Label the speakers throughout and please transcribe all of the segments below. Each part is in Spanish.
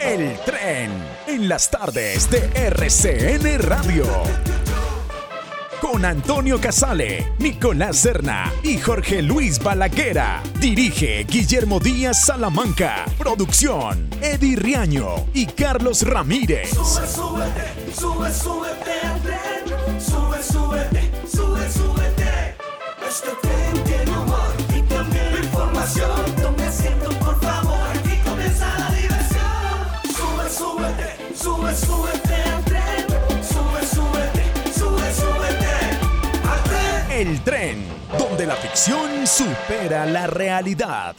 Speaker 1: El tren en las tardes de RCN Radio. Con Antonio Casale, Nicolás Serna y Jorge Luis Balaguera. Dirige Guillermo Díaz Salamanca. Producción Eddie Riaño y Carlos Ramírez.
Speaker 2: Sube, súbete, sube, súbete al tren. Sube, súbete, sube, súbete. Este tren tiene humor y también información. Tome asiento, por favor, aquí comienza la diversión. Sube, súbete, sube, súbete al tren. Sube, súbete, sube, súbete al tren.
Speaker 1: El tren, donde la ficción supera la realidad.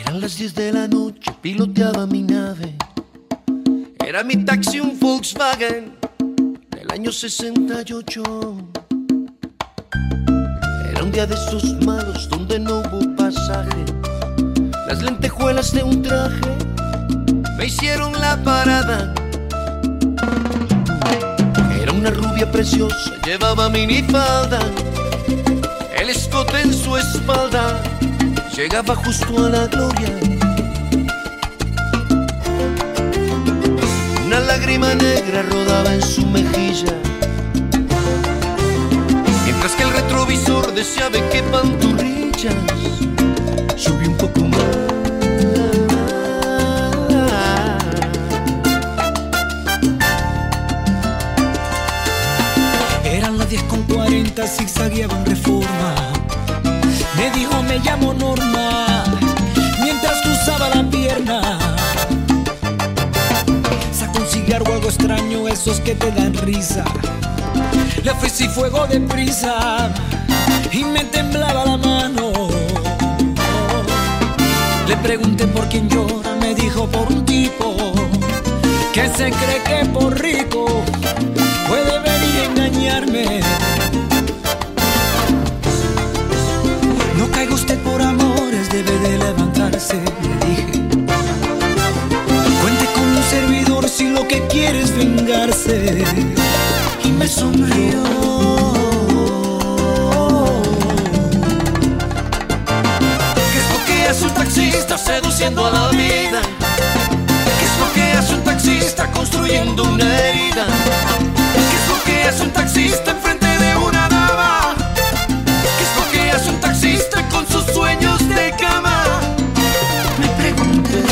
Speaker 3: Eran las 10 de la noche, piloteaba mi nave. Era mi taxi un Volkswagen del año 68. Era un día de esos malos donde no hubo pasaje. Las lentejuelas de un traje me hicieron la parada. Era una rubia preciosa, llevaba minifalda, el escote en su espalda llegaba justo a la gloria. Una lágrima negra rodaba en su mejilla, mientras que el retrovisor deseaba que panturrillas subió un poco más.
Speaker 4: Eran las 10 con 40, zigzagueaba en reforma. Me dijo, me llamo Norma, mientras cruzaba la pierna. Sacó un cigarro algo extraño, esos que te dan risa. Le ofrecí fuego de prisa y me temblaba la mano. Le pregunté por quién llora, me dijo por un tipo que se cree que por rico puede venir y engañarme. No caiga usted por amores, debe de levantarse, le dije. Cuente con un servidor si lo que quiere es vengarse. Y me sonrió.
Speaker 3: ¿Qué es lo que hace un taxista seduciendo a la vida? ¿Qué es lo que hace un taxista construyendo una herida? ¿Qué es lo que hace un taxista enfrente de una dama? ¿Qué es lo que hace un taxista con sus sueños de cama? Me pregunté.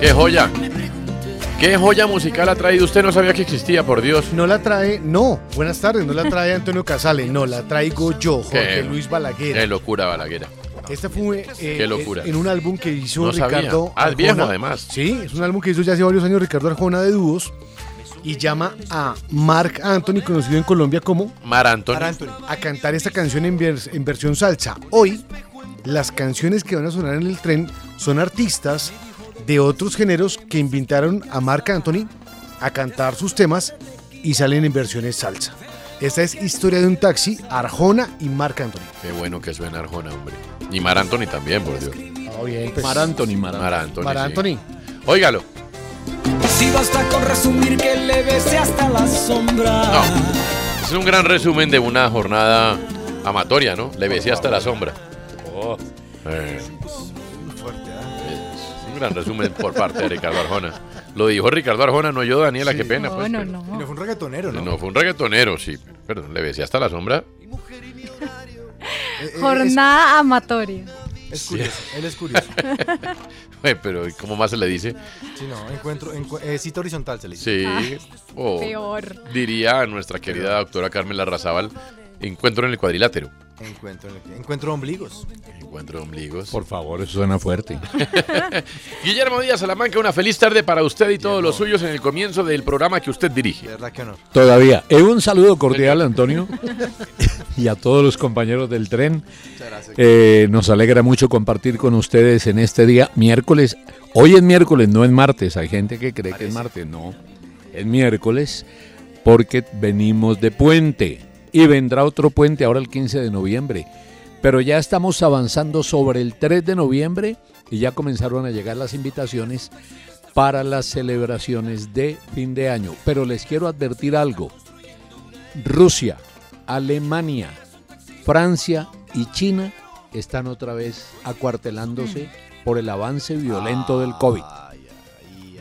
Speaker 5: ¡Qué joya! ¿Qué joya musical ha traído? Usted no sabía que existía, por Dios.
Speaker 6: No la trae, no, buenas tardes, no la trae Antonio Casale, no, la traigo yo, Jorge
Speaker 5: Qué-
Speaker 6: Luis
Speaker 5: ¡Qué
Speaker 6: Balaguer.
Speaker 5: locura, Balaguera!
Speaker 6: Este fue eh,
Speaker 5: Qué locura.
Speaker 6: en un álbum que hizo
Speaker 5: No sabía.
Speaker 6: Ricardo
Speaker 5: Ah, es viejo,
Speaker 6: Arjona.
Speaker 5: además.
Speaker 6: Sí, es un álbum que hizo ya hace varios años Ricardo Arjona de dúos y llama a Mark Anthony, conocido en Colombia como
Speaker 5: Mar Anthony.
Speaker 6: Mar Anthony, a cantar esta canción en, vers- en versión salsa. Hoy, las canciones que van a sonar en el tren son artistas de otros géneros que invitaron a Marc Anthony a cantar sus temas y salen en versiones salsa. Esta es Historia de un Taxi, Arjona y Marc Anthony.
Speaker 5: Qué bueno que suena Arjona, hombre. Y Mar Anthony también, por Dios.
Speaker 6: Ah, bien, pues.
Speaker 7: Mar Anthony, Mar Anthony.
Speaker 5: Mar Anthony.
Speaker 6: Marc
Speaker 5: sí.
Speaker 6: Anthony.
Speaker 5: Óigalo.
Speaker 8: Si basta con resumir que le besé hasta la sombra.
Speaker 5: No. Es un gran resumen de una jornada amatoria, ¿no? Le besé hasta la sombra.
Speaker 7: Oh.
Speaker 5: Eh,
Speaker 6: ¿eh?
Speaker 5: es un gran resumen por parte de Ricardo Arjona. Lo dijo Ricardo Arjona, no yo, Daniela, qué pena. pues,
Speaker 9: no,
Speaker 5: pero-
Speaker 9: no,
Speaker 10: Y no
Speaker 9: no.
Speaker 10: fue un reggaetonero, ¿no?
Speaker 5: No, fue un reggaetonero, sí. Perdón, le besé hasta la sombra.
Speaker 10: Eh, eh,
Speaker 9: Jornada amatoria.
Speaker 10: Es, es curioso, él es curioso.
Speaker 5: Eh, Pero ¿y ¿cómo más se le dice?
Speaker 10: Sí, no, encuentro, encu- eh, cita horizontal se le dice.
Speaker 5: Sí. Oh. o
Speaker 9: Ah, peor.
Speaker 5: diría a nuestra querida doctora Carmen Larrazábal, encuentro en el cuadrilátero.
Speaker 10: Encuentro, encuentro ombligos.
Speaker 5: Encuentro de ombligos.
Speaker 11: Por favor, eso suena fuerte.
Speaker 5: Guillermo Díaz Salamanca, una feliz tarde para usted y todos los suyos en el comienzo del programa que usted
Speaker 10: De
Speaker 5: dirige.
Speaker 10: verdad que honor.
Speaker 11: Todavía. Eh, un saludo cordial, Antonio, y a todos los compañeros del tren. Eh, nos alegra mucho compartir con ustedes en este día, miércoles. Hoy es miércoles, no es martes. Hay gente que cree que es martes. No, es miércoles porque venimos de puente. Y vendrá otro puente ahora el 15 de noviembre. Pero ya estamos avanzando sobre el 3 de noviembre y ya comenzaron a llegar las invitaciones para las celebraciones de fin de año. Pero les quiero advertir algo. Rusia, Alemania, Francia y China están otra vez acuartelándose por el avance violento del COVID.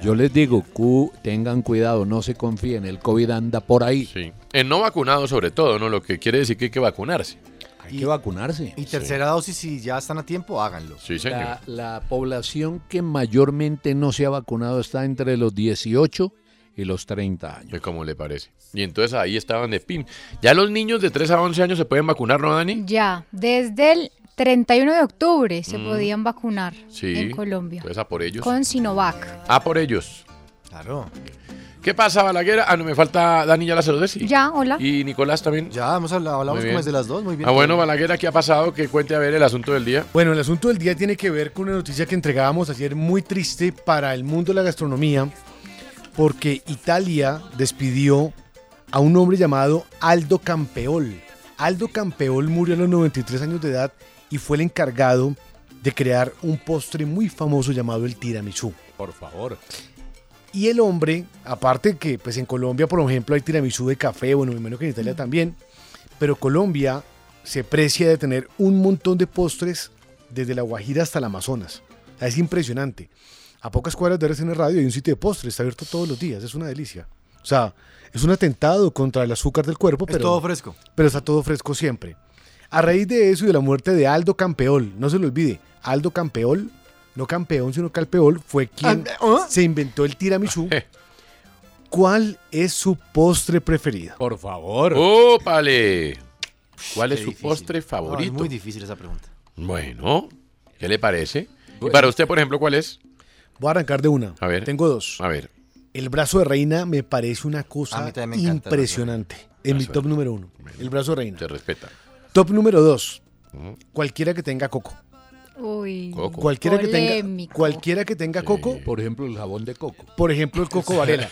Speaker 11: Yo les digo, cu- tengan cuidado, no se confíen, el COVID anda por ahí.
Speaker 5: Sí. En no vacunado sobre todo, ¿no? Lo que quiere decir que hay que vacunarse.
Speaker 11: Hay que vacunarse.
Speaker 10: Y tercera dosis, si ya están a tiempo, háganlo.
Speaker 5: Sí, señor.
Speaker 11: La, la población que mayormente no se ha vacunado está entre los 18 y los 30 años.
Speaker 5: Pues, ¿Cómo le parece? Y entonces ahí estaban de pin. Ya los niños de 3 a 11 años se pueden vacunar, ¿no, Dani?
Speaker 9: Ya, desde el 31 de octubre se
Speaker 5: Mm.
Speaker 9: podían vacunar
Speaker 5: Sí.
Speaker 9: en Colombia
Speaker 5: Entonces a por ellos.
Speaker 9: con Sinovac.
Speaker 5: A por ellos.
Speaker 10: Claro.
Speaker 5: ¿Qué pasa, Balaguer? Ah, no, me falta Dani, ya la saludé, sí.
Speaker 9: Ya, hola.
Speaker 5: Y Nicolás también.
Speaker 10: Ya hemos hablado, hablamos
Speaker 5: Muy
Speaker 10: como
Speaker 5: bien.
Speaker 10: es de las dos, muy bien.
Speaker 5: Ah, bueno, Balaguer, aquí ha pasado? Que cuente a ver el asunto del día.
Speaker 6: Bueno, el asunto del día tiene que ver con una noticia que entregábamos ayer muy triste para el mundo de la gastronomía, porque Italia despidió a un hombre llamado Aldo Campeol. Aldo Campeol murió a los 93 años de edad y fue el encargado de crear un postre muy famoso llamado el tiramisú.
Speaker 11: Por favor.
Speaker 6: Y el hombre, aparte que pues en Colombia, por ejemplo, hay tiramisú de café, bueno, me imagino que en
Speaker 10: Mm.
Speaker 6: Italia también, pero Colombia se precia de tener un montón de postres desde la Guajira hasta el Amazonas. O sea, es impresionante. A pocas cuadras de RCN Radio hay un sitio de postres, está abierto todos los días, es una delicia. O sea, es un atentado contra el azúcar del cuerpo,
Speaker 10: Es
Speaker 6: pero
Speaker 10: todo fresco.
Speaker 6: pero está todo fresco siempre. A raíz de eso y de la muerte de Aldo Campeol, no se lo olvide, Aldo Campeol, no campeón sino Calpeol, fue quien
Speaker 10: Ah, ¿ah?
Speaker 6: se inventó el tiramisú.
Speaker 11: Eh.
Speaker 6: ¿Cuál es su postre preferido?
Speaker 11: Por favor.
Speaker 5: ¡Ópale! ¿Cuál es
Speaker 10: Qué
Speaker 5: su
Speaker 10: difícil.
Speaker 5: postre
Speaker 10: No,
Speaker 5: favorito?
Speaker 10: es muy difícil esa pregunta.
Speaker 5: Bueno, ¿qué le parece? Y para usted, por ejemplo, ¿cuál es?
Speaker 6: Voy a arrancar de una.
Speaker 5: A ver.
Speaker 6: Tengo dos.
Speaker 5: A ver,
Speaker 6: El brazo de reina me parece una
Speaker 10: A
Speaker 6: cosa
Speaker 10: mí también me encanta el brazo de
Speaker 6: impresionante. En mi top número uno. El brazo de reina.
Speaker 5: se respeta.
Speaker 6: Top número dos.
Speaker 11: Mm.
Speaker 5: Ujú.
Speaker 6: Cualquiera que tenga coco.
Speaker 9: Uy.
Speaker 5: Coco.
Speaker 6: Cualquiera que tenga,
Speaker 9: Polémico.
Speaker 6: cualquiera que tenga coco.
Speaker 11: Por ejemplo, el jabón de coco.
Speaker 6: Por ejemplo, el coco varela.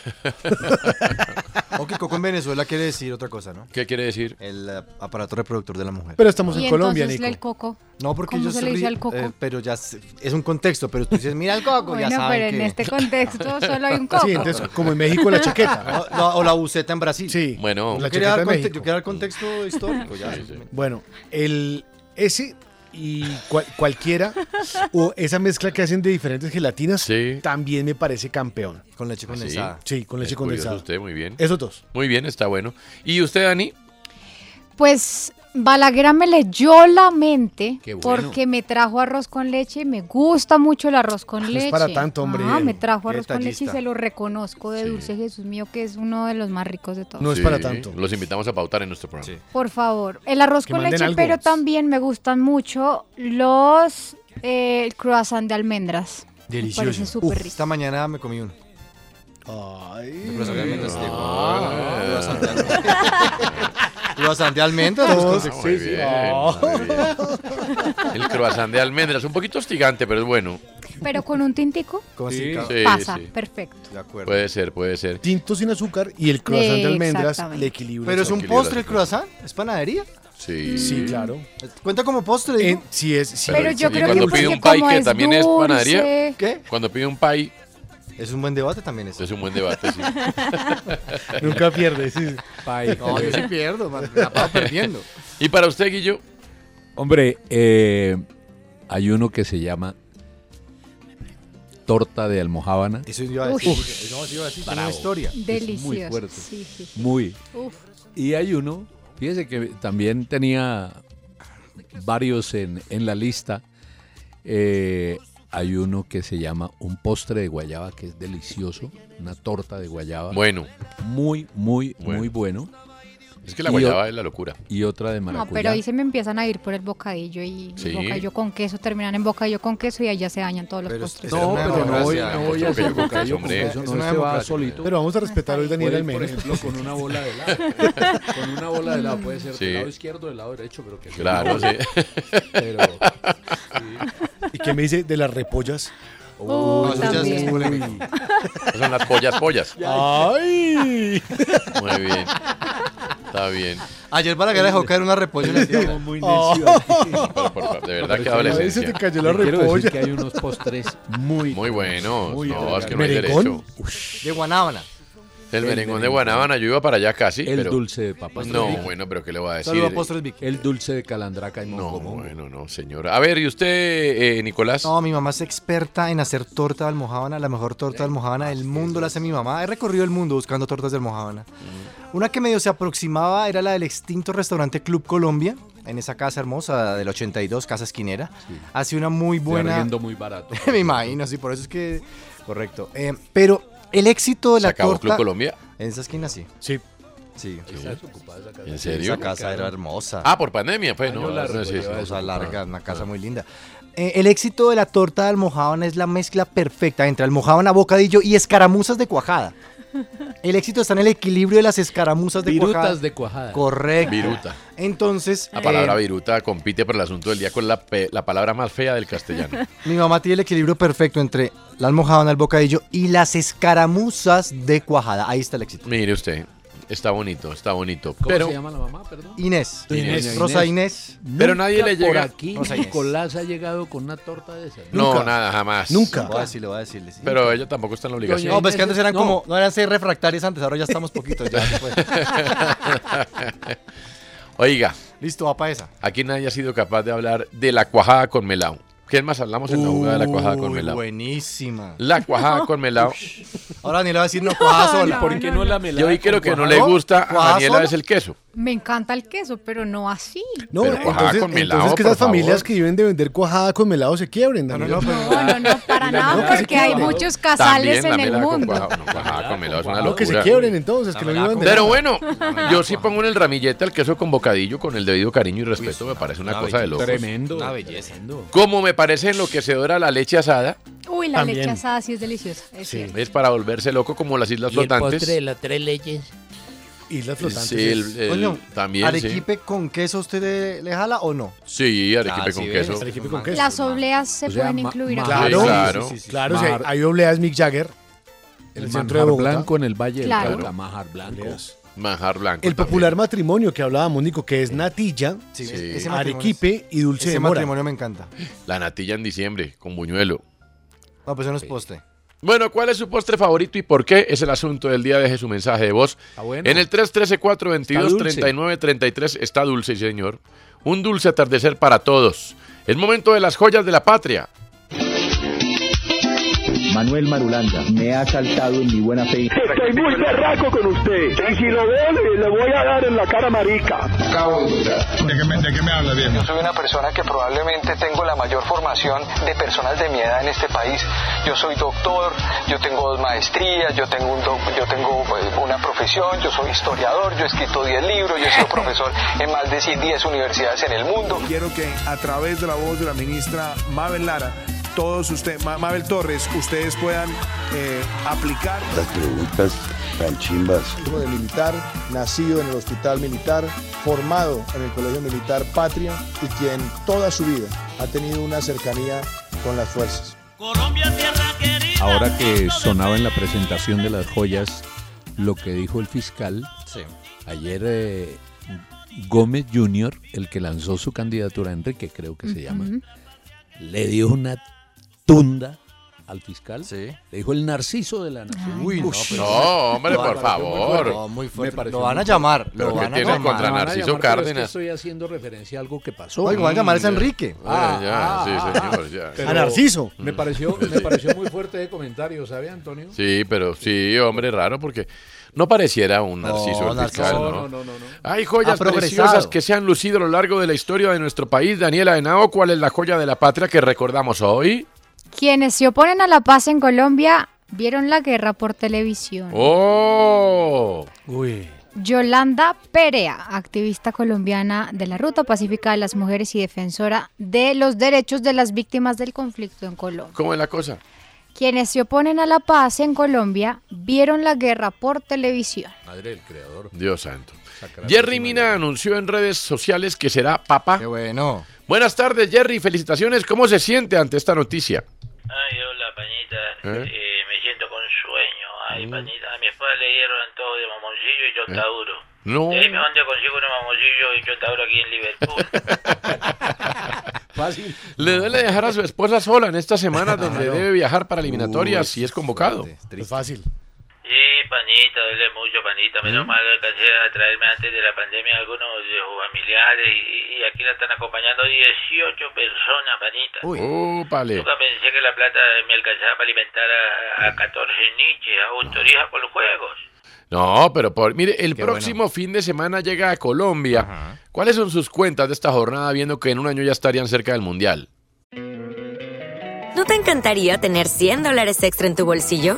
Speaker 10: O que Coco en Venezuela quiere decir otra cosa, ¿no?
Speaker 5: ¿Qué quiere decir?
Speaker 10: El eh, aparato reproductor de la mujer.
Speaker 6: Pero estamos
Speaker 9: Y
Speaker 6: en Colombia,
Speaker 9: entonces
Speaker 6: Nico.
Speaker 9: el coco.
Speaker 10: no, porque
Speaker 9: ¿cómo
Speaker 10: ellos
Speaker 9: se le dice
Speaker 10: ri-
Speaker 9: al coco?
Speaker 10: eh, pero ya se- es un contexto, pero tú dices, mira el coco, ya
Speaker 9: Bueno,
Speaker 10: saben
Speaker 9: pero en
Speaker 10: que-
Speaker 9: este contexto solo hay un coco.
Speaker 6: Sí, entonces, como en México la chaqueta.
Speaker 10: O, la- o la buceta en Brasil.
Speaker 6: Sí.
Speaker 5: Bueno.
Speaker 6: la
Speaker 10: Yo quería,
Speaker 6: chaqueta
Speaker 10: dar este
Speaker 6: de
Speaker 10: conte-
Speaker 6: México.
Speaker 10: yo quería dar contexto histórico.
Speaker 11: Pues
Speaker 10: Ya, simplemente.
Speaker 6: Bueno, el ese y cual- cualquiera o esa mezcla que hacen de diferentes gelatinas
Speaker 5: Sí. ¿Ah,
Speaker 6: también me parece campeón.
Speaker 10: Con leche condensada.
Speaker 6: Sí, con leche
Speaker 5: Es curioso
Speaker 6: condensada.
Speaker 5: usted, muy bien.
Speaker 6: Esos dos.
Speaker 5: Muy bien, está bueno. ¿Y usted, Dani?
Speaker 9: Pues Balaguer me leyó la mente
Speaker 11: Qué bueno.
Speaker 9: porque me trajo arroz con leche. Me gusta mucho el arroz con
Speaker 6: Ah, No es
Speaker 9: leche.
Speaker 6: para tanto, hombre.
Speaker 9: Ah, me trajo
Speaker 10: Qué
Speaker 9: arroz con leche y
Speaker 10: detallista.
Speaker 9: se lo reconozco de
Speaker 5: Sí.
Speaker 9: Dulce Jesús mío, que es uno de los más ricos de todos.
Speaker 6: No es para tanto.
Speaker 5: Los invitamos a pautar en nuestro programa.
Speaker 10: Sí.
Speaker 9: Por favor, el arroz
Speaker 6: Que
Speaker 9: con
Speaker 6: manden
Speaker 9: leche,
Speaker 6: algo.
Speaker 9: pero también me gustan mucho los eh, el croissant de almendras. Me parece
Speaker 10: Delicioso.
Speaker 9: súper
Speaker 10: Uf,
Speaker 9: rico.
Speaker 10: Esta mañana me comí uno.
Speaker 6: Ay.
Speaker 10: Croissant de almendras.
Speaker 5: Ah.
Speaker 10: Croissant de almendras. Croissant de almendras. los
Speaker 5: Ah,
Speaker 10: contextos.
Speaker 5: muy bien,
Speaker 10: Oh.
Speaker 5: muy bien. El croissant de almendras, un poquito hostigante, pero es bueno.
Speaker 9: Pero con un tintico
Speaker 10: Como así, claro.
Speaker 5: Sí,
Speaker 9: pasa,
Speaker 5: sí.
Speaker 9: perfecto.
Speaker 10: De acuerdo.
Speaker 5: Puede ser, puede ser.
Speaker 6: Tinto sin azúcar y el croissant de almendras
Speaker 9: Exactamente.
Speaker 6: le equilibra.
Speaker 10: Pero
Speaker 6: el
Speaker 10: es un
Speaker 5: Tranquilidad.
Speaker 10: postre el croissant, es panadería.
Speaker 5: Sí.
Speaker 6: Sí, claro.
Speaker 10: Cuenta como postre. digo.
Speaker 6: En- si es, si-
Speaker 9: Pero,
Speaker 5: Pero
Speaker 9: yo
Speaker 5: ¿y
Speaker 9: creo que
Speaker 5: cuando
Speaker 9: porque
Speaker 5: pide un pie
Speaker 9: como
Speaker 5: que
Speaker 9: es
Speaker 5: también es panadería?
Speaker 9: dulce-
Speaker 10: ¿Qué?
Speaker 5: Cuando pide un pie,
Speaker 10: Es un buen debate también eso.
Speaker 5: Es un buen debate, sí.
Speaker 6: Nunca pierde, sí.
Speaker 10: No, yo sí pierdo, man, la acabo perdiendo.
Speaker 5: ¿Y para usted, Guillo?
Speaker 11: Hombre, eh, hay uno que se llama torta de almohábana.
Speaker 10: Eso yo iba a decir,
Speaker 11: Uf.
Speaker 10: porque- no, eso iba a decir, tiene
Speaker 11: Bravo.
Speaker 10: una historia.
Speaker 11: Es muy
Speaker 9: Delicioso.
Speaker 11: fuerte.
Speaker 9: Sí, sí, sí.
Speaker 11: Muy.
Speaker 9: Uf.
Speaker 11: Y hay uno, fíjese que también tenía varios en, en la lista. Eh, hay uno que se llama un postre de guayaba que es delicioso, una torta de guayaba.
Speaker 5: Bueno.
Speaker 11: Muy, muy,
Speaker 5: Bueno.
Speaker 11: muy bueno.
Speaker 5: Es que la
Speaker 11: Y o-
Speaker 5: guayaba es la locura.
Speaker 11: Y otra de maracuyá.
Speaker 9: No, pero ahí se me empiezan a ir por el bocadillo y, y
Speaker 11: Sí.
Speaker 9: bocadillo con queso, terminan en bocadillo con queso y allá se dañan todos los
Speaker 10: Pero es- es
Speaker 9: postres.
Speaker 10: una democracia,
Speaker 11: no voy a
Speaker 10: es una
Speaker 11: hacer
Speaker 10: democracia,
Speaker 11: bocadillo con queso,
Speaker 10: hombre.
Speaker 11: no,
Speaker 10: Es una
Speaker 11: se va
Speaker 10: democracia.
Speaker 11: solito.
Speaker 6: Pero vamos a respetar hoy Daniel
Speaker 11: Puede ir, por
Speaker 6: Almeida.
Speaker 11: ejemplo, con una bola de helado. con una bola de helado puede ser
Speaker 5: Sí.
Speaker 11: del lado izquierdo, del lado derecho, pero que sea
Speaker 5: Claro,
Speaker 11: una
Speaker 5: sí.
Speaker 11: bola. Pero sí.
Speaker 6: ¿Y qué me dice de las repollas?
Speaker 10: No, eso ya es polémico.
Speaker 5: Son las pollas, pollas.
Speaker 6: ¡Ay!
Speaker 5: Muy bien. Está bien.
Speaker 10: Ayer para que le dejó caer una repolla le tiramos.
Speaker 11: muy
Speaker 10: Oh.
Speaker 5: Pero por favor, de verdad
Speaker 6: Pero
Speaker 5: que
Speaker 6: es que a veces
Speaker 5: adolescencia.
Speaker 6: te cayó la
Speaker 11: Le quiero
Speaker 6: repolla.
Speaker 11: decir que hay unos postres muy
Speaker 5: Muy buenos.
Speaker 11: Muy
Speaker 5: no, es que no hay
Speaker 6: ¿Merengón?
Speaker 5: derecho.
Speaker 10: De Guanábana.
Speaker 5: El,
Speaker 11: El
Speaker 5: merengón de
Speaker 11: merengón.
Speaker 5: Guanábana, yo iba para allá casi.
Speaker 11: el
Speaker 5: pero...
Speaker 11: dulce de papa,
Speaker 5: No, bueno, pero ¿qué le voy a decir?
Speaker 10: Saludos a Postres Vic.
Speaker 11: el dulce de calandraca y
Speaker 5: No,
Speaker 11: moncomo.
Speaker 5: bueno, no, señora. A ver, ¿y usted, eh, Nicolás?
Speaker 10: No, mi mamá es experta en hacer torta de almohábana, la mejor torta de almohábana del mundo la hace mi mamá. He recorrido el mundo buscando tortas de almohábana. Una que medio se aproximaba era la del extinto restaurante Club Colombia, en esa casa hermosa del 82, Casa Esquinera. Hace una muy
Speaker 11: Está
Speaker 10: buena...
Speaker 11: riendo muy barato.
Speaker 10: Me imagino, sí, por eso es que... Correcto. Eh, pero el éxito de
Speaker 5: ¿Se
Speaker 10: la
Speaker 5: acabó
Speaker 10: torta...
Speaker 5: Club Colombia?
Speaker 10: En esa esquina, sí.
Speaker 6: Sí.
Speaker 10: Sí.
Speaker 11: Está desocupada esa casa.
Speaker 5: ¿En
Speaker 10: Sí,
Speaker 5: serio?
Speaker 10: Esa casa era hermosa.
Speaker 5: Ah, por pandemia, pues,
Speaker 11: Año
Speaker 5: no.
Speaker 11: largo,
Speaker 5: no, sí,
Speaker 11: lleva
Speaker 5: sí.
Speaker 11: eso.
Speaker 10: Cosa larga, una casa
Speaker 11: Ah.
Speaker 10: muy linda. Eh, el éxito de la torta de almohábana es la mezcla perfecta entre almohábana, bocadillo y escaramuzas de cuajada. El éxito está en el equilibrio de las escaramuzas de
Speaker 11: Virutas
Speaker 10: cuajada.
Speaker 11: de cuajada.
Speaker 10: Correcto.
Speaker 5: Viruta.
Speaker 10: Entonces,
Speaker 5: La palabra
Speaker 10: eh,
Speaker 5: viruta compite por el asunto del día con la, pe- la palabra más fea del castellano.
Speaker 10: mi mamá tiene el equilibrio perfecto entre la almohábana, el bocadillo y las escaramuzas de cuajada. Ahí está el éxito.
Speaker 5: Mire usted, está bonito, está bonito.
Speaker 11: ¿Cómo
Speaker 5: Pero,
Speaker 11: se llama la mamá, perdón?
Speaker 10: Inés.
Speaker 11: Inés. Inés.
Speaker 10: Rosa Inés.
Speaker 5: pero nadie
Speaker 11: Nunca
Speaker 5: le llega.
Speaker 11: Por aquí
Speaker 10: Rosa Inés.
Speaker 11: Nicolás ha llegado con una torta de esa.
Speaker 5: No,
Speaker 6: Nunca.
Speaker 5: nada, jamás.
Speaker 6: Nunca.
Speaker 10: Voy a decirle, voy a decirle. sí.
Speaker 5: Pero ella tampoco está en la obligación.
Speaker 10: No, pues que antes eran
Speaker 11: No.
Speaker 10: como, no eran seis refractarios antes, ahora ya estamos poquitos. ya, pues.
Speaker 5: Oiga,
Speaker 10: Listo, va para esa.
Speaker 5: aquí nadie ha sido capaz de hablar de la cuajada con melao. ¿Qué más hablamos en la jugada de la cuajada con
Speaker 10: Uy,
Speaker 5: melao?
Speaker 10: Buenísima.
Speaker 5: La cuajada con melao.
Speaker 10: Ahora Daniela va a decir no cuajada sola.
Speaker 11: ¿Por qué no, la melada?
Speaker 5: Yo vi que lo
Speaker 11: con
Speaker 5: que no
Speaker 11: cuajada?
Speaker 5: le gusta a
Speaker 10: ¿Cuajada
Speaker 5: Daniela
Speaker 10: sola?
Speaker 5: es el queso.
Speaker 9: Me encanta el queso, pero no así.
Speaker 6: No,
Speaker 5: Pero cuajada
Speaker 6: entonces,
Speaker 5: con melado,
Speaker 6: entonces que esas
Speaker 5: por
Speaker 6: familias
Speaker 5: favor.
Speaker 6: que viven de vender cuajada con melado se quiebren,
Speaker 10: No, no, no,
Speaker 6: Daniel.
Speaker 10: pero-
Speaker 9: No, no, no, para nada,
Speaker 6: que se
Speaker 9: porque hay
Speaker 6: quiebra.
Speaker 9: muchos casales
Speaker 5: También la
Speaker 9: en el
Speaker 5: melada con
Speaker 9: mundo.
Speaker 5: cuajada. No, cuajada con melao Ah, es una
Speaker 6: No, que se
Speaker 5: locura.
Speaker 6: quiebren entonces, que no vivan de
Speaker 5: Pero bueno, yo sí pongo en el ramillete al queso con bocadillo con el debido cariño y respeto, me parece una cosa de locos.
Speaker 11: Tremendo.
Speaker 10: Una belleza.
Speaker 11: Tremendo.
Speaker 5: Como me parece enloquecedora la leche asada,
Speaker 9: Uy, la
Speaker 6: También.
Speaker 9: leche asada sí es deliciosa. Es cierto.
Speaker 5: es para volverse loco como las islas flotantes.
Speaker 11: las tres leyes.
Speaker 6: Islas flotantes.
Speaker 5: Sí, el- el-
Speaker 10: Coño,
Speaker 5: también
Speaker 10: ¿Arequipe con queso usted le, le jala o no?
Speaker 5: sí. Sí, arequipe
Speaker 11: Ah,
Speaker 5: con queso.
Speaker 6: Arequipe con queso.
Speaker 9: Las obleas se
Speaker 11: O sea,
Speaker 9: pueden
Speaker 11: ma-
Speaker 9: incluir
Speaker 11: ma-
Speaker 9: acá.
Speaker 6: Claro,
Speaker 5: Sí, claro.
Speaker 6: Claro,
Speaker 11: Mar-
Speaker 6: si hay, hay obleas Mick Jagger en
Speaker 11: El,
Speaker 6: el centro de
Speaker 11: manjar
Speaker 6: Bogotá.
Speaker 11: blanco en el Valle
Speaker 9: Claro.
Speaker 11: del Cauca, manjar blanco.
Speaker 6: Obleas.
Speaker 5: Manjar blanco.
Speaker 6: El popular matrimonio que hablábamos, Nico, que es natilla,
Speaker 10: Sí,
Speaker 5: Sí.
Speaker 10: ese matrimonio es-
Speaker 6: arequipe y dulce
Speaker 10: Ese
Speaker 6: de mora.
Speaker 10: matrimonio me encanta.
Speaker 5: también. La natilla en diciembre con buñuelo.
Speaker 10: No, pues eso no es postre.
Speaker 5: Bueno, ¿cuál es su postre favorito y por qué? Es el asunto del día. Deje su mensaje de voz.
Speaker 11: Está bueno.
Speaker 5: En el 313-422-3933
Speaker 11: dulce.
Speaker 5: está dulce, señor. Un dulce atardecer para todos. El momento de las joyas de la patria.
Speaker 12: Manuel Marulanda, me ha saltado en mi buena fe.
Speaker 4: Estoy muy berraco con usted. Y si lo veo, le voy a dar en la cara marica.
Speaker 12: Yo soy una persona que probablemente tengo la mayor formación de personas de mi edad en este país. Yo soy doctor, yo tengo dos maestrías, yo tengo, un doc- yo tengo pues, una profesión, yo soy historiador, yo he escrito 10 libros, yo he sido profesor en más de 10 universidades en el mundo.
Speaker 4: Quiero que a través de la voz de la ministra Mabel Lara, todos ustedes, Ma- Mabel Torres, ustedes puedan eh, aplicar.
Speaker 13: hijo de militar, nacido en el hospital militar, formado en el Colegio Militar Patria y quien toda su vida ha tenido una cercanía con las fuerzas.
Speaker 11: Ahora que sonaba en la presentación de las joyas lo que dijo el fiscal,
Speaker 10: Sí.
Speaker 11: ayer eh, Gómez Jr., el que lanzó su candidatura, Enrique creo que se llama,
Speaker 9: Ujú.
Speaker 11: le dio una tunda al fiscal, le dijo el narciso de la nación.
Speaker 5: Uy, no,
Speaker 11: Ush.
Speaker 5: pero- No, hombre,
Speaker 11: Lo
Speaker 5: por
Speaker 11: pareció muy
Speaker 5: favor.
Speaker 11: fuerte.
Speaker 5: No, muy fuerte.
Speaker 11: Me pareció
Speaker 5: Lo van
Speaker 11: muy
Speaker 5: a llamar,
Speaker 11: fuerte.
Speaker 5: lo Pero ¿qué van a tiene llamar.
Speaker 11: Lo
Speaker 5: contra
Speaker 11: van a
Speaker 5: Narciso
Speaker 11: llamar, pero es que
Speaker 5: Cárdenas? Mm,
Speaker 11: estoy haciendo referencia a algo que pasó.
Speaker 10: Oye, lo van a llamar es Enrique.
Speaker 11: Ah,
Speaker 5: ya, sí,
Speaker 11: ah,
Speaker 5: señor,
Speaker 11: ah.
Speaker 5: ya. Mm.
Speaker 11: Pero
Speaker 5: A Narciso.
Speaker 11: Me pareció, me pareció muy fuerte de comentario, ¿sabe, Antonio?
Speaker 5: Sí, pero sí, hombre, raro porque no pareciera un narciso el
Speaker 11: Narciso,
Speaker 5: fiscal,
Speaker 11: no,
Speaker 5: ¿no?
Speaker 11: no, no, no, no.
Speaker 5: Hay joyas
Speaker 11: Ha progresado.
Speaker 5: preciosas que se han lucido a lo largo de la historia de nuestro país. Daniela Henao, ¿cuál es la joya de la patria que recordamos hoy?
Speaker 9: Quienes se oponen a la paz en Colombia vieron la guerra por televisión.
Speaker 5: ¡Oh!
Speaker 11: Uy.
Speaker 9: Yolanda Perea, activista colombiana de la Ruta Pacífica de las Mujeres y defensora de los derechos de las víctimas del conflicto en Colombia.
Speaker 5: ¿Cómo es la cosa?
Speaker 9: Quienes se oponen a la paz en Colombia vieron la guerra por televisión.
Speaker 11: Madre del creador.
Speaker 5: Dios santo. Jerry Mina anunció en redes sociales que será papá. Qué
Speaker 10: bueno.
Speaker 5: Buenas tardes, Jerry. Felicitaciones. ¿Cómo se siente ante esta noticia?
Speaker 14: Ay, hola, Pañita.
Speaker 5: ¿Eh?
Speaker 14: Eh, me siento con sueño. Ay,
Speaker 5: Mm.
Speaker 14: Pañita. A mi esposa le dieron todo de mamoncillo y chontaduro.
Speaker 5: ¿Eh? No.
Speaker 14: De ahí me mandé consigo unos mamoncillos y chontaduro aquí en Liverpool.
Speaker 11: Fácil.
Speaker 5: Le duele dejar a su esposa sola en esta semana donde debe viajar para eliminatorias si es convocado.
Speaker 6: Es fácil.
Speaker 14: Sí, Pañita, duele mucho, Pañita. Menos
Speaker 5: ¿Mm?
Speaker 14: mal alcancé a traerme antes de la pandemia algunos de sus familiares y, y aquí la están acompañando 18 personas, Pañita.
Speaker 5: Úpale.
Speaker 14: Nunca pensé que la plata me alcanzaba para alimentar a, a 14 niches, a un torija por los juegos.
Speaker 5: No, pero por, mire, el próximo fin de semana llega a Colombia. ¿Cuáles son sus cuentas de esta jornada viendo que en un año ya estarían cerca del Mundial?
Speaker 15: ¿No te encantaría tener 100 dólares extra en tu bolsillo?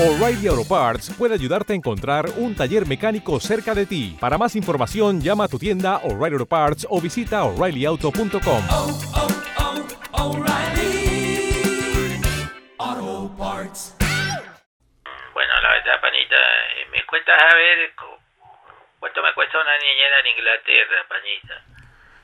Speaker 16: O'Reilly Auto Parts puede ayudarte a encontrar un taller mecánico cerca de ti. Para más información, llama a tu tienda O'Reilly Auto Parts o visita oreillyauto.com.
Speaker 14: Bueno, la verdad, Pañita, eh, me cuesta saber cu- cuánto me cuesta una niñera en Inglaterra, Pañita.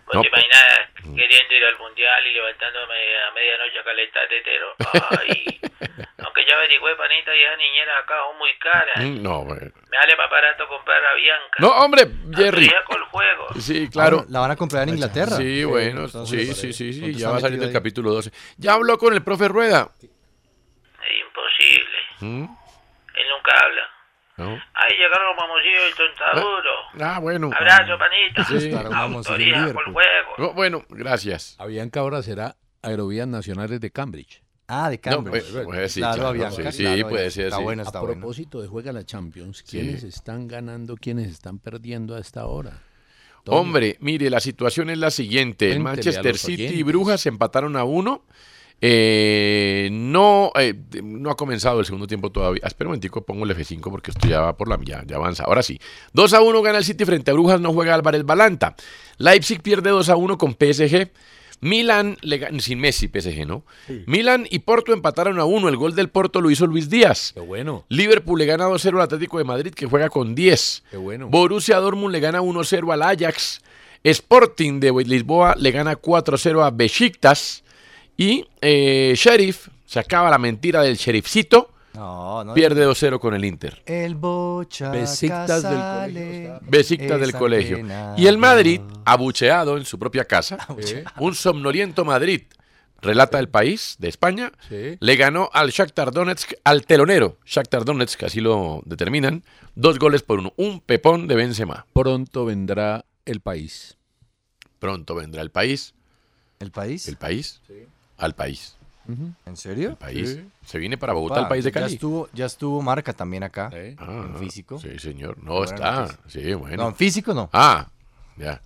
Speaker 14: ¿Vos
Speaker 5: No, pues-
Speaker 14: te imaginas queriendo ir al mundial y levantándome a medianoche a calentar tetero? Ay, aunque ya averigüé, Pañita, y esas niñeras acá son muy caras.
Speaker 5: Mm, No, bueno.
Speaker 14: Me sale más barato comprar a Bianca.
Speaker 5: No, hombre, Jerry.
Speaker 14: Abriga con el juego.
Speaker 5: Sí, claro.
Speaker 10: Ah, La van a comprar en Inglaterra.
Speaker 5: Sí, bueno,
Speaker 10: entonces,
Speaker 5: sí, sí, sí, sí,
Speaker 10: ¿dónde
Speaker 5: ya
Speaker 10: está
Speaker 5: va a salir del
Speaker 10: metido
Speaker 5: capítulo 12. ¿Ya habló con el profe Rueda?
Speaker 14: Es imposible.
Speaker 5: ¿Mm?
Speaker 14: Él nunca habla.
Speaker 5: ¿No?
Speaker 14: Ahí llegaron los mamoncillos del tontaduro.
Speaker 5: Ah, bueno.
Speaker 14: Abrazo, Pañita.
Speaker 5: Sí.
Speaker 14: Autoría por
Speaker 5: pues.
Speaker 14: el juego.
Speaker 5: No, Oh, bueno, gracias.
Speaker 11: Avianca ahora será Aerovías Nacionales de Cambridge.
Speaker 10: Ah, de
Speaker 5: Cambridge. pues- pues sí, claro, sí, sí, puede ser, Está sí. bueno, está
Speaker 11: a
Speaker 5: bueno.
Speaker 11: propósito de juega la Champions,
Speaker 5: Sí.
Speaker 11: ¿quiénes están ganando, quiénes están perdiendo a esta hora? Tony.
Speaker 5: Hombre, mire, la situación es la siguiente. El
Speaker 11: Cuéntele a
Speaker 5: Manchester
Speaker 11: los
Speaker 5: City y
Speaker 11: oyentes.
Speaker 5: Brujas empataron a uno. Eh, no, eh, de- no ha comenzado el segundo tiempo todavía. Ah, Espera un momentico, pongo el F5 porque esto ya va por la ya, ya avanza. Ahora sí. 2 a 1 gana el City frente a Brujas, no juega Álvarez Balanta. Leipzig pierde 2 a 1 con PSG. Milan le gan- sin Messi PSG, ¿no? Milan y Porto empataron a uno. El gol del Porto lo hizo Luis Díaz.
Speaker 11: Qué bueno.
Speaker 5: Liverpool le gana 2-0 al Atlético de Madrid que juega con 10.
Speaker 11: Qué bueno.
Speaker 5: Borussia Dortmund le gana 1-0 al Ajax. Sporting de Lisboa le gana 4-0 a Besiktas. Y eh, Sheriff, se acaba la mentira del Sheriffcito,
Speaker 10: No, no.
Speaker 5: pierde 2-0 con el Inter.
Speaker 10: El Bocha. Eh,
Speaker 11: Besiktas del
Speaker 10: Casale,
Speaker 5: Besiktas del
Speaker 10: esa
Speaker 5: colegio.
Speaker 10: pena.
Speaker 5: Y el Madrid, abucheado en su propia casa, un somnoliento Madrid, relata el país de España,
Speaker 11: Sí.
Speaker 5: le ganó al Shakhtar Donetsk, al telonero Shakhtar Donetsk, así lo determinan, dos goles por uno, un pepón de Benzema.
Speaker 11: Pronto vendrá el país.
Speaker 5: Pronto vendrá el país.
Speaker 10: ¿El país?
Speaker 5: El país. Al país.
Speaker 10: ¿En serio? El
Speaker 5: país. Se viene para Bogotá, al país de
Speaker 10: Ya
Speaker 5: Cali.
Speaker 10: estuvo, ya estuvo marca también acá.
Speaker 5: Ah,
Speaker 10: en físico.
Speaker 5: Sí, señor. No,
Speaker 10: Buena
Speaker 5: está.
Speaker 10: noticia.
Speaker 5: Sí, bueno.
Speaker 10: pues. No, en físico no.
Speaker 5: Ah, ya.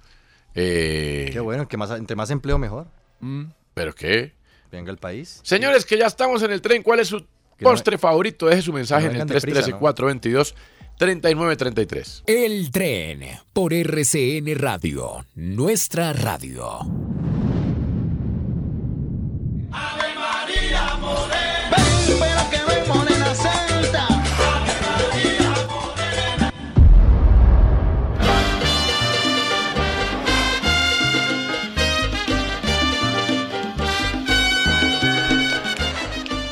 Speaker 5: Eh,
Speaker 10: Qué bueno, que más, entre más empleo mejor.
Speaker 11: Mm.
Speaker 5: ¿Pero qué?
Speaker 10: Venga el país.
Speaker 5: Señores, que ya estamos en el tren. ¿Cuál es su postre favorito? Deje su mensaje
Speaker 10: que no
Speaker 5: en el
Speaker 10: vengan deprisa, ¿no?
Speaker 5: 313-422-3933.
Speaker 1: El tren por RCN Radio, nuestra radio.
Speaker 4: Ven, pero que ven, morena santa.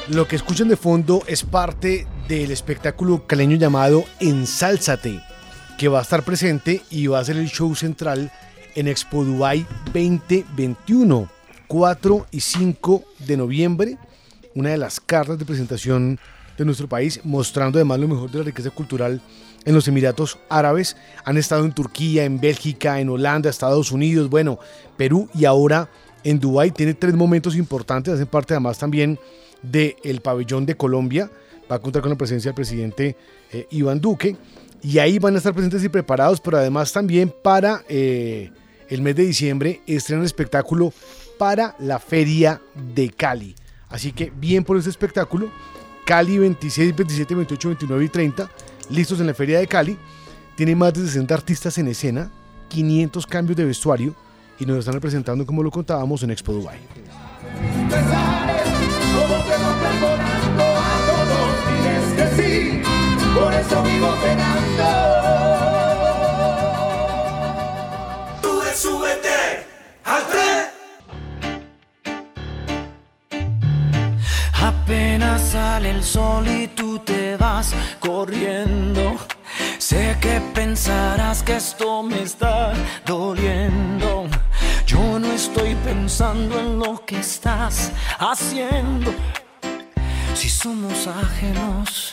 Speaker 6: Lo que escuchan de fondo es parte del espectáculo caleño llamado Ensálzate, que va a estar presente y va a ser el show central en Expo Dubai 2021, 4 y 5 de noviembre. Una de las cartas de presentación de nuestro país, mostrando además lo mejor de la riqueza cultural en los Emiratos Árabes. Han estado en Turquía, en Bélgica, en Holanda, Estados Unidos, bueno, Perú y ahora en Dubái. Tiene tres momentos importantes, hacen parte además también del pabellón de Colombia. Va a contar con la presencia del presidente eh, Iván Duque. Y ahí van a estar presentes y preparados, pero además también para eh, el mes de diciembre estrenan el espectáculo para la Feria de Cali. Así que bien por este espectáculo. Cali 26, 27, 28, 29 y 30, listos en la Feria de Cali. Tiene más de 60 artistas en escena, 500 cambios de vestuario y nos están representando, como lo contábamos, en Expo Dubai.
Speaker 4: Como que no preparando a todos tienes que sí, por eso vivo penando. Tú de súbete al tren.
Speaker 17: Apenas sale el sol y tú te vas corriendo. Sé que pensarás que esto me está doliendo. Yo no estoy pensando en lo que estás haciendo. Si somos ajenos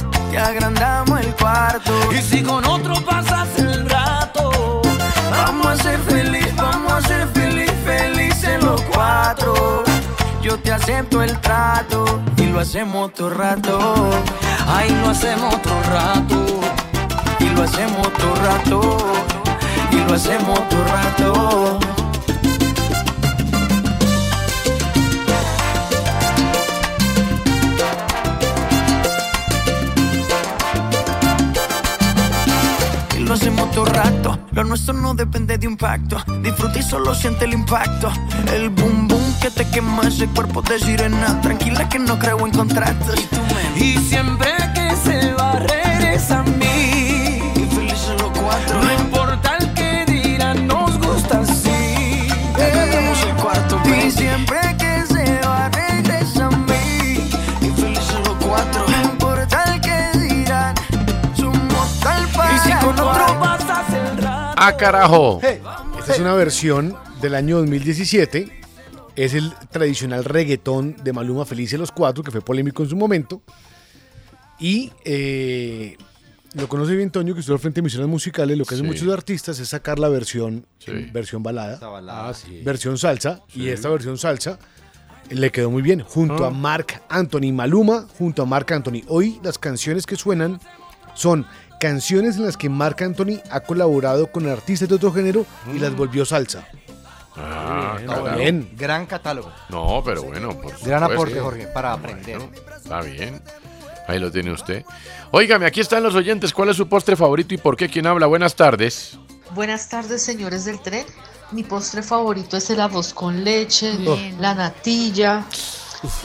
Speaker 4: Te agrandamos el cuarto. Y si con otro pasas el rato, vamos a ser feliz, vamos a ser feliz, felices los cuatro. Yo te acepto el trato y lo hacemos todo rato. Ay, lo hacemos todo rato. Y lo hacemos todo rato. Y lo hacemos todo rato.
Speaker 17: Y lo hacemos todo rato. Lo nuestro no depende de un pacto. Disfruta y solo siente el impacto. El boom boom que te quema ese cuerpo de sirena. Tranquila que no creo en contratos. Y siempre que se va, regresa a mí. Y felices los cuatro. No importa el que dirán, nos gusta así. Agarramos el cuarto, baby.
Speaker 4: Y siempre que se va, regresa a mí. Y felices los cuatro. No importa el que dirán, somos tal para Y si con otro pasas el
Speaker 5: ¡Ah, carajo!
Speaker 6: Esta es una versión del año 2017. Es el tradicional reggaetón de Maluma Felices los Cuatro, que fue polémico en su momento. Y eh, lo conoce bien Toño, que estuvo al frente de misiones musicales. Lo que hacen
Speaker 11: Sí.
Speaker 6: muchos artistas es sacar la versión, versión balada, versión salsa. Y
Speaker 11: Ah, Sí.
Speaker 6: esta versión salsa le quedó muy bien, junto
Speaker 11: Ah.
Speaker 6: a Marc Anthony Maluma, junto a Marc Anthony. Hoy las canciones que suenan son canciones en las que Marc Anthony ha colaborado con artistas de otro género y
Speaker 10: Mm.
Speaker 6: las volvió salsa.
Speaker 5: Ah,
Speaker 6: Bien,
Speaker 5: carajo.
Speaker 6: bien.
Speaker 10: Gran catálogo.
Speaker 5: No, pero bueno. por
Speaker 10: Gran
Speaker 5: supuesto.
Speaker 10: aporte, Jorge, para aprender.
Speaker 5: Está bien. Ahí lo tiene usted. Óigame, aquí están los oyentes. ¿Cuál es su postre favorito y por qué? ¿Quién habla? Buenas tardes.
Speaker 18: Buenas tardes, señores del tren. Mi postre favorito es el arroz con leche,
Speaker 5: Bien.
Speaker 18: la natilla,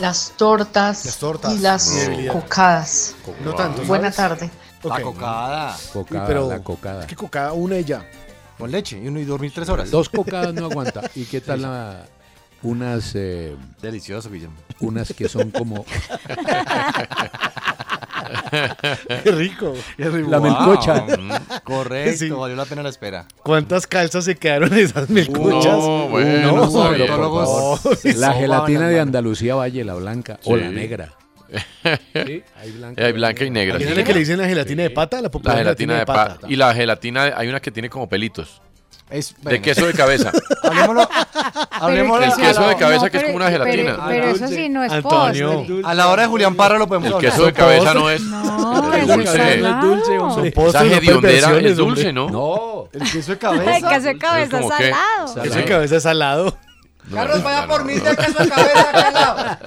Speaker 18: las tortas,
Speaker 6: Oh. Las tortas.
Speaker 18: y las
Speaker 6: Mi debilidad.
Speaker 18: cocadas.
Speaker 6: No tanto,
Speaker 18: Buena
Speaker 6: ¿sabes?
Speaker 18: tarde.
Speaker 10: La cocada.
Speaker 11: Cocada, la cocada.
Speaker 6: Es que cocada una y ya.
Speaker 10: Con leche y uno y dormir tres horas.
Speaker 11: Dos cocadas no aguanta. ¿Y qué tal la- unas... eh,
Speaker 10: Delicioso, Guillermo.
Speaker 11: Unas que son como...
Speaker 6: Qué rico.
Speaker 11: La melcocha.
Speaker 10: Mm, Correcto,
Speaker 6: Sí.
Speaker 10: valió la pena la espera.
Speaker 6: ¿Cuántas calzas se quedaron en esas melcochas?
Speaker 10: no, bueno,
Speaker 6: No,
Speaker 10: está bien,
Speaker 6: no,
Speaker 10: por
Speaker 6: no,
Speaker 10: favor.
Speaker 6: no.
Speaker 10: Se
Speaker 11: La
Speaker 10: soban
Speaker 11: gelatina
Speaker 10: las
Speaker 11: de
Speaker 10: manos.
Speaker 11: Andalucía Valle, la blanca o la
Speaker 5: Sí.
Speaker 11: negra.
Speaker 5: Sí, hay blanca, y negra.
Speaker 6: ¿Tiene
Speaker 5: sí.
Speaker 6: la que le dicen la gelatina de pata? La
Speaker 5: La
Speaker 6: popular
Speaker 5: gelatina de pata. Y la gelatina, hay una que tiene como pelitos.
Speaker 10: Es-
Speaker 5: De
Speaker 10: bueno.
Speaker 5: queso de cabeza.
Speaker 10: Hablemoslo. hablemoslo
Speaker 5: El
Speaker 10: a la-
Speaker 5: queso de
Speaker 10: no,
Speaker 5: cabeza que es
Speaker 10: pero-
Speaker 5: como una
Speaker 10: pero-
Speaker 5: gelatina.
Speaker 6: Ah,
Speaker 9: Pero eso sí no es postre.
Speaker 10: A la hora de Julián Parra lo podemos
Speaker 5: El
Speaker 10: hablar.
Speaker 5: queso de cabeza no es.
Speaker 9: No,
Speaker 5: es
Speaker 9: eso es
Speaker 5: dulce.
Speaker 9: salado.
Speaker 10: Ah.
Speaker 6: Son
Speaker 5: Esa
Speaker 6: postres, no
Speaker 5: hediondera es
Speaker 6: perversiones,
Speaker 5: dulce,
Speaker 6: hombre.
Speaker 5: ¿no?
Speaker 10: El queso de
Speaker 9: Ay,
Speaker 10: cabeza.
Speaker 9: que hace cabeza
Speaker 5: como que-
Speaker 9: salado.
Speaker 6: Queso de cabeza salado.
Speaker 19: Carlos, vaya
Speaker 6: Ah,
Speaker 19: por mí,
Speaker 5: no.
Speaker 19: el queso de cabeza acá al lado.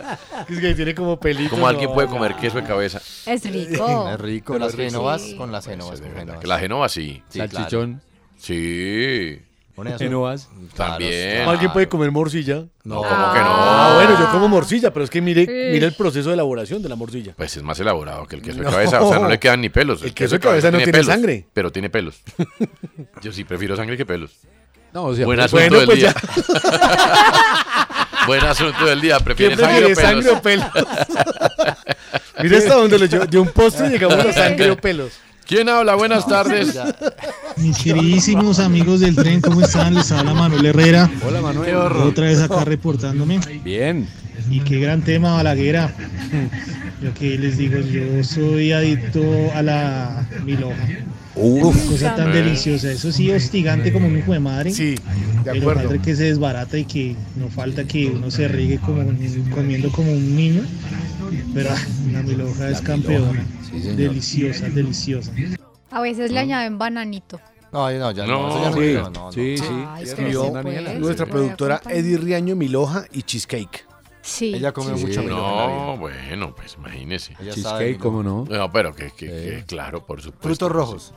Speaker 6: Es que tiene como pelitos.
Speaker 5: ¿Cómo alguien puede comer queso de cabeza?
Speaker 9: Es rico.
Speaker 10: Es rico,
Speaker 5: Pero
Speaker 10: las
Speaker 5: es rico.
Speaker 10: genovas
Speaker 9: Sí.
Speaker 10: con las genovas. con genovas.
Speaker 5: Que La genova sí.
Speaker 10: Sí, claro. Salchichón.
Speaker 5: Sí.
Speaker 10: eso.
Speaker 6: Genovas.
Speaker 5: También.
Speaker 6: ¿O ¿Alguien puede comer morcilla?
Speaker 5: No, ¿cómo que no?
Speaker 6: Ah, bueno, yo como morcilla, pero es que mire,
Speaker 5: Sí.
Speaker 6: mire el proceso de elaboración de la morcilla.
Speaker 5: Pues es más elaborado que el queso
Speaker 6: No.
Speaker 5: de cabeza. O sea, no le quedan ni pelos.
Speaker 6: El queso de cabeza no tiene
Speaker 5: pelos,
Speaker 6: sangre.
Speaker 5: Pero tiene pelos. Yo sí prefiero sangre que pelos.
Speaker 11: No, o sea,
Speaker 5: Buen
Speaker 11: pues-
Speaker 5: asunto
Speaker 11: bueno,
Speaker 5: del
Speaker 11: pues
Speaker 5: día.
Speaker 11: ya.
Speaker 5: Buen asunto del día. Prefieren
Speaker 6: ¿Quién
Speaker 5: sangre o pelos.
Speaker 6: prefiere sangre Mire hasta dónde le llevo. De un postre llegamos a sangre o pelos.
Speaker 5: ¿Quién habla? Buenas tardes.
Speaker 20: Mis queridísimos amigos del tren, ¿cómo están? Les habla Manuel Herrera.
Speaker 11: Hola, Manuel. Qué horror.
Speaker 20: Otra vez acá reportándome.
Speaker 11: Bien.
Speaker 20: Y qué gran tema, Balaguera. Yo que les digo, yo soy adicto a la milhoja.
Speaker 11: Uf.
Speaker 20: cosa tan
Speaker 11: Eh.
Speaker 20: deliciosa. Eso sí, hostigante como un hijo de madre. Sí, de
Speaker 6: acuerdo.
Speaker 20: Pero madre que se desbarata y que no falta que uno se riegue como un- comiendo como un niño. Pero ah, la milhoja es campeona. deliciosa, deliciosa.
Speaker 9: A veces le añaden bananito.
Speaker 10: No, no, ya no.
Speaker 6: No,
Speaker 10: eso ya no
Speaker 6: sí,
Speaker 10: creo, no, no.
Speaker 11: sí, sí.
Speaker 9: Ay, es que
Speaker 6: Escribió
Speaker 9: sí, pues,
Speaker 6: nuestra
Speaker 9: sí,
Speaker 6: productora
Speaker 9: puede
Speaker 6: Eddie Riaño, Miloja y Cheesecake.
Speaker 9: Sí.
Speaker 10: Ella comió
Speaker 5: Sí,
Speaker 10: mucho
Speaker 5: No, bueno, pues imagínese.
Speaker 10: Ella Cheesecake, sabe, ¿no? ¿cómo
Speaker 11: no?
Speaker 5: No, pero que, que- que claro, por supuesto.
Speaker 10: Frutos rojos.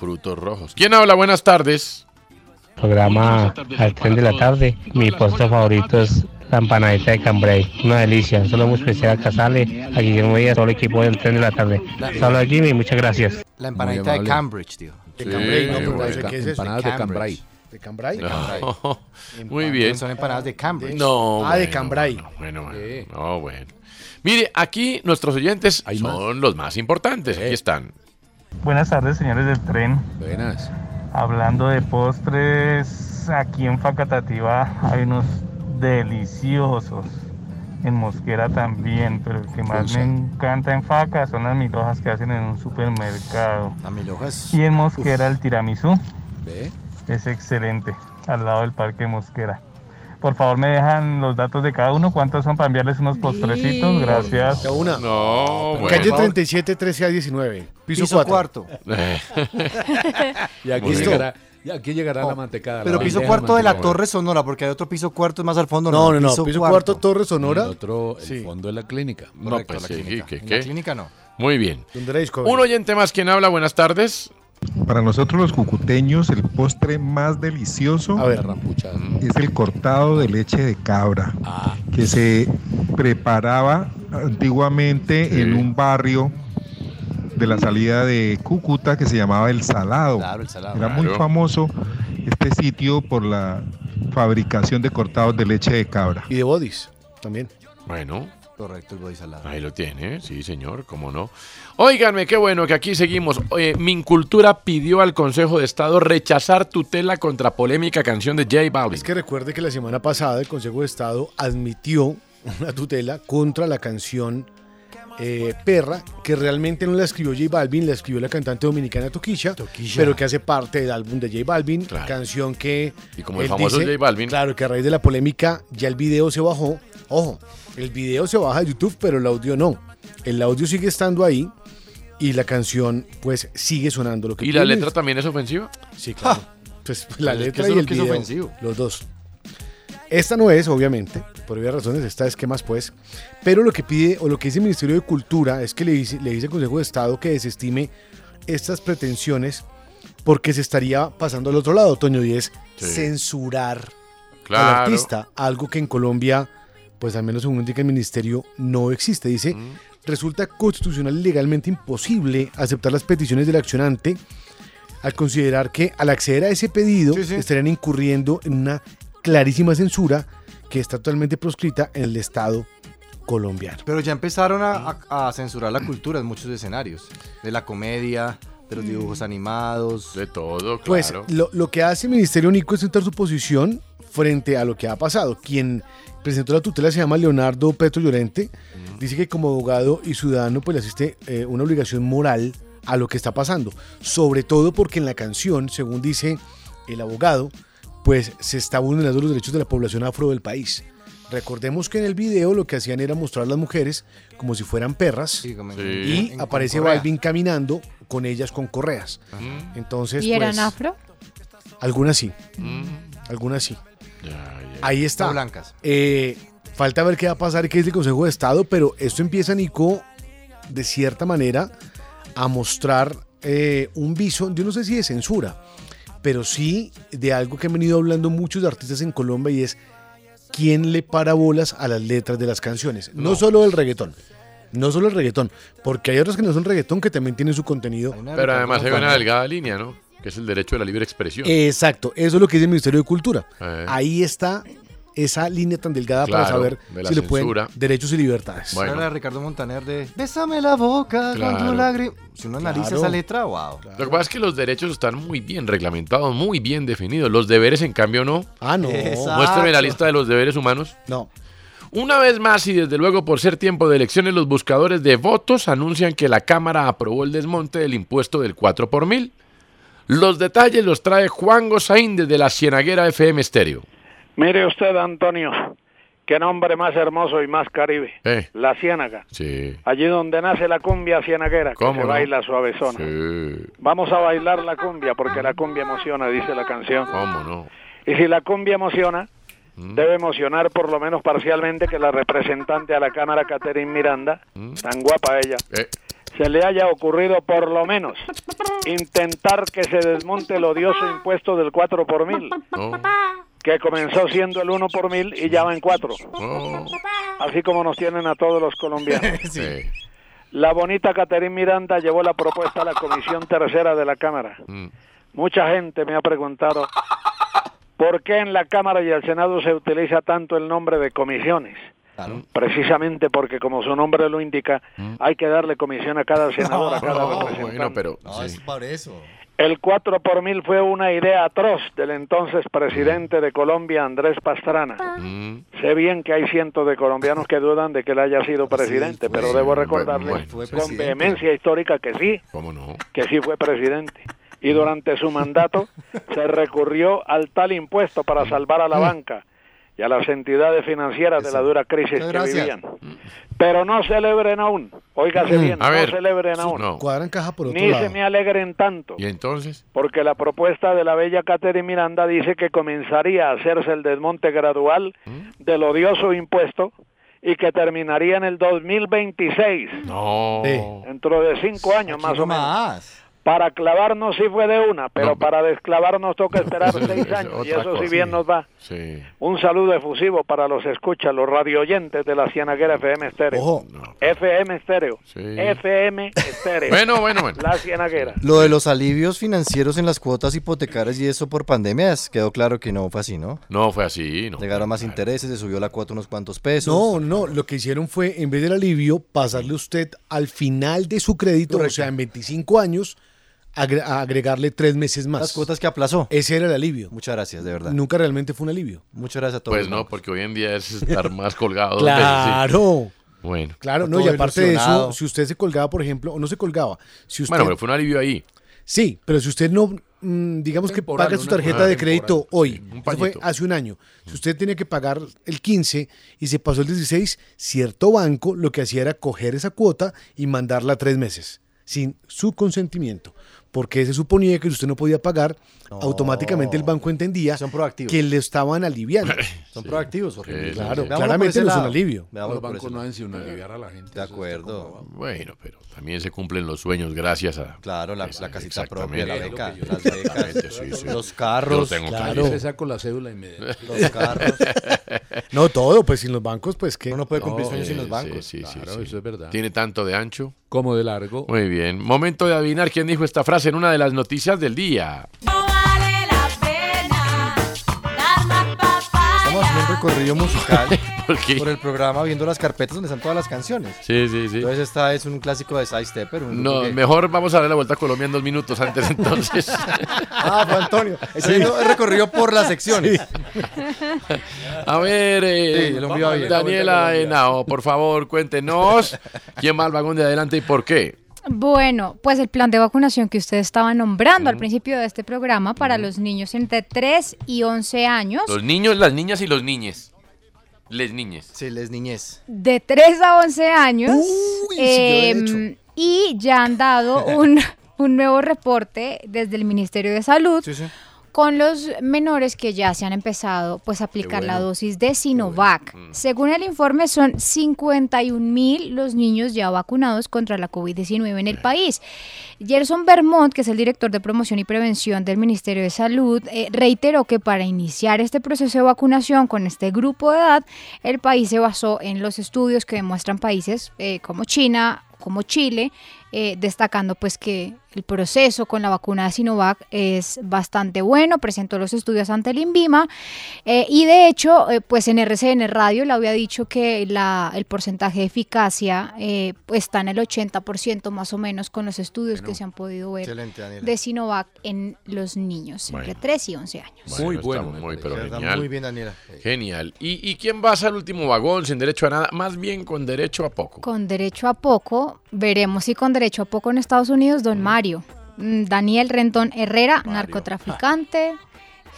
Speaker 5: Frutos rojos. ¿Quién habla? Buenas tardes.
Speaker 21: programa al tren de la tarde. Mi postre favorito es la empanadita de cambray. Una delicia. Un saludo muy especial a Casale, a Guillermo y a todo el equipo del tren de la tarde. Saludos Jimmy, muchas gracias.
Speaker 10: La empanadita de
Speaker 11: amable.
Speaker 10: Cambridge, tío.
Speaker 6: De
Speaker 5: Sí,
Speaker 6: Cambrai, no,
Speaker 5: muy
Speaker 6: pero
Speaker 5: buena.
Speaker 6: no sé qué es eso.
Speaker 11: Empanadas de Cambrai.
Speaker 6: ¿De Cambrai?
Speaker 5: No, Muy bien.
Speaker 10: Son empanadas de Cambridge.
Speaker 5: No.
Speaker 6: Ah, de
Speaker 5: bueno,
Speaker 6: Cambrai.
Speaker 5: Bueno, bueno,
Speaker 11: Eh,
Speaker 5: bueno. No, bueno. Mire, aquí nuestros oyentes son los más importantes. Aquí están.
Speaker 22: Buenas tardes, señores del tren.
Speaker 11: Buenas.
Speaker 22: Hablando de postres, aquí en Facatativa hay unos deliciosos. En Mosquera también, pero el que más
Speaker 10: Frusa.
Speaker 22: me encanta en Faca son las milojas que hacen en un supermercado.
Speaker 10: Las milojas.
Speaker 22: Y en Mosquera el tiramisú
Speaker 10: Ve.
Speaker 22: es excelente, al lado del Parque Mosquera. Por favor, me dejan los datos de cada uno. ¿Cuántos son para enviarles unos postrecitos? Gracias.
Speaker 5: No, bueno.
Speaker 6: Calle 37, 13 a 19. Piso,
Speaker 10: Piso
Speaker 6: 4.
Speaker 11: y aquí
Speaker 6: Muy bien.
Speaker 11: llegará, y aquí llegará la
Speaker 10: Oh,
Speaker 11: mantecada.
Speaker 10: Pero
Speaker 11: la
Speaker 10: piso
Speaker 11: bandeja
Speaker 10: cuarto de la
Speaker 11: mantecada.
Speaker 10: Torre Sonora, porque hay otro piso cuarto más al fondo.
Speaker 6: No, no, no. Piso cuarto, Torre Sonora.
Speaker 11: El otro, el fondo de la clínica.
Speaker 5: No, pues sí, que-
Speaker 10: En
Speaker 5: que-
Speaker 10: la clínica no.
Speaker 5: Muy bien.
Speaker 6: ¿Dónde la discovery?
Speaker 5: Un oyente más. ¿Quién habla? Buenas tardes.
Speaker 23: Para nosotros los cucuteños, el postre más delicioso es el cortado de leche de cabra, que se preparaba antiguamente en un barrio de la salida de Cúcuta que se llamaba El Salado.
Speaker 10: Claro, El Salado.
Speaker 23: Era muy
Speaker 10: Claro.
Speaker 23: famoso este sitio por la fabricación de cortados de leche de cabra.
Speaker 6: Y de bodis también.
Speaker 5: Bueno.
Speaker 10: Correcto, el bodhisalado.
Speaker 5: Ahí lo tiene, sí, señor, cómo no. Este Óiganme, qué bueno que aquí seguimos. Eh, Mincultura pidió al Consejo de Estado rechazar tutela contra polémica canción de J Balvin.
Speaker 6: Es que recuerde que la semana pasada el Consejo de Estado admitió una tutela contra la canción eh, Perra, que realmente no la escribió J Balvin, la escribió la cantante dominicana Toquilla, pero que hace parte del álbum de J Balvin, canción que...
Speaker 5: Y como el
Speaker 6: él
Speaker 5: famoso
Speaker 6: dice,
Speaker 5: J Balvin.
Speaker 6: Claro, que a raíz de la polémica ya el video se bajó. Ojo, el video se baja de YouTube, pero el audio no. El audio sigue estando ahí y la canción pues sigue sonando. Lo que
Speaker 5: ¿Y la
Speaker 6: piden
Speaker 5: letra también es ofensiva?
Speaker 6: Sí, claro. Pues
Speaker 5: Pues Ah.
Speaker 6: la
Speaker 5: es que
Speaker 6: letra
Speaker 5: eso es
Speaker 6: y el
Speaker 5: lo que es
Speaker 6: video,
Speaker 5: ofensivo.
Speaker 6: los dos. Esta no es, obviamente, por obvias razones, esta es que más pues, pero lo que pide o lo que dice el Ministerio de Cultura es que le dice, le dice al Consejo de Estado que desestime estas pretensiones porque se estaría pasando al otro lado, Toño, y es
Speaker 5: Sí.
Speaker 6: censurar al
Speaker 5: Claro.
Speaker 6: artista, algo que en Colombia, pues al menos según indica el Ministerio, no existe. Dice, resulta constitucional y legalmente imposible aceptar las peticiones del accionante al considerar que al acceder a ese pedido estarían incurriendo en una clarísima censura que está totalmente proscrita en el Estado colombiano.
Speaker 10: Pero ya empezaron a, a- a censurar la cultura en muchos escenarios. De la comedia, de los dibujos animados.
Speaker 5: De todo,
Speaker 6: Mm. Pues lo, lo que hace el Ministerio Nico es sentar su posición frente a lo que ha pasado. Quien presentó la tutela se llama Leonardo Petro Llorente. Dice que como abogado y ciudadano pues le asiste eh, una obligación moral a lo que está pasando. Sobre todo porque en la canción, según dice el abogado, pues se está vulnerando los derechos de la población afro del país. Recordemos que en el video lo que hacían era mostrar a las mujeres como si fueran perras
Speaker 10: Sí.
Speaker 6: y
Speaker 10: en-
Speaker 6: aparece
Speaker 10: con correa.
Speaker 6: Balvin caminando con ellas con correas. Entonces,
Speaker 9: ¿Y eran
Speaker 6: pues,
Speaker 9: afro?
Speaker 6: algunas sí. Algunas sí.
Speaker 5: Mm. Ya,
Speaker 6: Ahí está.
Speaker 10: O blancas.
Speaker 6: Eh, falta ver qué va a pasar y qué es el Consejo de Estado, pero esto empieza, Nico, de cierta manera, a mostrar eh, un viso, yo no sé si de censura, pero sí de algo que han venido hablando muchos artistas en Colombia y es quién le para bolas a las letras de las canciones. No, solo el reggaetón. No solo el reggaetón, porque hay otras que no son reggaetón que también tienen su contenido.
Speaker 5: Pero además hay una delgada línea, ¿no? Que es el derecho de la libre expresión.
Speaker 6: Exacto, eso es lo que dice el Ministerio de Cultura.
Speaker 5: Eh.
Speaker 6: Ahí está esa línea tan delgada para
Speaker 5: Claro,
Speaker 6: saber
Speaker 5: de la
Speaker 6: si le pueden
Speaker 5: censura.
Speaker 6: derechos y libertades.
Speaker 10: Bueno. Era la de Ricardo Montaner de Bésame la boca con
Speaker 5: Claro.
Speaker 10: tu lágrima. Si uno analiza
Speaker 5: Claro.
Speaker 10: esa letra, wow.
Speaker 5: Lo que pasa es que los derechos están muy bien reglamentados, muy bien definidos. Los deberes, en cambio, no.
Speaker 6: Ah,
Speaker 10: no. Exacto.
Speaker 5: Muéstrame la lista de los deberes humanos.
Speaker 6: No.
Speaker 5: Una vez más, y desde luego por ser tiempo de elecciones, los buscadores de votos anuncian que la Cámara aprobó el desmonte del impuesto del 4 por mil. Los detalles los trae Juan Gosaín desde la Cienaguera FM Estéreo.
Speaker 24: Mire usted, Antonio, qué nombre más hermoso y más caribe.
Speaker 5: Eh,
Speaker 24: La Ciénaga.
Speaker 5: sí.
Speaker 24: Allí donde nace la cumbia cienaguera, que
Speaker 5: ¿Cómo
Speaker 24: se
Speaker 5: no?
Speaker 24: baila suavezona.
Speaker 5: Sí.
Speaker 24: Vamos a bailar la cumbia porque la cumbia emociona, dice la canción.
Speaker 5: ¿Cómo no? Mm.
Speaker 24: Y si la cumbia emociona, debe emocionar por lo menos parcialmente que la representante a la Cámara, Caterine Miranda,
Speaker 5: Eh,
Speaker 24: tan guapa ella, se le haya ocurrido por lo menos intentar que se desmonte el odioso impuesto del 4 por mil,
Speaker 5: No.
Speaker 24: que comenzó siendo el 1 por mil y ya va en 4,
Speaker 5: no.
Speaker 24: así como nos tienen a todos los colombianos.
Speaker 5: Eh,
Speaker 24: La bonita Caterine Miranda llevó la propuesta a la Comisión Tercera de la Cámara.
Speaker 5: mm.
Speaker 24: Mucha gente me ha preguntado por qué en la Cámara y el Senado se utiliza tanto el nombre de comisiones. Precisamente porque, como su nombre lo indica, hay que darle comisión a cada senador, a cada representante.
Speaker 5: Mm. bueno, pero. sí.
Speaker 25: Por eso.
Speaker 24: El 4 por mil fue una idea atroz del entonces presidente de Colombia, Andrés Pastrana.
Speaker 5: Mm.
Speaker 24: Sé bien que hay cientos de colombianos que dudan de que él haya sido presidente, pero debo recordarle
Speaker 5: bueno, fue
Speaker 24: con
Speaker 5: presidente.
Speaker 24: vehemencia histórica que sí,
Speaker 5: ¿Cómo no?
Speaker 24: que sí fue presidente. Y durante su mandato se recurrió al tal impuesto para salvar a la banca y a las entidades financieras de la dura crisis
Speaker 6: Muchas
Speaker 24: que vivían.
Speaker 6: gracias.
Speaker 24: Pero no celebren aún, óigase
Speaker 6: Mm.
Speaker 24: bien,
Speaker 6: A
Speaker 24: no
Speaker 6: ver.
Speaker 24: celebren aún.
Speaker 6: Cuadran caja por otro
Speaker 24: Ni se
Speaker 6: lado.
Speaker 24: me alegren tanto,
Speaker 5: ¿Y entonces?
Speaker 24: porque la propuesta de la bella Catherine Miranda dice que comenzaría a hacerse el desmonte gradual
Speaker 5: Mm.
Speaker 24: del odioso impuesto y que terminaría en el 2026.
Speaker 5: No.
Speaker 24: Dentro de cinco años más o menos. Para clavarnos sí fue de una, pero para desclavarnos toca esperar seis años y
Speaker 5: otra
Speaker 24: eso
Speaker 5: cosa.
Speaker 24: si bien nos va.
Speaker 5: Sí.
Speaker 24: Un saludo efusivo para los escuchas, los radioyentes de la Cianaguera FM Estéreo. FM Estéreo. FM Estéreo.
Speaker 5: Bueno, bueno, bueno.
Speaker 24: La Cianaguera.
Speaker 10: Lo de los alivios financieros en las cuotas hipotecarias y eso por pandemias, quedó claro que no fue así, ¿no?
Speaker 5: No fue así, no.
Speaker 10: Llegaron más intereses, se subió la cuota unos cuantos pesos.
Speaker 6: No, no, lo que hicieron fue, en vez del alivio, pasarle a usted al final de su crédito, o sea, en 25 años, agre- a agregarle tres meses más. Las cuotas
Speaker 10: que aplazó.
Speaker 6: Ese era el alivio.
Speaker 10: Muchas gracias, de verdad.
Speaker 6: Nunca realmente fue un alivio.
Speaker 10: Muchas gracias a todos.
Speaker 5: Pues no, porque hoy en día es estar más colgado. dos veces, sí.
Speaker 6: Claro.
Speaker 5: Bueno.
Speaker 6: Claro, no,
Speaker 10: Todo
Speaker 6: y aparte de eso,
Speaker 10: ilusionado.
Speaker 6: si usted se colgaba, por ejemplo, o no se colgaba, si usted...
Speaker 5: Bueno, pero fue un alivio ahí.
Speaker 6: Sí, pero si usted no, mm, digamos
Speaker 5: Temporal,
Speaker 6: que paga su
Speaker 5: una
Speaker 6: tarjeta
Speaker 5: temporal.
Speaker 6: de crédito hoy,
Speaker 5: un
Speaker 6: eso fue
Speaker 5: pañito.
Speaker 6: hace un año,
Speaker 10: Mm.
Speaker 6: si usted tenía que pagar el 15 y se pasó el 16, cierto banco lo que hacía era coger esa cuota y mandarla a tres meses, sin su consentimiento, porque se suponía que usted no podía pagar, automáticamente el banco entendía que le estaban aliviando.
Speaker 10: Son proactivos, horrible.
Speaker 6: Claro,
Speaker 10: Veámoslo por
Speaker 6: claramente
Speaker 10: ese
Speaker 6: no es un
Speaker 10: lado.
Speaker 6: alivio.
Speaker 10: Veámoslo
Speaker 11: Los
Speaker 10: por
Speaker 11: bancos
Speaker 10: ese
Speaker 11: no
Speaker 10: lado.
Speaker 11: han sido aliviar a la gente.
Speaker 10: De acuerdo.
Speaker 5: Bueno, pero también se cumplen los sueños gracias a.
Speaker 10: Claro, la, la casita propia, la beca,
Speaker 5: Exactamente. Es lo que yo
Speaker 10: las
Speaker 5: digo.
Speaker 10: becas,
Speaker 5: Exactamente, sí, sí.
Speaker 10: los
Speaker 5: Yo lo
Speaker 10: carros.
Speaker 5: tengo
Speaker 10: claro.
Speaker 5: claro.
Speaker 11: Se saco la cédula y me...
Speaker 10: Los carros.
Speaker 6: No todo, pues sin los bancos, pues que...
Speaker 10: Uno puede cumplir sueños sin los bancos.
Speaker 5: Sí, sí,
Speaker 11: Claro,
Speaker 5: sí.
Speaker 11: eso es verdad.
Speaker 5: Tiene tanto de ancho.
Speaker 11: Como de largo.
Speaker 5: Muy bien. Momento de adivinar quién dijo esta frase en una de las noticias del día.
Speaker 10: Estamos haciendo un recorrido musical
Speaker 5: ¿Por,
Speaker 10: el programa viendo las carpetas donde están todas las canciones.
Speaker 5: Sí, sí, sí.
Speaker 10: Entonces esta es un clásico de Side Stepper. un grupo
Speaker 5: No,
Speaker 10: que-
Speaker 5: mejor vamos a darle la vuelta a Colombia en dos minutos antes entonces.
Speaker 10: Ah, fue Antonio. Está haciendo el recorrido por las secciones.
Speaker 5: A ver, eh,
Speaker 10: Sí, el hombre iba bien.
Speaker 5: Daniela Henao, por favor, cuéntenos quién va al vagón de adelante y por qué.
Speaker 9: Bueno, pues el plan de vacunación que usted estaba nombrando al principio de este programa para los niños entre 3 y 11 años,
Speaker 5: Los niños, las niñas y los niñes. Les niñes.
Speaker 10: Sí, les niñez.
Speaker 9: de 3 a 11 años,
Speaker 10: sí, yo lo
Speaker 9: em, y ya han dado un, un nuevo reporte desde el Ministerio de Salud. con los menores que ya se han empezado pues a aplicar la dosis de Sinovac. Según el informe son 51 mil los niños ya vacunados contra la COVID-19 en el país. Gerson Vermont, que es el director de promoción y prevención del Ministerio de Salud, eh, reiteró que para iniciar este proceso de vacunación con este grupo de edad, el país se basó en los estudios que demuestran países eh, como China, como Chile, eh, destacando pues que el proceso con la vacuna de Sinovac es bastante bueno, presentó los estudios ante el INVIMA eh, y de hecho eh, pues en RCN Radio le había dicho que la, el porcentaje de eficacia eh, pues, está en el 80% más o menos con los estudios que se han podido ver
Speaker 10: Excelente, Daniela.
Speaker 9: de Sinovac en los niños entre
Speaker 5: Bueno.
Speaker 9: 3 y 11 años.
Speaker 10: Muy
Speaker 5: estamos
Speaker 10: bueno, me
Speaker 5: Muy,
Speaker 10: parece.
Speaker 5: pero
Speaker 10: Está
Speaker 5: genial.
Speaker 10: muy bien, Daniela.
Speaker 5: Genial. ¿Y, y quién va al último vagón sin derecho a nada? Más bien con derecho a poco.
Speaker 9: Con derecho a poco, veremos si con derecho a poco en Estados Unidos, don Mario. Mm, Daniel Rendón Herrera, narcotraficante,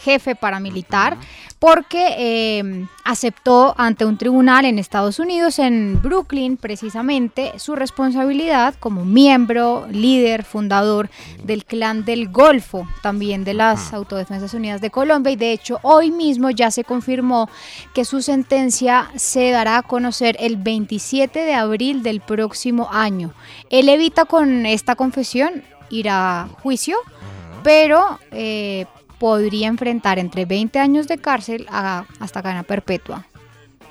Speaker 9: jefe paramilitar, porque eh, aceptó ante un tribunal en Estados Unidos, en Brooklyn precisamente, su responsabilidad como miembro, líder, fundador del clan del Golfo, también de las Autodefensas Unidas de Colombia, y de hecho hoy mismo ya se confirmó que su sentencia se dará a conocer el 27 de abril del próximo año. Él evita con esta confesión ir a juicio, pero eh, podría enfrentar entre 20 años de cárcel a- hasta cadena perpetua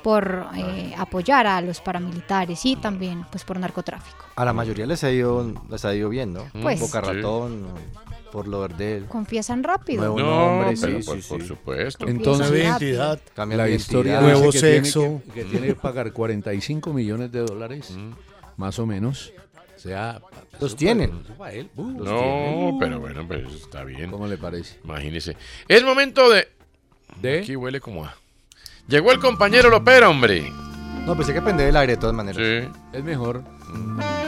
Speaker 9: por eh, apoyar a los paramilitares y también pues por narcotráfico.
Speaker 10: A la mayoría les ha ido, les ha ido bien, ¿no?
Speaker 9: Pues.
Speaker 10: Boca
Speaker 9: Sí.
Speaker 10: Ratón, por lo verde.
Speaker 9: Confiesan rápido.
Speaker 10: Nuevo
Speaker 5: No,
Speaker 10: nombre,
Speaker 5: pero
Speaker 10: sí,
Speaker 5: por-
Speaker 10: sí,
Speaker 5: por
Speaker 10: sí.
Speaker 5: supuesto.
Speaker 11: Entonces,
Speaker 10: Cambia
Speaker 11: la,
Speaker 10: de identidad.
Speaker 11: historia dice que tiene que- que, tiene que pagar 45 millones de dólares, más o menos. O sea,
Speaker 10: Mm. Los tienen.
Speaker 5: no, pero bueno, pues está bien.
Speaker 11: ¿Cómo le parece?
Speaker 5: Imagínese. Es momento de. Aquí huele como a. Llegó el compañero Lopera, hombre.
Speaker 10: No, pensé que prender el aire de todas maneras. Mm.
Speaker 11: Es mejor.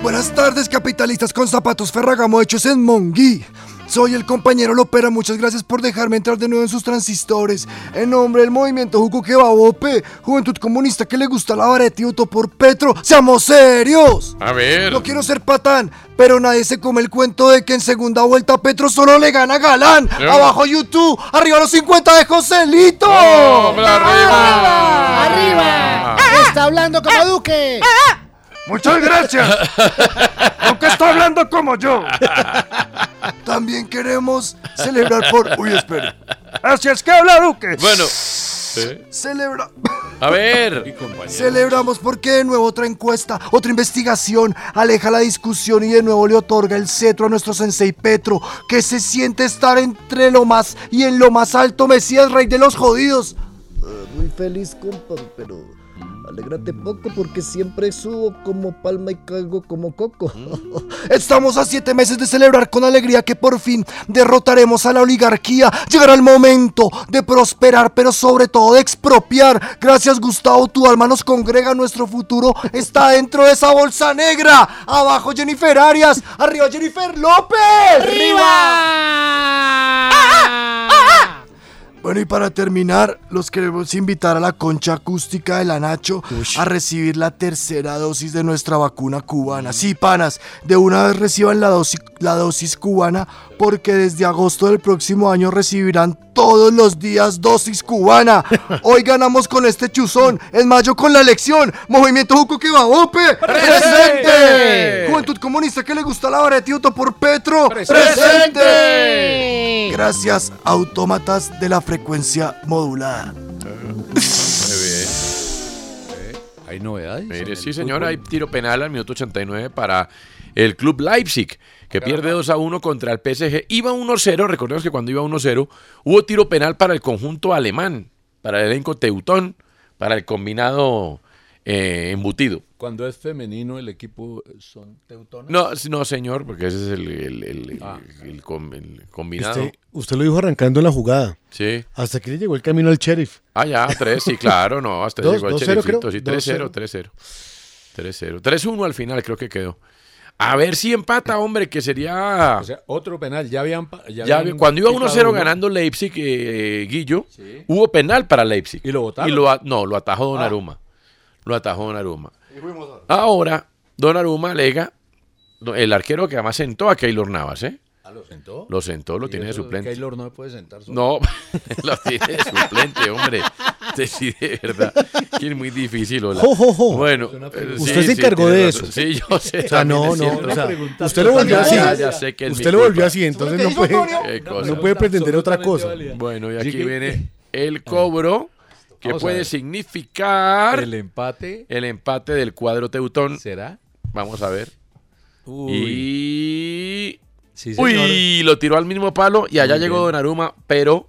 Speaker 25: Buenas tardes, capitalistas con zapatos Ferragamo hechos en Monguí. Soy el compañero Lopera, muchas gracias por dejarme entrar de nuevo en sus transistores. En nombre del movimiento Juco que Babope, Juventud Comunista que le gusta la vareta y votó por Petro, ¡seamos serios!
Speaker 5: A ver.
Speaker 25: No quiero ser patán, pero nadie se come el cuento de que en segunda vuelta Petro solo le gana a Galán.
Speaker 5: Eh.
Speaker 25: Abajo YouTube, arriba los 50 de Joselito.
Speaker 5: arriba! Ah.
Speaker 25: ¡Arriba!
Speaker 8: Está hablando como Duque.
Speaker 25: Muchas gracias. Aunque está hablando como yo. También queremos celebrar por. Uy, espere. Así es que habla Duque.
Speaker 5: Bueno.
Speaker 25: Celebra.
Speaker 5: ¿Eh? A ver.
Speaker 25: Celebramos porque de nuevo otra encuesta, otra investigación aleja la discusión y de nuevo le otorga el cetro a nuestro sensei Petro, que se siente estar entre lo más y en lo más alto, Mesías, rey de los jodidos.
Speaker 26: Muy feliz, compa, pero alégrate poco porque siempre subo como palma y caigo como coco.
Speaker 25: Estamos a siete meses de celebrar con alegría que por fin derrotaremos a la oligarquía. Llegará el momento de prosperar, pero sobre todo de expropiar. Gracias, Gustavo, tu alma nos congrega. Nuestro futuro está dentro de esa bolsa negra. Abajo, Jennifer Arias. Arriba, Jennifer López. Bueno, y para terminar, los queremos invitar a la concha acústica de la Nacho a recibir la tercera dosis de nuestra vacuna cubana. Sí, panas, de una vez reciban la dosis, la dosis cubana porque desde agosto del próximo año recibirán todos los días dosis cubana. Hoy ganamos con este chuzón, en mayo con la elección. Movimiento Juco que va Ope,
Speaker 4: ¡Presente!
Speaker 25: presente. Juventud Comunista que le gusta la hora de Tioto por Petro,
Speaker 4: ¡Presente!
Speaker 25: Gracias, autómatas de la frecuencia modulada.
Speaker 11: Hay novedades.
Speaker 5: Mire, sí, señor, hay tiro penal al minuto 89 para el club Leipzig, que pierde 2 a 1 contra el PSG. Iba 1 0, recordemos que cuando iba 1 0, hubo tiro penal para el conjunto alemán, para el elenco Teutón, para el combinado eh, embutido.
Speaker 11: Cuando es femenino, el equipo son teutonas.
Speaker 5: No, no, señor, porque ese es el, el- el-
Speaker 11: Ah.
Speaker 5: el com- el combinado.
Speaker 11: Este,
Speaker 6: Usted, usted lo dijo arrancando en la jugada.
Speaker 5: Sí.
Speaker 6: Hasta que le llegó el camino al sheriff.
Speaker 5: Ah, ya, 3, sí, claro, no, hasta
Speaker 6: Dos-
Speaker 5: llegó el
Speaker 6: dos cero,
Speaker 5: Cherifito,
Speaker 6: creo.
Speaker 5: sí,
Speaker 6: Dos
Speaker 5: 3-0, 3-0. 3-0. 3-1 al final creo que quedó. A ver si empata, hombre, que
Speaker 10: Ah.
Speaker 5: sería...
Speaker 11: O sea, otro penal. Ya habían. pa- Ya
Speaker 5: Ya,
Speaker 11: habían
Speaker 5: cuando iba
Speaker 11: quitado
Speaker 5: 1-0
Speaker 11: uno.
Speaker 5: ganando Leipzig, eh, Guillo, hubo penal para Leipzig. ¿Y lo votaron? no, lo atajó Donnarumma. Lo atajó Donnarumma. Ahora, Donnarumma alega, do- el arquero que además sentó a Keylor Navas, ¿eh?
Speaker 15: ¿lo sentó?
Speaker 5: Lo sentó, lo tiene de suplente.
Speaker 15: Keylor no puede sentar solo.
Speaker 5: No, lo tiene de suplente, hombre. Este sí, de verdad. Que es muy difícil, hola.
Speaker 6: Jo, jo, jo.
Speaker 5: Bueno, eh,
Speaker 6: Usted
Speaker 5: sí,
Speaker 6: se
Speaker 5: sí,
Speaker 6: encargó
Speaker 5: tiene
Speaker 6: de
Speaker 5: razón.
Speaker 6: eso.
Speaker 5: Sí, yo sé.
Speaker 6: O sea, no,
Speaker 5: también
Speaker 6: no.
Speaker 5: es cierto.
Speaker 6: o sea, usted lo volvió así.
Speaker 5: Ya, ya sé que es
Speaker 6: usted
Speaker 5: mi
Speaker 6: lo volvió
Speaker 5: culpa.
Speaker 6: así, entonces no puede,
Speaker 5: Qué cosa.
Speaker 6: no puede pretender otra cosa.
Speaker 5: Bueno, y aquí
Speaker 6: Llegué-
Speaker 5: viene el cobro que
Speaker 15: Vamos a
Speaker 5: puede
Speaker 15: ver.
Speaker 5: significar
Speaker 15: El empate.
Speaker 5: el empate del cuadro Teutón. ¿Será? Vamos a ver. Y. Uy, lo tiró al mismo palo y allá
Speaker 15: Muy
Speaker 5: llegó
Speaker 15: bien.
Speaker 5: Donnarumma, pero.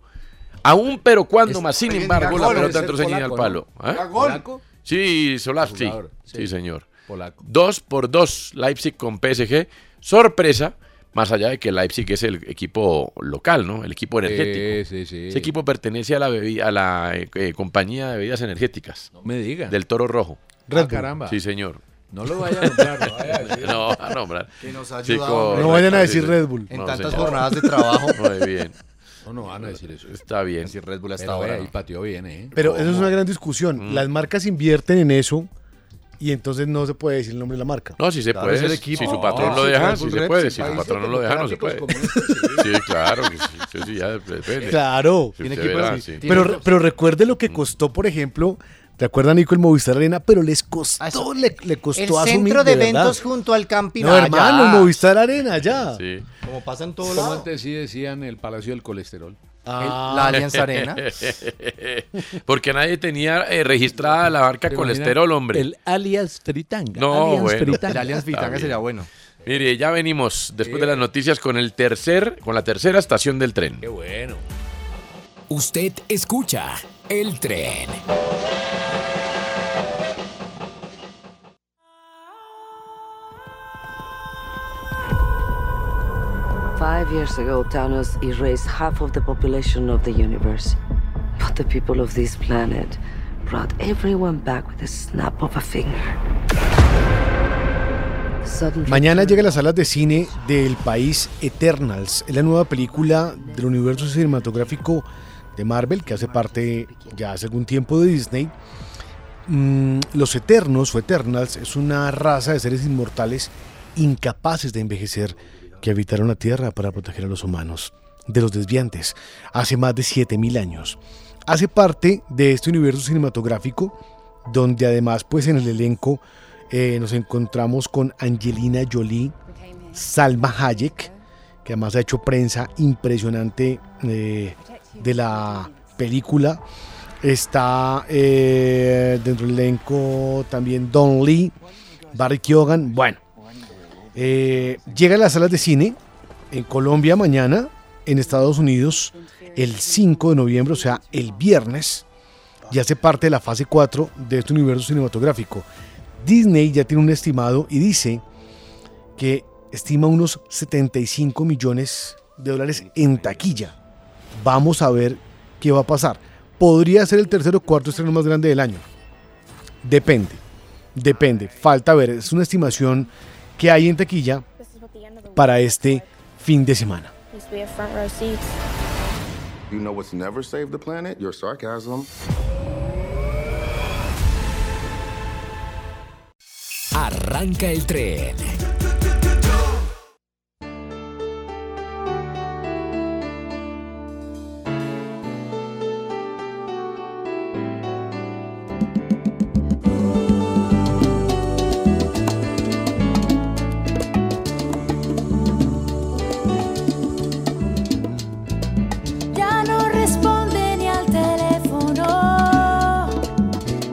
Speaker 5: Aún, pero cuando más, sin
Speaker 15: bien,
Speaker 5: embargo, la
Speaker 15: Gagol,
Speaker 5: pelota
Speaker 15: es
Speaker 5: entró
Speaker 15: el
Speaker 5: ceñida al palaco,
Speaker 15: polaco,
Speaker 5: palo.
Speaker 15: ¿no?
Speaker 5: ¿Eh?
Speaker 15: Gagol. ¿Polaco?
Speaker 5: Sí, Solari.
Speaker 15: Jugador,
Speaker 5: Sí,
Speaker 15: sí.
Speaker 5: señor.
Speaker 15: Polaco.
Speaker 5: 2 por 2, Leipzig con PSG. Sorpresa, más allá de que Leipzig es el equipo local, ¿no? El equipo energético.
Speaker 15: Sí, sí, sí.
Speaker 5: Ese equipo pertenece a la, bebi- a la eh, eh, compañía de bebidas energéticas. No
Speaker 15: me diga.
Speaker 5: Del Toro Rojo.
Speaker 15: Red Ah, Bull. caramba.
Speaker 5: Sí, señor.
Speaker 15: No lo vaya a nombrar, no vaya a decir.
Speaker 5: No va a nombrar.
Speaker 15: Que nos ha
Speaker 5: Sí,
Speaker 15: ayudado, hombre.
Speaker 5: correcto,
Speaker 15: No vayan a
Speaker 5: sí,
Speaker 15: decir
Speaker 5: sí.
Speaker 15: Red Bull. En tantas jornadas de trabajo.
Speaker 5: Muy bien.
Speaker 15: No, no van a decir eso.
Speaker 5: Está bien.
Speaker 15: Si Red Bull hasta
Speaker 5: Pero
Speaker 15: ahora
Speaker 5: bueno.
Speaker 15: ahí pateó bien, ¿eh?
Speaker 6: Pero eso es una gran discusión.
Speaker 5: Mm.
Speaker 6: Las marcas invierten en eso y entonces no se puede decir el nombre de la marca.
Speaker 5: No, si se
Speaker 6: Claro,
Speaker 5: puede.
Speaker 6: es el
Speaker 5: Si
Speaker 6: equipo.
Speaker 5: su
Speaker 6: No,
Speaker 5: patrón lo
Speaker 6: sí,
Speaker 5: deja,
Speaker 6: Red
Speaker 5: si
Speaker 6: Bull
Speaker 5: se
Speaker 6: Reps,
Speaker 5: puede.
Speaker 6: en
Speaker 5: Si su
Speaker 6: países
Speaker 5: patrón no lo deja, no se puede. Sí,
Speaker 15: ¿eh?
Speaker 5: claro. que sí, sí, sí, ya depende.
Speaker 6: Claro.
Speaker 5: Si usted verá, sí.
Speaker 6: Pero, pero recuerde lo que costó, por ejemplo, ¿te acuerdas, Nico, el Movistar Arena? Pero les costó, le, le costó
Speaker 8: Ah, El
Speaker 6: asumir,
Speaker 8: centro de
Speaker 6: verdad.
Speaker 8: eventos junto al camping.
Speaker 6: No,
Speaker 8: Ah,
Speaker 6: hermano,
Speaker 8: ya.
Speaker 6: el Movistar Arena, ya.
Speaker 15: Como pasa en
Speaker 6: todo
Speaker 15: Como
Speaker 6: lado.
Speaker 15: antes sí decían el Palacio del Colesterol.
Speaker 6: Ah.
Speaker 15: El-
Speaker 5: Porque nadie tenía eh, registrada la marca colesterol, hombre.
Speaker 15: El alias Fritanga.
Speaker 5: No,
Speaker 15: alias
Speaker 5: bueno.
Speaker 15: Fritanga.
Speaker 5: El alias Fritanga
Speaker 15: Está
Speaker 5: sería
Speaker 15: bien.
Speaker 5: bueno. Mire, ya venimos después de las noticias con el tercer, con la tercera estación del tren.
Speaker 1: Qué bueno. Usted escucha el tren.
Speaker 12: Five years ago, Thanos erased half of the population of the universe. But the people of this planet brought everyone back with a snap of a finger. Suddenly,
Speaker 6: Mañana llega a las salas de cine del país Eternals. Es la nueva película del universo cinematográfico de Marvel que hace parte ya hace algún tiempo de Disney. Mm, los Eternos o Eternals es una raza de seres inmortales incapaces de envejecer que habitaron la Tierra para proteger a los humanos de los desviantes hace más de 7000 años. Hace parte de este universo cinematográfico donde además pues en el elenco eh, nos encontramos con Angelina Jolie, Salma Hayek, que además ha hecho prensa impresionante eh, de la película. Está eh, dentro del elenco también Don Lee, Barry Keoghan. Bueno, eh, llega a las salas de cine en Colombia mañana, en Estados Unidos el 5 de noviembre, o sea, el viernes, y hace parte de la fase 4 de este universo cinematográfico. Disney ya tiene un estimado y dice que estima unos 75 millones de dólares en taquilla. Vamos a ver qué va a pasar. Podría ser el tercer o cuarto estreno más grande del año. Depende. Depende. Falta ver. Es una estimación que hay en taquilla para este fin de semana.
Speaker 13: Used to be a front row seat.
Speaker 27: You know what's never saved the planet? Your sarcasm.
Speaker 1: Arranca el tren.
Speaker 28: Ya no responde ni al teléfono.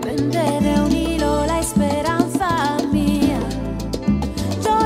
Speaker 28: Vendré de un hilo la esperanza mía. Yo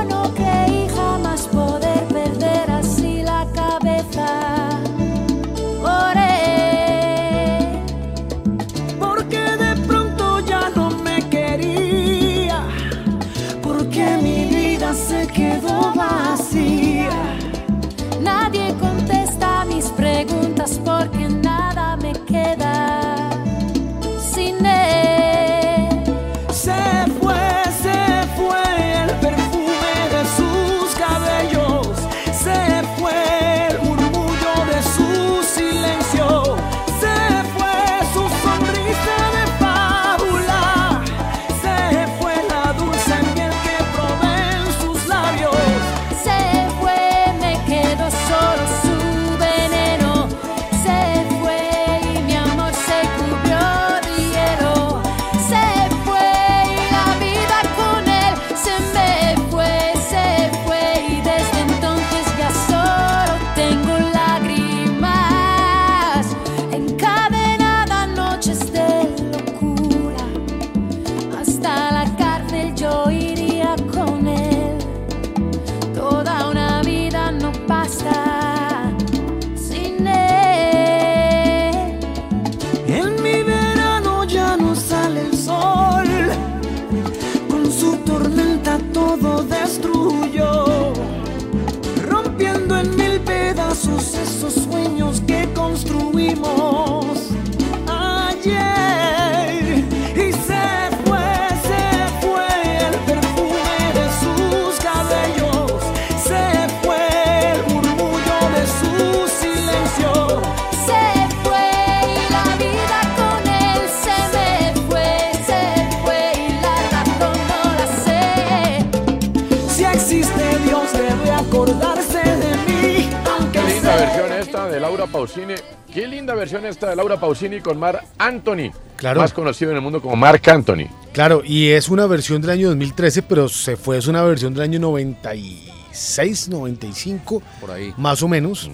Speaker 5: de Laura Pausini. Qué linda versión esta de Laura Pausini con Mar Anthony.
Speaker 6: Claro.
Speaker 5: Más conocido en el mundo como Marc Anthony.
Speaker 6: Claro, y es una versión del año 2013, pero se fue, es una versión del año 96, 95,
Speaker 11: Por ahí.
Speaker 6: más o
Speaker 5: Mm.
Speaker 6: menos,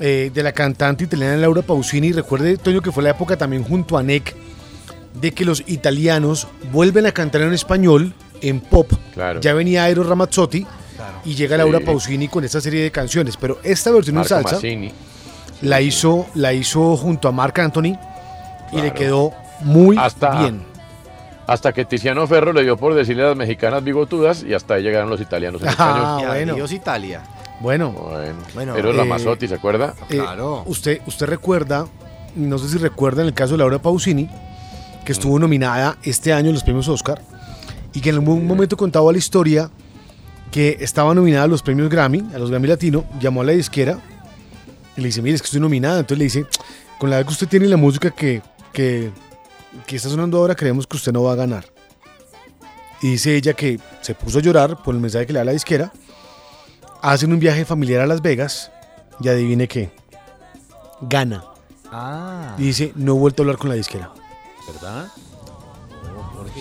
Speaker 6: eh, de la cantante italiana Laura Pausini. Recuerde, Toño, que fue la época también junto a NEC, de que los italianos vuelven a cantar en español, en pop. Ya venía Aero Ramazzotti y llega Laura
Speaker 5: Sí.
Speaker 6: Pausini con esta serie de canciones, pero esta versión
Speaker 5: Marco
Speaker 6: en salsa
Speaker 5: Mazzini.
Speaker 6: la hizo, la hizo junto a Marc Anthony y le
Speaker 5: Claro.
Speaker 6: quedó muy bien.
Speaker 5: Ah. Hasta que Tiziano Ferro le dio por decirle a las mexicanas bigotudas y hasta ahí llegaron los italianos en
Speaker 6: Ah,
Speaker 5: español.
Speaker 6: bueno.
Speaker 10: Dios Italia.
Speaker 6: Bueno,
Speaker 10: Bueno,
Speaker 5: Pero
Speaker 10: eh,
Speaker 5: Ramazzotti, ¿se acuerda?
Speaker 6: Eh, Usted, usted recuerda, no sé si recuerda en el caso de Laura Pausini, que estuvo nominada este año en los premios Oscar y que en algún momento contaba la historia que estaba nominada a los premios Grammy, a los Grammy Latino, llamó a la disquera y le dice, mire, es que estoy nominada. Entonces le dice, con la edad que usted tiene y la música que, que, que está sonando ahora, creemos que usted no va a ganar. Y dice ella que se puso a llorar por el mensaje que le da la disquera. Hacen un viaje familiar a Las Vegas y adivine qué. Gana.
Speaker 10: Ah.
Speaker 6: Y dice, no he vuelto a hablar con la disquera.
Speaker 11: ¿Verdad?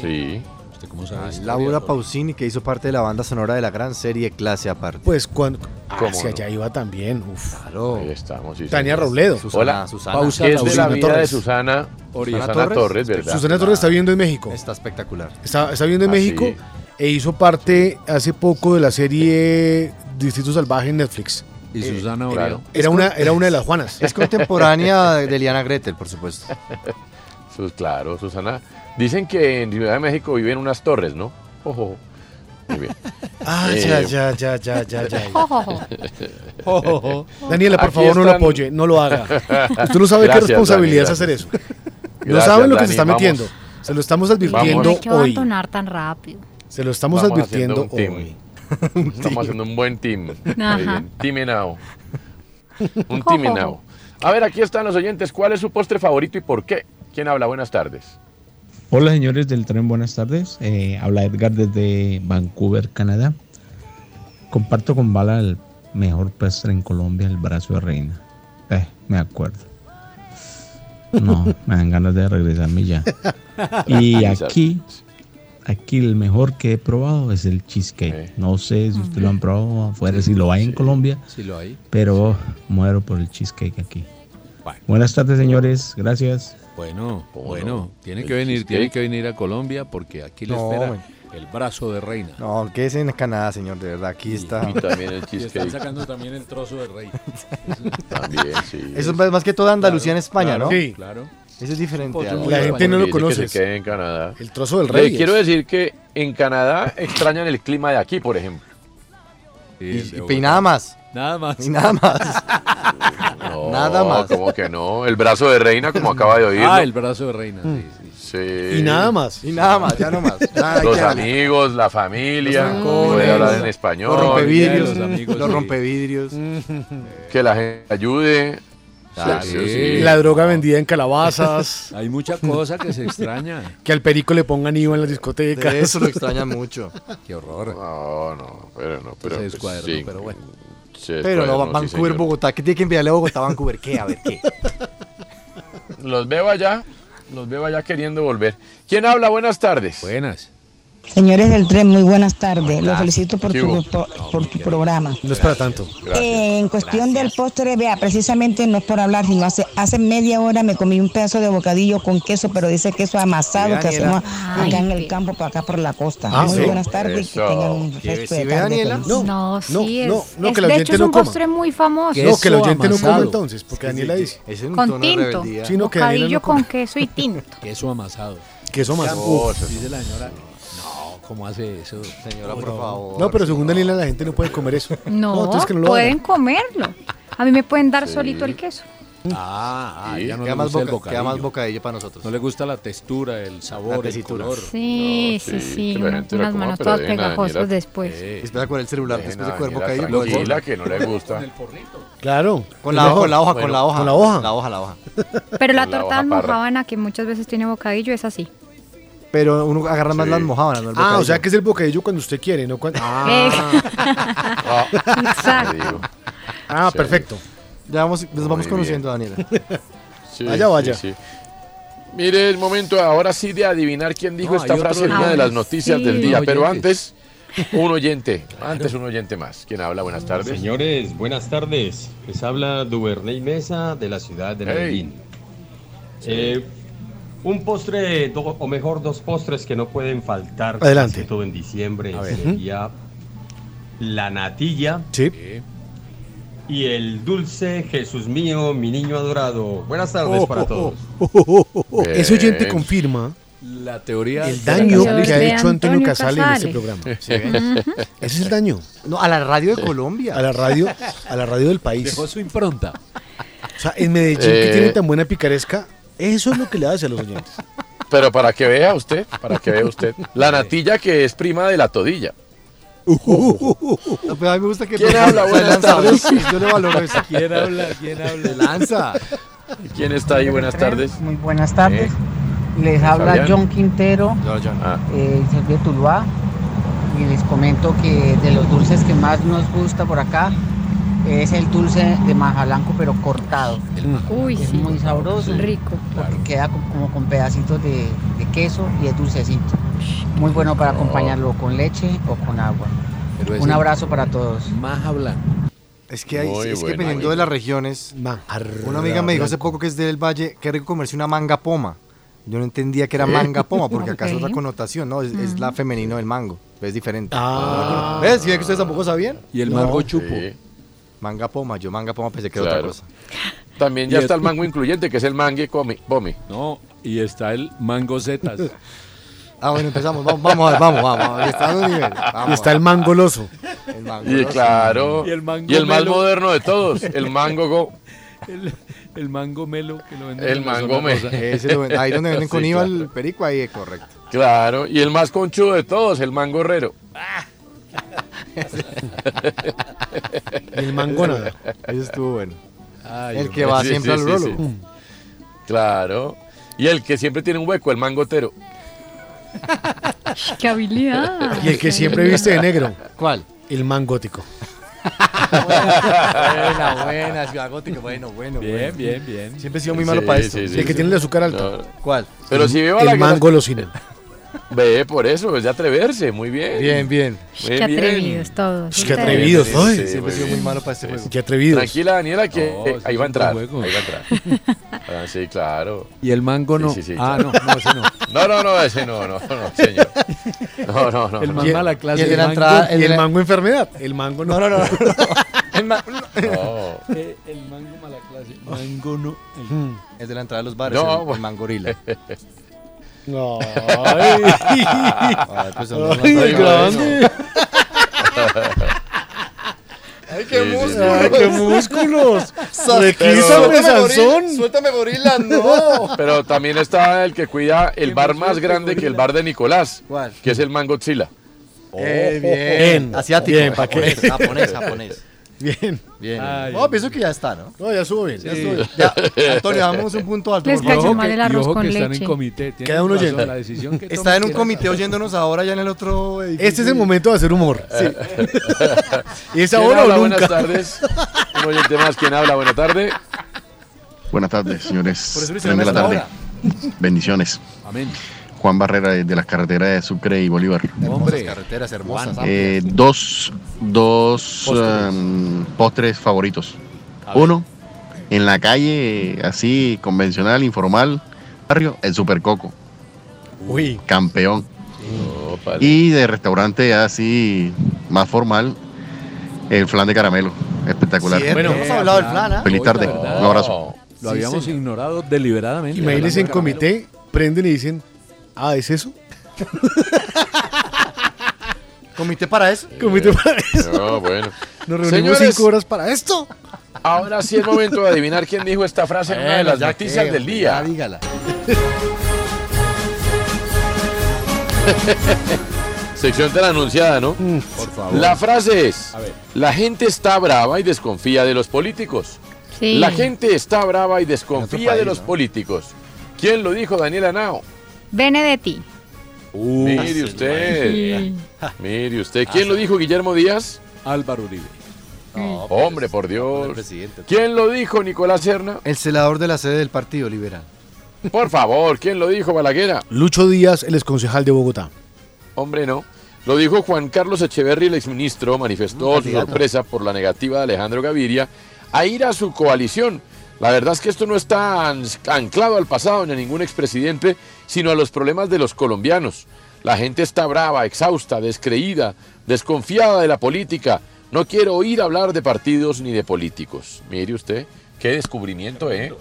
Speaker 5: Sí.
Speaker 11: ¿Usted cómo sabe? historia,
Speaker 10: Laura
Speaker 11: Jorge?
Speaker 10: Pausini, que hizo parte de la banda sonora de la gran serie Clase Aparte.
Speaker 6: Pues cuando...
Speaker 10: ¿Cómo no?
Speaker 6: Hacia allá iba también. Uf.
Speaker 10: Claro.
Speaker 5: Ahí estamos. sí,
Speaker 6: Tania
Speaker 5: señor.
Speaker 6: Robledo.
Speaker 5: Hola. Pausa, es de la vida de Susana, Susana Torres, ¿verdad?
Speaker 6: Susana Torres está viviendo en México.
Speaker 10: Está espectacular.
Speaker 6: Está, está viviendo en
Speaker 5: Ah,
Speaker 6: México
Speaker 5: sí.
Speaker 6: e hizo parte hace poco de la serie Distrito Salvaje en Netflix.
Speaker 11: Y Susana
Speaker 6: Eh,
Speaker 11: Oreo.
Speaker 6: Era una, era una de las Juanas.
Speaker 10: Es contemporánea de Liana Gretel, por supuesto.
Speaker 5: Sus- claro, Susana. Dicen que en Ciudad de México viven unas torres, ¿no? Ojo. Muy bien.
Speaker 6: Ah,
Speaker 5: Eh,
Speaker 6: ya, ya, ya, ya, ya, ya.
Speaker 13: Ojo.
Speaker 6: Ojo. Daniela, por
Speaker 5: Aquí
Speaker 6: favor, no lo
Speaker 5: están-
Speaker 6: apoye, no lo haga. Usted no sabe
Speaker 5: Gracias,
Speaker 6: qué responsabilidad
Speaker 5: Dani,
Speaker 6: es hacer eso. no
Speaker 5: Gracias,
Speaker 6: saben lo que
Speaker 5: Dani,
Speaker 6: se está
Speaker 5: vamos.
Speaker 6: metiendo. Se lo estamos advirtiendo
Speaker 9: Hay que
Speaker 6: hoy.
Speaker 9: abandonar tan rápido.
Speaker 6: Se lo estamos
Speaker 5: Vamos
Speaker 6: advirtiendo
Speaker 5: haciendo un
Speaker 6: hoy.
Speaker 5: Estamos haciendo un buen team.
Speaker 9: Ajá.
Speaker 5: Muy bien. Timinao. Un timinao. A ver, aquí están los oyentes. ¿Cuál es su postre favorito y por qué? ¿Quién habla? Buenas tardes.
Speaker 21: Hola señores del tren, buenas tardes. Eh, habla Edgar desde Vancouver, Canadá. Comparto con Bala el mejor postre en Colombia, el brazo de reina. Eh, me acuerdo. No, me dan ganas de regresarme ya. Y aquí, aquí el mejor que he probado es el cheesecake. No sé si ustedes lo han probado afuera, si lo hay en Colombia,
Speaker 11: Sí lo hay.
Speaker 21: pero muero por el cheesecake aquí. Buenas tardes señores, gracias.
Speaker 11: Bueno, bueno, tiene
Speaker 5: El
Speaker 11: que venir,
Speaker 5: cheesecake.
Speaker 11: tiene que venir a Colombia porque aquí le
Speaker 10: No,
Speaker 11: espera
Speaker 10: men.
Speaker 11: el brazo de reina.
Speaker 10: No, que es en Canadá, señor, de verdad, aquí está.
Speaker 5: y también el
Speaker 11: Y están
Speaker 5: cheesecake.
Speaker 11: sacando también el trozo de rey.
Speaker 5: También, sí.
Speaker 10: Eso es más que toda Andalucía en España,
Speaker 5: claro,
Speaker 10: ¿no?
Speaker 5: Sí. claro.
Speaker 10: Eso es diferente.
Speaker 5: Pollo
Speaker 10: a-
Speaker 5: muy español. Dice Que se quede en Canadá.
Speaker 6: El trozo del rey
Speaker 5: Le
Speaker 6: es.
Speaker 5: quiero decir que en Canadá extrañan el clima de aquí, por ejemplo.
Speaker 10: Y, y- y nada más.
Speaker 11: Nada más.
Speaker 10: Y nada más.
Speaker 5: No,
Speaker 10: nada más.
Speaker 5: Como que no. El brazo de reina, como acaba de oír.
Speaker 11: Ah, el brazo de reina, sí,
Speaker 5: Sí.
Speaker 6: Y nada más.
Speaker 10: Y nada más, ya no más. Nada,
Speaker 5: Los
Speaker 10: ya.
Speaker 5: amigos, la familia,
Speaker 10: Los
Speaker 5: poder
Speaker 10: halcones,
Speaker 5: hablar en
Speaker 10: los-
Speaker 5: español.
Speaker 10: los rompevidrios,
Speaker 5: Los amigos,
Speaker 10: los
Speaker 5: Pues sí.
Speaker 10: rompevidrios.
Speaker 5: Que la gente ayude.
Speaker 6: Claro,
Speaker 5: Sí, sí.
Speaker 6: La droga vendida en calabazas.
Speaker 11: Hay mucha cosa que se extraña.
Speaker 6: Que al perico le pongan IVA en las discotecas.
Speaker 10: De eso lo extraña mucho.
Speaker 11: Qué horror.
Speaker 5: No, no, pero no, pero
Speaker 11: Se
Speaker 5: pues,
Speaker 11: descuadernó,
Speaker 5: sí.
Speaker 11: pero bueno.
Speaker 5: Se
Speaker 10: Pero no,
Speaker 5: descuadernó, pues sí,
Speaker 10: Vancouver,
Speaker 5: señor.
Speaker 10: Bogotá. ¿Qué tiene que enviarle a Bogotá, a Vancouver? ¿Qué? A ver, ¿qué?
Speaker 5: Los veo allá, los veo allá queriendo volver. ¿Quién habla? Buenas tardes. Buenas.
Speaker 29: Señores del tren, muy buenas tardes. Los felicito por
Speaker 5: ¿Qué
Speaker 29: tu,
Speaker 5: hubo?
Speaker 29: por, por tu programa.
Speaker 6: No es para tanto.
Speaker 29: Eh, en cuestión del postre, vea, precisamente no es por hablar, sino hace, hace media hora me comí un pedazo de bocadillo con queso, pero dice queso amasado
Speaker 10: Vea,
Speaker 29: que
Speaker 10: Daniela.
Speaker 29: hacemos acá en el campo, para acá por la costa.
Speaker 10: Ah,
Speaker 29: muy
Speaker 10: sí.
Speaker 29: buenas tardes y que
Speaker 10: Eso.
Speaker 29: tengan un
Speaker 10: Que
Speaker 29: resto
Speaker 10: si
Speaker 29: de
Speaker 10: ve
Speaker 29: tarde
Speaker 10: Daniela,
Speaker 29: feliz.
Speaker 6: No,
Speaker 9: No,
Speaker 6: no,
Speaker 9: sí, es,
Speaker 6: no, no,
Speaker 9: es-
Speaker 6: que el
Speaker 9: de
Speaker 6: oyente
Speaker 9: hecho es
Speaker 6: no
Speaker 9: un
Speaker 6: coma.
Speaker 9: postre muy famoso.
Speaker 6: No, que el oyente no coma entonces, porque Daniela dice.
Speaker 10: Es
Speaker 9: Con tinto,
Speaker 6: Sí, no, que Daniela
Speaker 9: bocadillo
Speaker 6: no
Speaker 9: con
Speaker 6: come.
Speaker 9: queso y tinto.
Speaker 11: Queso amasado.
Speaker 6: Queso amasado.
Speaker 11: Uf,
Speaker 6: Uf.
Speaker 11: dice la señora. No, ¿cómo hace eso? Señora,
Speaker 10: por favor.
Speaker 6: No, pero según Daniela la gente no puede comer eso.
Speaker 9: No, pues.
Speaker 6: entonces que no lo
Speaker 9: pueden
Speaker 6: hagan.
Speaker 9: comerlo. A mí me pueden dar
Speaker 6: Sí.
Speaker 9: solito el queso.
Speaker 11: Ah, ah,
Speaker 10: Sí.
Speaker 11: ya no
Speaker 10: Queda
Speaker 11: le
Speaker 10: más
Speaker 11: gusta el
Speaker 10: boca-
Speaker 11: bocadillo.
Speaker 10: queda más bocadillo para nosotros.
Speaker 11: No le gusta la textura, el sabor, el
Speaker 10: tesitura.
Speaker 11: color.
Speaker 9: Sí, sí, sí.
Speaker 11: que la
Speaker 9: una-
Speaker 11: gente la
Speaker 9: unas
Speaker 11: coma,
Speaker 9: manos
Speaker 11: pero
Speaker 9: todas
Speaker 11: dejen a
Speaker 9: pegajosas
Speaker 11: Daniela-
Speaker 9: después.
Speaker 10: Espera con el celular,
Speaker 5: Dejen
Speaker 10: después
Speaker 5: a
Speaker 10: de comer
Speaker 5: Daniela
Speaker 10: bocadillo. con el
Speaker 5: tranquila,
Speaker 10: bocadillo.
Speaker 5: que no le gusta.
Speaker 6: Claro.
Speaker 10: Con la,
Speaker 6: es mejor.
Speaker 10: con la hoja, con
Speaker 6: Bueno,
Speaker 10: la hoja.
Speaker 6: Con la hoja.
Speaker 10: La hoja, la hoja.
Speaker 9: Pero la
Speaker 10: Con la
Speaker 9: torta
Speaker 10: hoja parra.
Speaker 9: almojábana, que muchas veces tiene bocadillo, es así.
Speaker 10: Pero uno agarra más
Speaker 6: Sí.
Speaker 10: las mojadas, no el
Speaker 6: Ah,
Speaker 10: bocadillo.
Speaker 6: o sea que es el bocadillo cuando usted quiere, no cuando. Ah,
Speaker 9: Exacto.
Speaker 6: Ah, perfecto.
Speaker 10: Ya vamos, nos vamos
Speaker 5: bien.
Speaker 10: conociendo, Daniela.
Speaker 5: Sí,
Speaker 10: vaya,
Speaker 5: sí,
Speaker 10: vaya.
Speaker 5: sí. Mire, el momento ahora sí de adivinar quién dijo
Speaker 10: No,
Speaker 5: esta
Speaker 10: hay otro
Speaker 5: frase en una
Speaker 10: oyente.
Speaker 5: de las noticias
Speaker 10: Sí.
Speaker 5: del día.
Speaker 10: Oyentes.
Speaker 5: Pero antes, un oyente. Antes, un oyente más. ¿Quién habla? Buenas tardes.
Speaker 14: Señores, buenas tardes. Les habla Duvernay Mesa de la ciudad de
Speaker 5: Hey.
Speaker 14: Medellín. Eh, un postre, do- o mejor, dos postres que no pueden faltar,
Speaker 6: Adelante.
Speaker 14: casi todo en diciembre, este
Speaker 6: A ver.
Speaker 14: sería la natilla y el dulce Jesús mío, mi niño adorado. Buenas tardes
Speaker 6: Oh,
Speaker 14: para
Speaker 6: oh,
Speaker 14: todos.
Speaker 6: oh, oh, oh, oh, oh.
Speaker 14: Bien.
Speaker 6: Ese oyente confirma
Speaker 14: La teoría
Speaker 6: el
Speaker 14: de la
Speaker 6: daño
Speaker 14: canción
Speaker 6: que ha
Speaker 14: de
Speaker 6: hecho Antonio,
Speaker 14: Antonio
Speaker 6: Casale en este
Speaker 14: Casale.
Speaker 6: programa.
Speaker 14: Sí. Ujú.
Speaker 6: Ese es el daño.
Speaker 10: No, a la radio de Colombia.
Speaker 6: A la radio, a la radio del país.
Speaker 10: Dejó su
Speaker 6: impronta. O sea, en Medellín que
Speaker 5: Eh.
Speaker 6: tiene tan buena picaresca, eso es lo que le hace a los oyentes.
Speaker 5: Pero para que vea usted, para que vea usted. La natilla que es prima de la todilla.
Speaker 10: No, pero a mí me gusta que
Speaker 14: ¿Quién
Speaker 10: se
Speaker 14: habla?
Speaker 10: lanza,
Speaker 14: Buenas tardes.
Speaker 10: Yo le valoro eso.
Speaker 14: ¿Quién habla? ¿Quién habla?
Speaker 10: Se lanza.
Speaker 5: ¿Quién está ahí? Buenas tardes.
Speaker 16: Muy buenas tardes. Les habla
Speaker 5: Fabián.
Speaker 16: John Quintero,
Speaker 5: Ah,
Speaker 16: eh, soy de Tuluá, y les comento que de los dulces que más nos gusta por acá es el dulce de maja blanco pero cortado. Uy, es muy sabroso, rico, porque queda co- como con pedacitos de, de queso y es dulcecito. Muy bueno para acompañarlo con leche o con agua.
Speaker 10: Pero es
Speaker 16: Un
Speaker 10: el-
Speaker 16: abrazo para todos.
Speaker 10: Maja blanco. Es que, hay,
Speaker 16: Muy
Speaker 10: es que
Speaker 16: bueno,
Speaker 10: dependiendo
Speaker 16: muy
Speaker 10: de las regiones, una amiga me dijo hace poco que es del Valle, qué rico comerse una manga poma. Yo no entendía que era
Speaker 14: ¿Qué?
Speaker 10: manga poma, porque acá es otra
Speaker 14: Ok.
Speaker 10: connotación, ¿no? Es, es la femenino del mango, es diferente.
Speaker 14: Ah.
Speaker 10: ¿Ves? ¿Sí ¿Ves que ustedes tampoco sabían?
Speaker 14: Y el mango chupo.
Speaker 5: Sí.
Speaker 10: Manga poma, yo manga poma pensé que era
Speaker 5: claro.
Speaker 10: otra cosa.
Speaker 5: También ya
Speaker 10: Y el-
Speaker 5: está el mango incluyente, que es el mangue come, come.
Speaker 11: No, y está el mango zetas.
Speaker 10: Ah, bueno, empezamos. Vamos, vamos a ver, vamos, vamos. a ver, Está a un nivel. Vamos.
Speaker 6: Y está el mangoloso.
Speaker 5: Y claro.
Speaker 11: Y el mango
Speaker 5: y el más
Speaker 11: melo.
Speaker 5: moderno de todos, el mango go.
Speaker 11: El, el mango melo que lo venden.
Speaker 5: El
Speaker 11: en la
Speaker 5: mango
Speaker 11: zona
Speaker 5: melo.
Speaker 11: rosa.
Speaker 10: Ese lo ven- ahí donde venden con
Speaker 5: Sí,
Speaker 10: IVA el
Speaker 5: claro.
Speaker 10: perico, ahí es correcto.
Speaker 5: Claro, y el más conchudo de todos, el mangorrero.
Speaker 10: El mangónada. Eso estuvo bueno. el que
Speaker 5: hombre.
Speaker 10: va
Speaker 5: Sí,
Speaker 10: siempre al
Speaker 5: sí, sí,
Speaker 10: rolo.
Speaker 5: sí. Claro. Y el que siempre tiene un hueco, el mangotero.
Speaker 18: ¡Qué habilidad!
Speaker 6: Y el que siempre viste de negro. ¿Cuál? El mangótico.
Speaker 10: buena, buena, Ciudad Gótica. Bueno, bueno,
Speaker 11: Bien,
Speaker 10: bueno.
Speaker 11: bien, bien.
Speaker 10: Siempre he sido muy malo para esto.
Speaker 5: sí, sí,
Speaker 6: el que
Speaker 5: sí.
Speaker 6: tiene el azúcar alto.
Speaker 5: No.
Speaker 10: ¿Cuál?
Speaker 5: Pero
Speaker 6: el,
Speaker 5: si veo a
Speaker 6: el
Speaker 5: la
Speaker 6: mangolosina.
Speaker 5: Ve, por eso, es de atreverse, muy bien.
Speaker 10: Bien, bien.
Speaker 5: Muy
Speaker 9: Qué
Speaker 5: bien.
Speaker 9: atrevidos todos.
Speaker 5: Qué
Speaker 9: ustedes.
Speaker 5: atrevidos,
Speaker 6: Sí,
Speaker 5: ay.
Speaker 6: sí,
Speaker 10: Siempre he sido
Speaker 5: bien.
Speaker 10: muy malo para este juego.
Speaker 6: Qué atrevidos.
Speaker 5: Tranquila, Daniela, que
Speaker 11: No,
Speaker 5: eh,
Speaker 11: eso
Speaker 5: ahí va a
Speaker 11: es otro
Speaker 5: entrar.
Speaker 11: juego.
Speaker 5: Ahí va a entrar. Ah, sí, claro.
Speaker 11: Y el mango no. Ah, no, no, ese no.
Speaker 5: No, no, no, ese no, no, no, señor. No, no, no.
Speaker 11: El
Speaker 5: no.
Speaker 11: más mala
Speaker 6: Y
Speaker 11: clase.
Speaker 6: el de la entrada, el, mango enfermedad. El mango no. No, no, no.
Speaker 5: No.
Speaker 11: Eh, el mango mala clase. Mango no. El-
Speaker 10: Es de la entrada de los bares,
Speaker 11: Mm. No,
Speaker 10: el- el,
Speaker 11: bueno.
Speaker 10: mangorila.
Speaker 6: No.
Speaker 10: Ay. Ay, pues, no, no, no, no,
Speaker 6: grande.
Speaker 19: ¡Ay,
Speaker 5: qué
Speaker 19: músculos!
Speaker 6: Ay, qué músculos.
Speaker 5: Pero-
Speaker 6: Requísame, Sansón.
Speaker 19: Suéltame gorila, no.
Speaker 5: Pero también está el que cuida el bar más grande que el bar de Nicolás,
Speaker 10: ¿Cuál?
Speaker 5: que es el Mangotzilla.
Speaker 10: Eh,
Speaker 11: Oh,
Speaker 10: bien. Asiático.
Speaker 6: Bien, ¿pa' qué?
Speaker 10: Japonés, japonés, japonés.
Speaker 6: Bien.
Speaker 10: Bien.
Speaker 6: Ay,
Speaker 10: no, pienso que ya está, ¿no?
Speaker 6: No, ya subo bien.
Speaker 10: Ya estuvo. Ya, Antonio, damos un punto alto.
Speaker 9: Les
Speaker 10: por favor.
Speaker 9: cayó mal el
Speaker 11: y
Speaker 9: arroz
Speaker 11: ojo
Speaker 9: con
Speaker 11: que están
Speaker 9: leche.
Speaker 11: en comité. tienen
Speaker 6: Queda un
Speaker 11: razón,
Speaker 6: oyente.
Speaker 11: La decisión que
Speaker 10: Está en un
Speaker 11: tomen
Speaker 10: comité oyéndonos ahora ya en el otro edificio.
Speaker 6: Este es el momento de hacer humor. ¿Y es
Speaker 5: ¿Quién
Speaker 6: ahora o
Speaker 5: habla?
Speaker 6: nunca?
Speaker 5: Buenas tardes. Un oyente más, ¿quién habla? Buenas tardes.
Speaker 20: Buenas tardes,
Speaker 5: Por
Speaker 20: señores.
Speaker 5: eso le
Speaker 20: Tren de la
Speaker 5: hicieron
Speaker 20: tarde.
Speaker 5: hasta
Speaker 20: Bendiciones.
Speaker 11: Amén.
Speaker 20: Juan Barrera de de las carreteras de Sucre y Bolívar.
Speaker 10: Hombre, carreteras hermosas.
Speaker 20: Eh, dos dos
Speaker 10: Postres.
Speaker 20: em, postres favoritos.
Speaker 10: A ver.
Speaker 20: Uno, en la calle, así convencional, informal, barrio, el supercoco.
Speaker 6: Uy.
Speaker 20: Campeón.
Speaker 5: Ópale.
Speaker 20: Y de restaurante así más formal, el flan de caramelo. Espectacular.
Speaker 10: Cierto, Bueno, hemos hablado del flan, ¿ah?
Speaker 20: Feliz
Speaker 10: Hoy,
Speaker 20: tarde.
Speaker 10: la verdad.
Speaker 20: Un abrazo.
Speaker 11: Lo
Speaker 20: Sí,
Speaker 11: habíamos ignorado deliberadamente.
Speaker 6: Imagínense en comité, prenden y dicen, ah, ¿es eso?
Speaker 10: ¿Comité para eso?
Speaker 6: Comité para eso.
Speaker 5: No, bueno.
Speaker 6: Nos reunimos
Speaker 5: Señores,
Speaker 6: cinco horas para esto.
Speaker 5: ahora sí es momento de adivinar quién dijo esta frase en una de
Speaker 6: Bueno,
Speaker 5: las
Speaker 6: ya
Speaker 5: noticias
Speaker 6: que,
Speaker 5: del
Speaker 6: hombre,
Speaker 5: día.
Speaker 6: ya dígala.
Speaker 5: Sección tan anunciada, ¿no? Por
Speaker 11: favor.
Speaker 5: La frase es,
Speaker 11: A ver.
Speaker 5: la gente está brava y desconfía de los políticos.
Speaker 11: Sí.
Speaker 5: La gente está brava y desconfía
Speaker 11: país,
Speaker 5: de los
Speaker 11: ¿no?
Speaker 5: políticos. ¿Quién lo dijo, Daniela Nao?
Speaker 9: Benedetti.
Speaker 5: Mire usted.
Speaker 9: Sí.
Speaker 5: Ah, Mire usted. ¿Quién lo dijo, Guillermo Díaz?
Speaker 11: Álvaro Uribe.
Speaker 5: No, Hombre, por Dios. ¿Quién lo dijo, Nicolás Serna?
Speaker 10: El celador de la sede del Partido Liberal.
Speaker 5: Por favor, ¿quién lo dijo, Balaguera?
Speaker 6: Lucho Díaz, el exconcejal de Bogotá.
Speaker 5: Hombre, no. Lo dijo Juan Carlos Echeverry, el exministro, manifestó su sorpresa por la negativa de Alejandro Gaviria a ir a su coalición. La verdad es que esto no está an- anclado al pasado ni a ningún expresidente, sino a los problemas de los colombianos. La gente está brava, exhausta, descreída, desconfiada de la política. No quiero oír hablar de partidos ni de políticos. Mire usted, qué descubrimiento, ¿eh?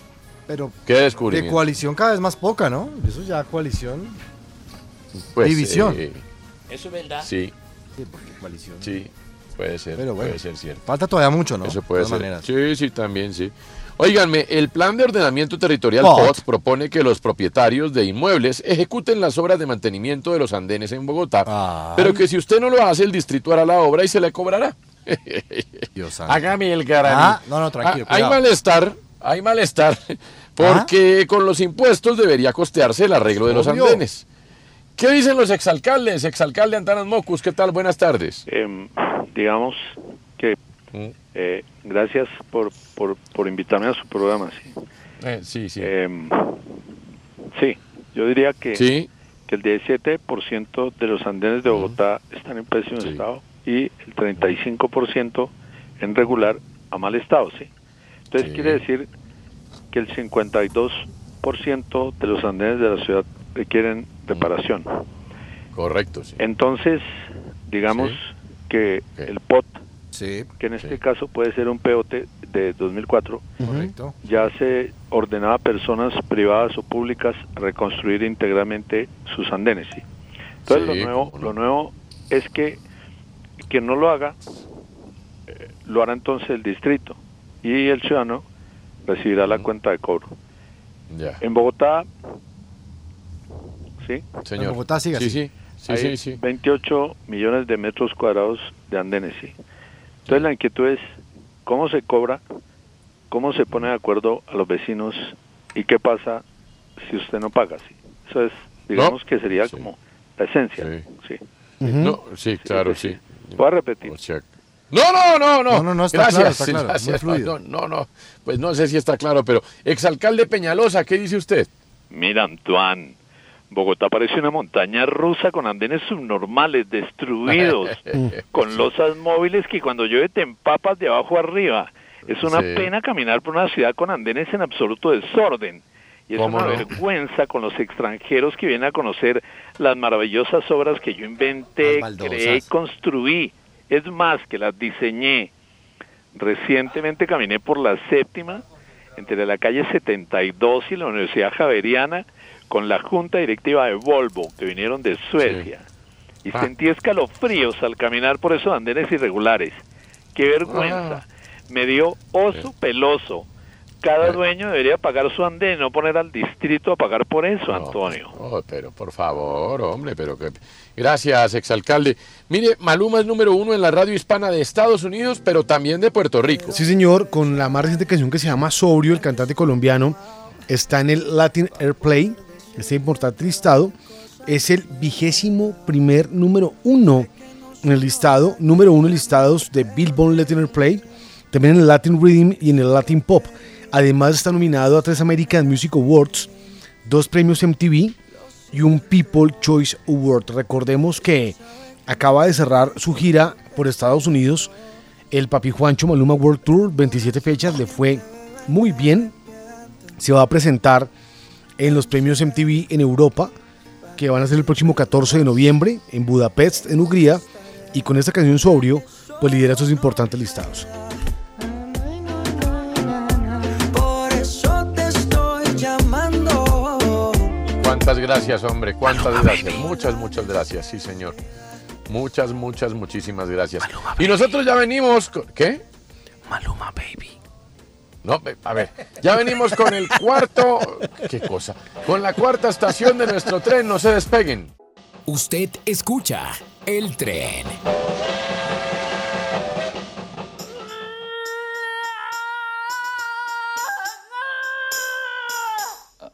Speaker 10: Pero
Speaker 5: Qué
Speaker 10: de
Speaker 5: descubrimiento.
Speaker 10: coalición cada vez más poca, ¿no? Eso ya coalición.
Speaker 5: Pues,
Speaker 10: división.
Speaker 5: eh,
Speaker 24: Eso es verdad.
Speaker 5: sí.
Speaker 10: Sí, porque coalición.
Speaker 5: Sí, puede ser,
Speaker 10: Pero bueno,
Speaker 5: puede ser cierto.
Speaker 10: Falta todavía mucho, ¿no?
Speaker 5: Eso puede
Speaker 10: De todas
Speaker 5: ser.
Speaker 10: maneras.
Speaker 5: Sí, sí, también, sí. Óiganme, el Plan de Ordenamiento Territorial
Speaker 10: Pot.
Speaker 5: POT propone que los propietarios de inmuebles ejecuten las obras de mantenimiento de los andenes en Bogotá, pero que si usted no lo hace, el distrito hará la obra y se le cobrará.
Speaker 10: Dios santo.
Speaker 5: Hágame el guaraní.
Speaker 10: Ah, no, no, tranquilo,
Speaker 5: Ah, hay
Speaker 10: cuidado. Ah.
Speaker 5: malestar, hay malestar, porque con los impuestos debería costearse el arreglo de los
Speaker 18: Obvio.
Speaker 5: andenes. ¿Qué dicen los exalcaldes? Exalcalde Antanas Mocus, ¿qué tal? Buenas tardes.
Speaker 18: Em, digamos que
Speaker 5: Mm.
Speaker 18: eh, gracias por, por, por invitarme a su programa. Sí,
Speaker 5: Eh, sí, sí.
Speaker 18: Em, sí, yo diría que,
Speaker 5: Sí.
Speaker 18: que el 17% de los andenes de Bogotá están en pésimo estado y el 35% en regular a mal estado. Sí. Entonces quiere decir que el 52% de los andenes de la ciudad requieren reparación.
Speaker 5: Correcto, sí.
Speaker 18: Entonces, digamos que el POT, que en este caso puede ser un POT de 2004,
Speaker 10: Correcto.
Speaker 18: ya se ordenaba a personas privadas o públicas a reconstruir integralmente sus andenes. ¿sí? Entonces,
Speaker 5: Sí,
Speaker 18: lo, nuevo, lo nuevo es que quien no lo haga, eh, lo hará entonces el distrito y el ciudadano recibirá la cuenta de cobro.
Speaker 5: Ya.
Speaker 18: En Bogotá, ¿sí?
Speaker 5: Señor. En Bogotá, siga, Sí, sí. sí. Sí,
Speaker 18: Hay
Speaker 5: sí, sí.
Speaker 18: 28 millones de metros cuadrados de andenes, sí. Entonces la inquietud es cómo se cobra, cómo se pone de acuerdo a los vecinos y qué pasa si usted no paga, sí. Eso es, digamos que sería como la esencia, sí.
Speaker 5: No, sí, claro, sí.
Speaker 18: Voy a repetir.
Speaker 5: No, no, no, no.
Speaker 18: No, no, no, está
Speaker 5: gracias,
Speaker 18: claro, está claro,
Speaker 5: gracias.
Speaker 18: muy fluido.
Speaker 5: No, no, no. Pues no sé si está claro, pero exalcalde Peñalosa, ¿qué dice usted?
Speaker 18: Mira, Antoine, Bogotá parece una montaña rusa con andenes subnormales destruidos,
Speaker 5: Mm.
Speaker 18: con losas móviles que cuando llueve te empapas de abajo arriba. Es una
Speaker 5: Sí.
Speaker 18: pena caminar por una ciudad con andenes en absoluto desorden. Y es
Speaker 5: ¿Cómo
Speaker 18: una
Speaker 5: no?
Speaker 18: vergüenza con los extranjeros que vienen a conocer las maravillosas obras que yo inventé,
Speaker 21: Las baldosas.
Speaker 18: creé y construí. Es más, que las diseñé. Recientemente caminé por la séptima entre la calle 72 y la Universidad Javeriana con la junta directiva de Volvo, que vinieron de Suecia. Y
Speaker 5: Ah.
Speaker 18: sentí escalofríos al caminar por esos andenes irregulares. ¡Qué vergüenza! Me dio oso peloso. Cada dueño debería pagar su andén, no poner al distrito a pagar por eso, Antonio.
Speaker 5: Oh, pero por favor, hombre, pero que... Gracias, exalcalde. Mire, Maluma es número uno en la radio hispana de Estados Unidos, pero también de Puerto Rico.
Speaker 6: Sí, señor, con la más reciente canción que se llama Sobrio, el cantante colombiano, está en el Latin Airplay, este importante listado. Es el vigésimo primer número uno en el listado, número uno en listados de Billboard Latin Airplay, también en el Latin Rhythm y en el Latin Pop. Además está nominado a tres American Music Awards, dos premios MTV y un People Choice Award. Recordemos que acaba de cerrar su gira por Estados Unidos el Papi Juancho Maluma World Tour, 27 fechas, le fue muy bien. Se va a presentar en los premios MTV en Europa, que van a ser el próximo 14 de noviembre en Budapest, en Hungría. Y con esta canción sobrio, pues lidera estos importantes listados.
Speaker 4: Por eso te estoy llamando.
Speaker 5: Cuántas gracias, hombre, cuántas gracias. Muchas, muchas gracias, sí, señor. Muchas, muchas, muchísimas gracias. y nosotros ya venimos... con- ¿Qué? Maluma Baby. No, pe- a ver, ya venimos con el cuarto... ¿Qué cosa? Con la cuarta estación de nuestro tren, no se despeguen.
Speaker 1: Usted escucha el tren.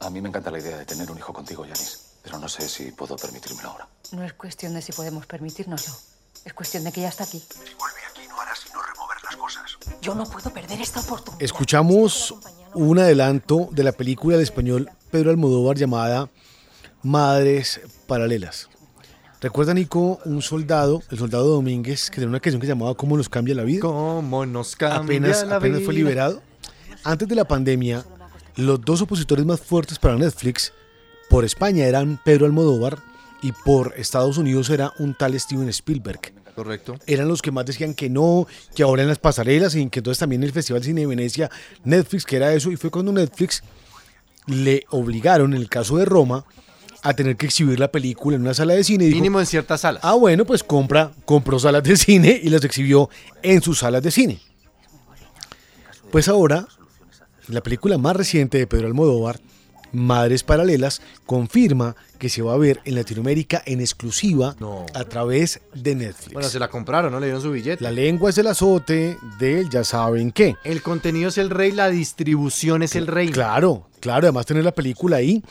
Speaker 22: A mí me encanta la idea de tener un hijo contigo, Yanis, pero no sé si puedo permitírmelo ahora.
Speaker 23: No es cuestión de si podemos permitírnoslo. Es cuestión de que ya está aquí.
Speaker 22: Si vuelve aquí no hará sino remover las cosas.
Speaker 30: Yo no puedo perder esta oportunidad.
Speaker 6: Escuchamos un adelanto de la película de español Pedro Almodóvar llamada Madres Paralelas. ¿Recuerda, Nico, un soldado, el soldado Domínguez, que tenía una canción que se llamaba ¿Cómo nos cambia la vida?
Speaker 10: ¿Cómo nos cambia
Speaker 6: apenas,
Speaker 10: la
Speaker 6: apenas
Speaker 10: vida?
Speaker 6: fue liberado. Antes de la pandemia, los dos opositores más fuertes para Netflix por España eran Pedro Almodóvar y por Estados Unidos era un tal Steven Spielberg.
Speaker 5: Ah.
Speaker 10: Correcto.
Speaker 6: Eran los que más decían que no, que ahora en las pasarelas y que entonces también el Festival de Cine de Venecia, Netflix, que era eso, y fue cuando Netflix le obligaron, en el caso de Roma, a tener que exhibir la película en una sala de cine. y dijo,
Speaker 10: Mínimo en ciertas salas.
Speaker 6: Ah, bueno, pues compra, compró salas de cine y las exhibió en sus salas de cine. Pues ahora, la película más reciente de Pedro Almodóvar, Madres Paralelas, confirma que se va a ver en Latinoamérica en exclusiva a través de Netflix.
Speaker 10: Bueno, se la compraron, ¿no? Le dieron su billete.
Speaker 6: La lengua es el azote del ya saben qué.
Speaker 10: El contenido es el rey, la distribución es el rey.
Speaker 6: Claro, claro, además tener la película ahí.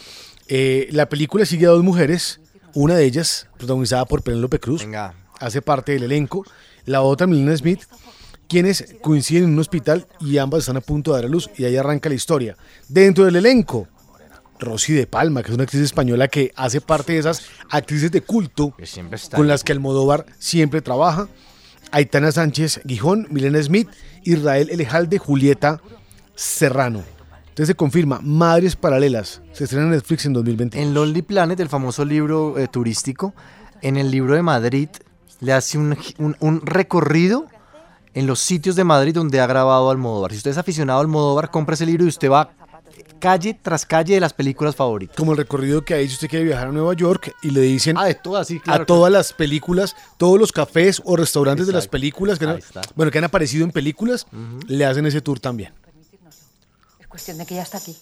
Speaker 6: Eh, la película sigue a dos mujeres, una de ellas, protagonizada por Penélope Cruz, hace parte del elenco, la otra Milena Smith, quienes coinciden en un hospital y ambas están a punto de dar a luz y ahí arranca la historia. Dentro del elenco, Rosy de Palma, que es una actriz española que hace parte de esas actrices de culto
Speaker 10: Pues siempre está
Speaker 6: con las que Almodóvar siempre trabaja. Aitana Sánchez Gijón, Milena Smith, Israel Elejalde, Julieta Serrano. Entonces se confirma, Madres Paralelas, se estrena en Netflix en 2020.
Speaker 10: En Lonely Planet, el famoso libro eh, turístico, en el libro de Madrid le hace un, gi- un- un recorrido en los sitios de Madrid donde ha grabado Almodóvar. Si usted es aficionado a Almodóvar, compra ese libro y usted va eh, calle tras calle de las películas favoritas.
Speaker 6: Como el recorrido que ha hecho, usted quiere viajar a Nueva York y le dicen
Speaker 10: Ah, todas, sí, claro,
Speaker 6: a todas las películas, todos los cafés o restaurantes de las películas, que han, bueno, que han aparecido en películas, le hacen ese tour también.
Speaker 30: Es cuestión de que ya está aquí.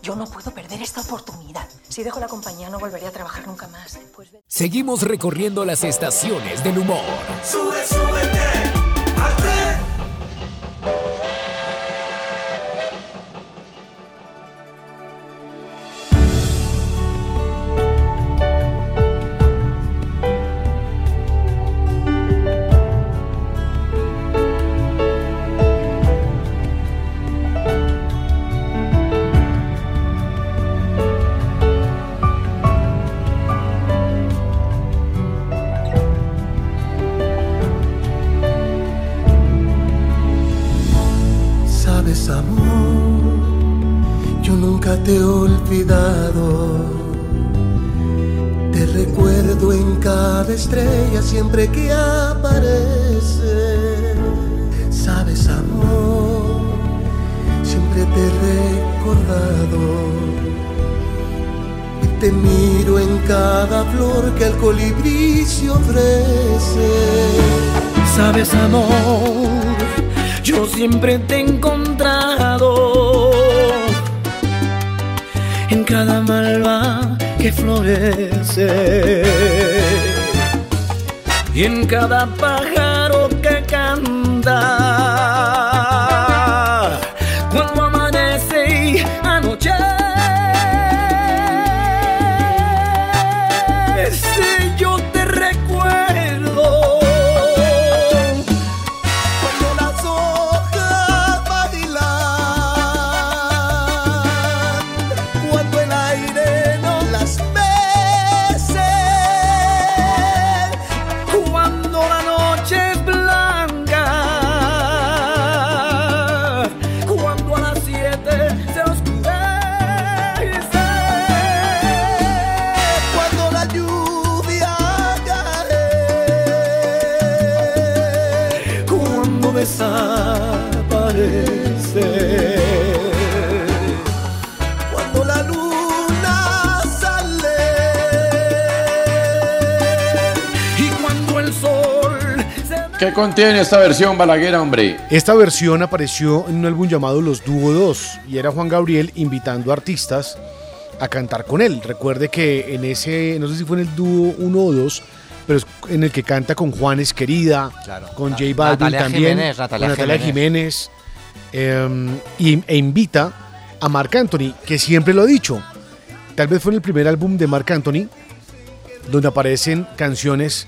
Speaker 30: Yo no puedo perder esta oportunidad. Si dejo la compañía no volveré a trabajar nunca más.
Speaker 11: Seguimos recorriendo las estaciones del humor.
Speaker 1: Sube, súbete al tren.
Speaker 19: Sabes, amor, yo nunca te he olvidado. Te recuerdo en cada estrella siempre que aparece. Sabes, amor, siempre te he recordado. Y te miro en cada flor que el colibrí se ofrece.
Speaker 4: Sabes, amor, yo siempre te he encontrado en cada malva que florece y en cada pájaro que canta. Cuando amanece y anochece, yo te recuerdo.
Speaker 19: Cuando las hojas bailan, cuando el aire no las bese,
Speaker 4: cuando la noche es blanca, cuando a las siete se oscurece,
Speaker 19: cuando la lluvia cae,
Speaker 4: cuando desaparece.
Speaker 19: cuando la luna sale
Speaker 4: y cuando el sol
Speaker 5: ¿Qué contiene esta versión Balaguer, hombre?
Speaker 6: Esta versión apareció en un álbum llamado Los Dúo 2 y era Juan Gabriel invitando a artistas a cantar con él. Recuerde que en ese, no sé si fue en el Dúo 1 o 2, pero es en el que canta con Juanes Querida, con J Balvin
Speaker 10: Natalia
Speaker 6: también,
Speaker 10: Jiménez, Natalia
Speaker 6: con Natalia Jiménez, eh, y, e invita a Marc Anthony, que siempre lo ha dicho. Tal vez fue en el primer álbum de Marc Anthony, donde aparecen canciones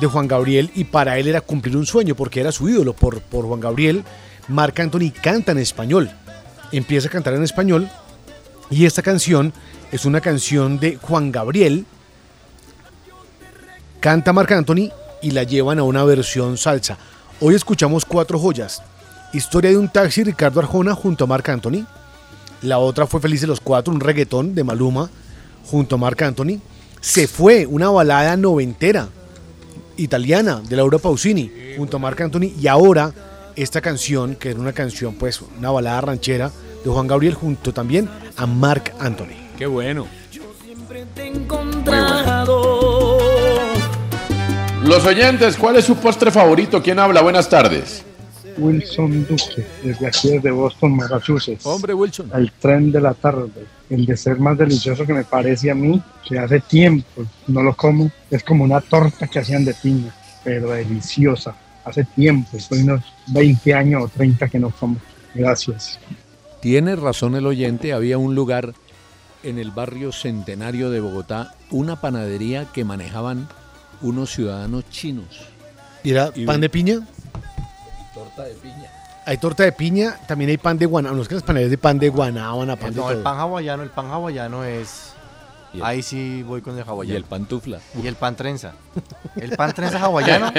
Speaker 6: de Juan Gabriel y para él era cumplir un sueño porque era su ídolo por, por Juan Gabriel. Marc Anthony canta en español, empieza a cantar en español y esta canción es una canción de Juan Gabriel. Canta Marc Anthony y la llevan a una versión salsa. Hoy escuchamos cuatro joyas. Historia de un taxi Ricardo Arjona junto a Marc Anthony. La otra fue Felices los Cuatro, un reggaetón de Maluma junto a Marc Anthony. Se fue una balada noventera italiana de Laura Pausini junto a Marc Anthony. Y ahora esta canción, que era una canción, pues una balada ranchera de Juan Gabriel junto también a Marc Anthony.
Speaker 15: Qué bueno.
Speaker 25: Encontrado.
Speaker 5: Los oyentes, ¿cuál es su postre favorito? ¿Quién habla? Buenas tardes.
Speaker 8: Wilson Duque, desde aquí, desde Boston, Massachusetts. Hombre, Wilson. El tren de la tarde. El de ser más delicioso que me parece a mí, que hace tiempo no lo como, es como una torta que hacían de piña, pero deliciosa. Hace tiempo, estoy unos 20 años o 30 que no como. Gracias.
Speaker 11: Tiene razón el oyente, había un lugar en el barrio centenario de Bogotá, una panadería que manejaban unos ciudadanos chinos.
Speaker 6: ¿Y era
Speaker 11: Y-
Speaker 6: pan de piña?
Speaker 15: Torta de piña.
Speaker 6: Hay torta de piña, también hay pan de guanábana. No es que las panaderías de pan de guanábana, pan de
Speaker 10: Eh, No, el
Speaker 6: todo.
Speaker 10: pan hawaiano, el pan hawaiano es. Ahí sí voy con el hawaiano.
Speaker 6: y el
Speaker 15: pantufla.
Speaker 10: Y el pan trenza. El pan trenza hawaiano.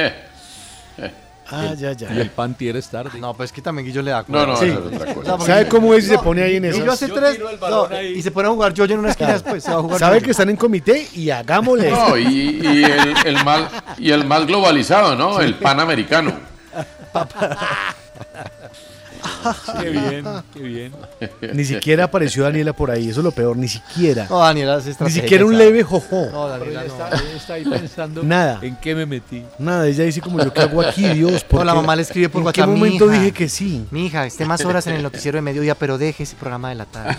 Speaker 6: Ah, ya, ya.
Speaker 11: Y el pan tienes tarde.
Speaker 10: No, pues es que también Guillo le da
Speaker 11: No, no,
Speaker 10: Sí.
Speaker 11: eso es otra cosa.
Speaker 10: porque-
Speaker 6: ¿Sabe cómo es y se pone ahí en
Speaker 10: Guillo
Speaker 6: esas?
Speaker 10: hace
Speaker 6: Yo
Speaker 10: tres.
Speaker 6: tiro el
Speaker 10: no,
Speaker 6: balón ahí.
Speaker 10: y se pone a jugar yo en una esquina después. Se va a jugar
Speaker 6: Sabe
Speaker 10: yo-yo.
Speaker 6: que están en comité y hagámosle.
Speaker 5: No, y, y el, el mal, y el mal globalizado, ¿no? El pan americano.
Speaker 15: Qué bien, qué bien.
Speaker 6: Ni siquiera apareció Daniela por ahí, eso es lo peor, ni siquiera.
Speaker 10: No, Daniela es
Speaker 6: Ni
Speaker 10: estratégica.
Speaker 6: siquiera un leve jojo.
Speaker 10: No, Daniela no.
Speaker 15: Está, está ahí pensando
Speaker 6: Nada.
Speaker 15: en qué me metí.
Speaker 6: Nada, ella dice como yo qué hago aquí, Dios.
Speaker 10: No,
Speaker 6: ¿Por
Speaker 10: la
Speaker 6: qué?
Speaker 10: mamá le escribe por
Speaker 6: ¿En
Speaker 10: WhatsApp.
Speaker 6: qué momento
Speaker 10: "Mija,
Speaker 6: dije que sí?
Speaker 10: Mija, esté más horas en el noticiero de mediodía, pero deje ese programa de la tarde.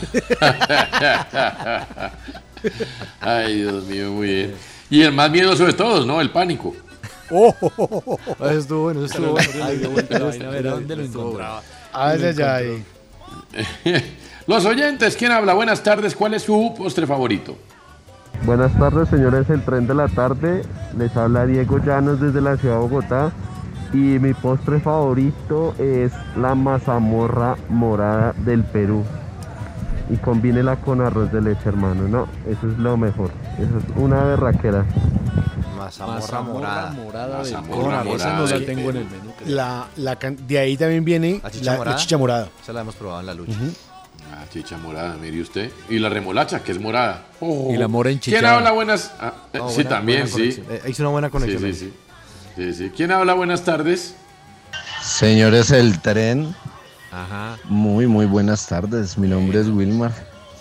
Speaker 5: Ay, Dios mío, muy bien. Y el más miedoso de todos, ¿no? El pánico.
Speaker 6: Oh,
Speaker 10: Eso Ah, estuvo bueno, eso estuvo bueno. Ay, qué bueno, estuvo bueno, estuvo bueno.
Speaker 6: Ay, ay, ay.
Speaker 5: Los oyentes, ¿quién habla? Buenas tardes, ¿cuál es su postre favorito?
Speaker 12: Buenas tardes, señores, el tren de la tarde. Les habla Diego Llanos desde la ciudad de Bogotá. Y mi postre favorito es la mazamorra morada del Perú. Y combínela con arroz de leche, hermano. No, eso es lo mejor. Eso es una berraquera.
Speaker 10: Mazamorra morada.
Speaker 15: morada del
Speaker 10: Mazamorra
Speaker 15: Perú.
Speaker 10: morada
Speaker 15: Esa no
Speaker 10: del
Speaker 15: la tengo en el menú. creo.
Speaker 6: La, la can- de ahí también viene
Speaker 10: ¿La
Speaker 6: la
Speaker 10: chicha morada?
Speaker 6: la chicha morada.
Speaker 10: Esa la hemos probado en la lucha.
Speaker 5: Ah, chicha morada, mire usted. Y la remolacha, que es morada. Oh.
Speaker 11: Y la mora
Speaker 5: ¿Quién
Speaker 11: enchichada.
Speaker 5: habla buenas? ah, eh,
Speaker 10: No,
Speaker 5: sí,
Speaker 10: buena-
Speaker 5: también,
Speaker 10: buena
Speaker 5: sí.
Speaker 10: conexión. Eh, hizo una buena conexión.
Speaker 5: Sí, sí, sí. Sí, sí. ¿Quién habla buenas tardes?
Speaker 21: Señores, el tren.
Speaker 15: Ajá.
Speaker 21: Muy, muy buenas tardes. Mi nombre es Wilmar.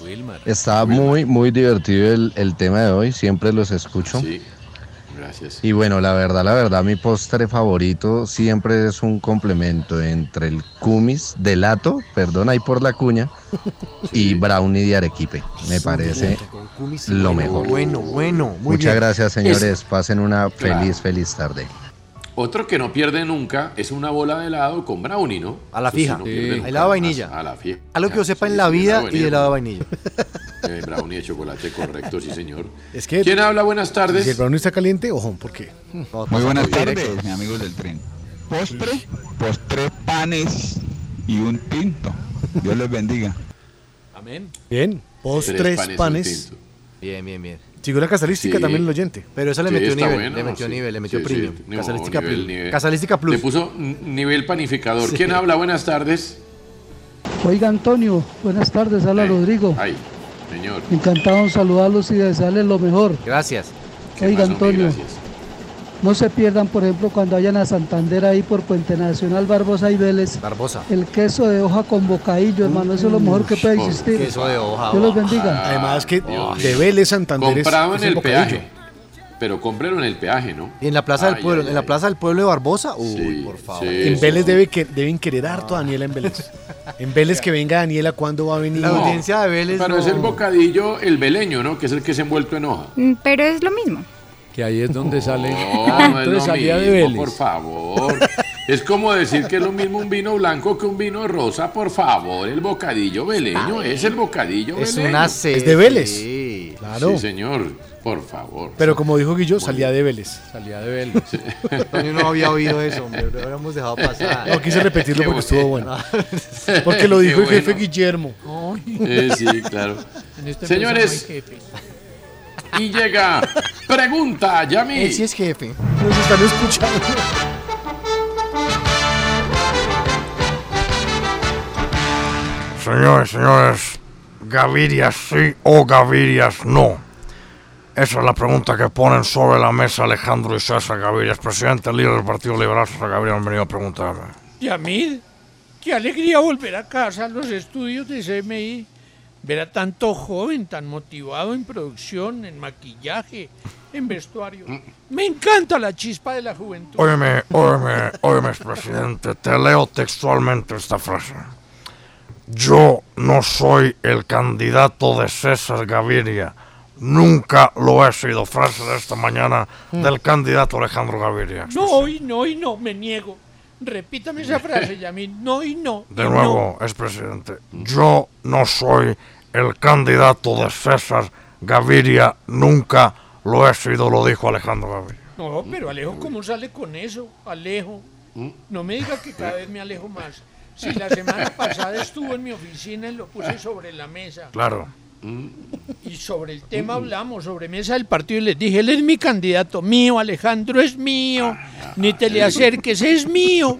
Speaker 15: Wilmar.
Speaker 21: Está muy, muy divertido el, el tema de hoy. Siempre los escucho.
Speaker 5: Gracias.
Speaker 21: Y bueno, la verdad, la verdad, mi postre favorito siempre es un complemento entre el cumis de lato, perdón ahí por la cuña, y brownie de arequipe. Me parece
Speaker 10: cumis y
Speaker 21: lo
Speaker 10: bueno,
Speaker 21: mejor.
Speaker 10: bueno, bueno, muy
Speaker 21: Muchas
Speaker 10: bien.
Speaker 21: gracias, señores.
Speaker 5: Es-
Speaker 21: Pasen una
Speaker 5: Claro.
Speaker 21: feliz, feliz tarde.
Speaker 5: Otro que no pierde nunca es una bola de helado con brownie, ¿no?
Speaker 10: A la
Speaker 5: Eso sí
Speaker 10: fija.
Speaker 5: no pierde
Speaker 10: Sí.
Speaker 5: nunca.
Speaker 10: Helado de vainilla.
Speaker 5: A la fija.
Speaker 10: Algo que yo sepa en la
Speaker 5: sí,
Speaker 10: vida
Speaker 5: helado de
Speaker 10: y
Speaker 5: vainilla.
Speaker 10: helado de vainilla.
Speaker 5: Eh, brownie de chocolate, correcto, sí, señor.
Speaker 6: Es que,
Speaker 5: ¿Quién habla? Buenas
Speaker 6: Si el
Speaker 5: tardes.
Speaker 6: brownie está caliente, ojo, ¿por qué?
Speaker 23: Muy buenas tardes, mis amigos del tren. Postre, postre panes y un tinto. Dios les bendiga.
Speaker 15: Amén.
Speaker 6: Bien. Postres,
Speaker 10: panes, un
Speaker 6: panes.
Speaker 10: tinto. Bien, bien, bien.
Speaker 6: Figura casalística
Speaker 10: Sí.
Speaker 6: también el oyente.
Speaker 10: Pero esa le
Speaker 5: Sí,
Speaker 10: metió
Speaker 5: está
Speaker 10: nivel,
Speaker 5: bueno,
Speaker 10: le metió
Speaker 5: sí.
Speaker 10: nivel, le metió
Speaker 5: Sí, sí,
Speaker 10: premium.
Speaker 5: no,
Speaker 10: Casalística
Speaker 5: nivel,
Speaker 10: Plus.
Speaker 5: nivel.
Speaker 10: Casalística Plus.
Speaker 5: Le puso n- nivel panificador.
Speaker 10: Sí.
Speaker 5: ¿Quién habla? Buenas tardes.
Speaker 26: Oiga Antonio, buenas tardes, habla Rodrigo.
Speaker 5: Ay, señor.
Speaker 26: Encantado en saludarlos y desearles lo mejor.
Speaker 10: Gracias.
Speaker 26: Oiga
Speaker 5: más, hombre?
Speaker 26: Antonio, no se pierdan, por ejemplo, cuando vayan a Santander ahí por Puente Nacional Barbosa y Vélez,
Speaker 10: Barbosa.
Speaker 26: el queso de hoja con bocadillo, hermano, eso es lo mejor que puede existir.
Speaker 10: Queso de hoja.
Speaker 26: Dios los bendiga.
Speaker 6: Además que
Speaker 5: Ah, Dios.
Speaker 6: de Vélez Santander es-
Speaker 5: Comprado
Speaker 6: es
Speaker 5: en el
Speaker 6: bocadillo.
Speaker 5: peaje. Pero cómpralo en el peaje, ¿no?
Speaker 10: Y en la Plaza del
Speaker 5: Ay,
Speaker 10: Pueblo,
Speaker 5: ay,
Speaker 10: en la
Speaker 5: ay.
Speaker 10: Plaza del Pueblo de Barbosa. Uh. Uy,
Speaker 5: Sí,
Speaker 10: por favor.
Speaker 5: sí,
Speaker 6: En
Speaker 5: sí,
Speaker 6: Vélez
Speaker 5: sí.
Speaker 6: debe que, deben querer harto a Daniela en Vélez. En Vélez que venga Daniela, ¿cuándo va a venir?
Speaker 5: La audiencia
Speaker 10: de Vélez.
Speaker 5: Pero es el bocadillo, el veleño, ¿no? Que es el que es envuelto en hoja.
Speaker 9: Mm, Pero es lo mismo.
Speaker 11: Que ahí es donde sale. Ah,
Speaker 5: No, no es
Speaker 11: entonces
Speaker 5: lo
Speaker 11: salía de
Speaker 5: mismo,
Speaker 11: Vélez.
Speaker 5: por favor. Es como decir que es lo mismo un vino blanco que un vino rosa, por favor. El bocadillo veleño es el bocadillo
Speaker 10: Es
Speaker 5: veleño.
Speaker 10: una sed.
Speaker 6: Es de Vélez.
Speaker 10: Sí.
Speaker 6: Claro.
Speaker 5: Sí, señor, por favor.
Speaker 6: Pero como dijo Guillo, salía de Vélez.
Speaker 5: Salía de Vélez.
Speaker 10: Antonio no había oído eso, hombre. Lo habíamos dejado pasar.
Speaker 6: No quise repetirlo
Speaker 10: Qué
Speaker 6: porque estuvo bueno.
Speaker 10: bueno.
Speaker 6: Porque lo
Speaker 10: Qué
Speaker 6: dijo el jefe
Speaker 10: bueno.
Speaker 6: Guillermo.
Speaker 5: Eh, sí, claro.
Speaker 10: En este esta
Speaker 5: Señores, y llega. Pregunta, Yami.
Speaker 10: Él sí es jefe.
Speaker 6: Nos están escuchando.
Speaker 17: Señores, señores, Gaviria sí o Gavirias no. Esa es la pregunta que ponen sobre la mesa Alejandro Isaza Gaviria, es presidente líder del Partido Liberal. Sasa Gaviria, han venido a preguntarme.
Speaker 13: Yamid, qué alegría volver a casa a los estudios de CMI. Ver a tanto joven, tan motivado en producción, en maquillaje, en vestuario. Me encanta la chispa de la juventud.
Speaker 17: Mm. Óyeme, óyeme, óyeme, presidente, te leo textualmente esta frase. Yo no soy el candidato de César Gaviria. Nunca lo he sido. Frase de esta mañana del candidato Alejandro Gaviria.
Speaker 13: No, y no, y no, me niego. Repítame esa frase, Yamid. No, y no.
Speaker 17: De nuevo, es presidente. Yo no soy el candidato de César Gaviria. Nunca lo he sido, lo dijo Alejandro Gaviria.
Speaker 13: No, pero Alejo, ¿cómo sale con eso? Alejo.
Speaker 17: Mm.
Speaker 13: No me diga que cada vez me alejo más. Si la semana pasada estuvo en mi oficina y lo puse sobre la mesa.
Speaker 17: Claro.
Speaker 13: Y sobre el tema hablamos, sobre mesa del partido, y les dije, él es mi candidato, mío, Alejandro es mío,
Speaker 17: Ah,
Speaker 13: ni te le acerques, es mío.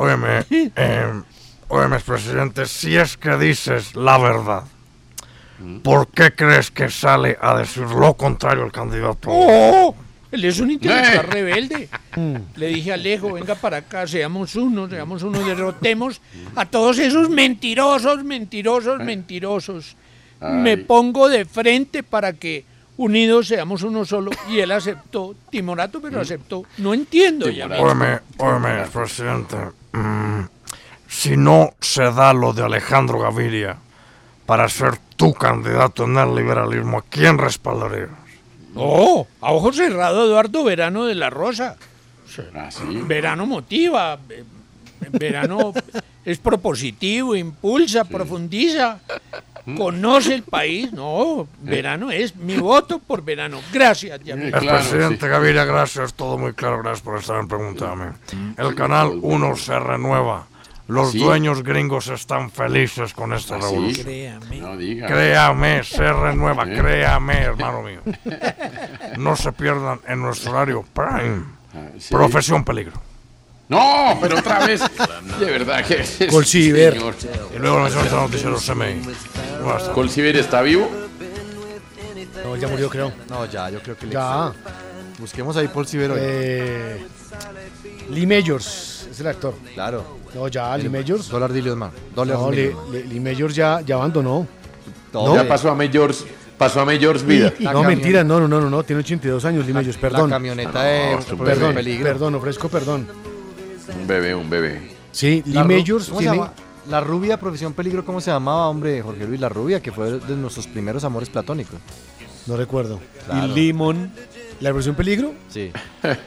Speaker 17: Óyeme, eh, óyeme, presidente, si es que dices la verdad, ¿por qué crees que sale a decir lo contrario el candidato?
Speaker 13: ¡Oh! Él es un intelectual rebelde. Le dije a Alejo, venga para acá, seamos uno, seamos uno, derrotemos a todos esos mentirosos, mentirosos, mentirosos. Me
Speaker 14: Ay.
Speaker 13: pongo de frente para que unidos seamos uno solo. Y él aceptó, timorato, pero aceptó. No entiendo ya.
Speaker 17: Óyeme, óyeme, presidente, mm, si no se da lo de Alejandro Gaviria para ser tu candidato en el liberalismo, ¿a quién respaldarías?
Speaker 13: No, Oh, a ojo cerrado, Eduardo Verano de la Rosa. Verano motiva, eh, verano es propositivo, impulsa, profundiza,
Speaker 5: Mm.
Speaker 13: conoce el país.
Speaker 5: Eh.
Speaker 13: No, verano es mi voto por verano. Gracias, Yamil.
Speaker 17: El presidente Gaviria, gracias, todo muy claro, gracias por estar preguntándome. El canal 1 se renueva. Los
Speaker 5: Mm, Sí.
Speaker 17: dueños gringos están felices con esta
Speaker 5: ¿Ah, sí?
Speaker 17: revolución.
Speaker 5: Créame. No diga.
Speaker 17: Créame, se renueva,
Speaker 5: ¿Eh?
Speaker 17: créame, hermano mío. No se pierdan en nuestro horario Prime.
Speaker 5: Ah, sí.
Speaker 17: Profesión Peligro.
Speaker 5: No, pero otra vez. De verdad que.
Speaker 17: Colciber.
Speaker 5: Señor.
Speaker 17: Y luego la señora noticiero CMI.
Speaker 5: ¿Colciber está vivo?
Speaker 6: No, ya murió, creo.
Speaker 10: No, ya, yo creo que le
Speaker 6: Ya.
Speaker 10: Busquemos ahí Paul Civero.
Speaker 6: Eh, Lee Majors es el actor.
Speaker 10: Claro.
Speaker 6: No, ya, Lee
Speaker 10: El
Speaker 6: Majors.
Speaker 10: Dólar Dillion Man. Dólar
Speaker 6: No, Lee,
Speaker 10: Dillion Man.
Speaker 6: Lee- Lee Majors ya, ya abandonó.
Speaker 10: No.
Speaker 5: Ya pasó a Mayors. Pasó a Mayors vida.
Speaker 6: Y- y- no, mentira, no, no, no, no, no, tiene 82 años, Lee Majors, perdón.
Speaker 10: camioneta de-
Speaker 6: No,
Speaker 10: es un
Speaker 6: perdón,
Speaker 10: peligro.
Speaker 6: perdón, ofrezco perdón.
Speaker 5: Un bebé, un bebé. Ah,
Speaker 6: Sí,
Speaker 10: La
Speaker 6: Lee
Speaker 10: ru-
Speaker 6: Majors
Speaker 10: ¿cómo se
Speaker 6: tiene...
Speaker 10: llama? La rubia profesión peligro, ¿cómo se llamaba, hombre? Jorge Luis La Rubia, que fue de nuestros primeros amores platónicos.
Speaker 6: No recuerdo.
Speaker 10: Claro.
Speaker 6: ¿Y Limón? ¿La versión peligro?
Speaker 10: Sí.
Speaker 6: Esa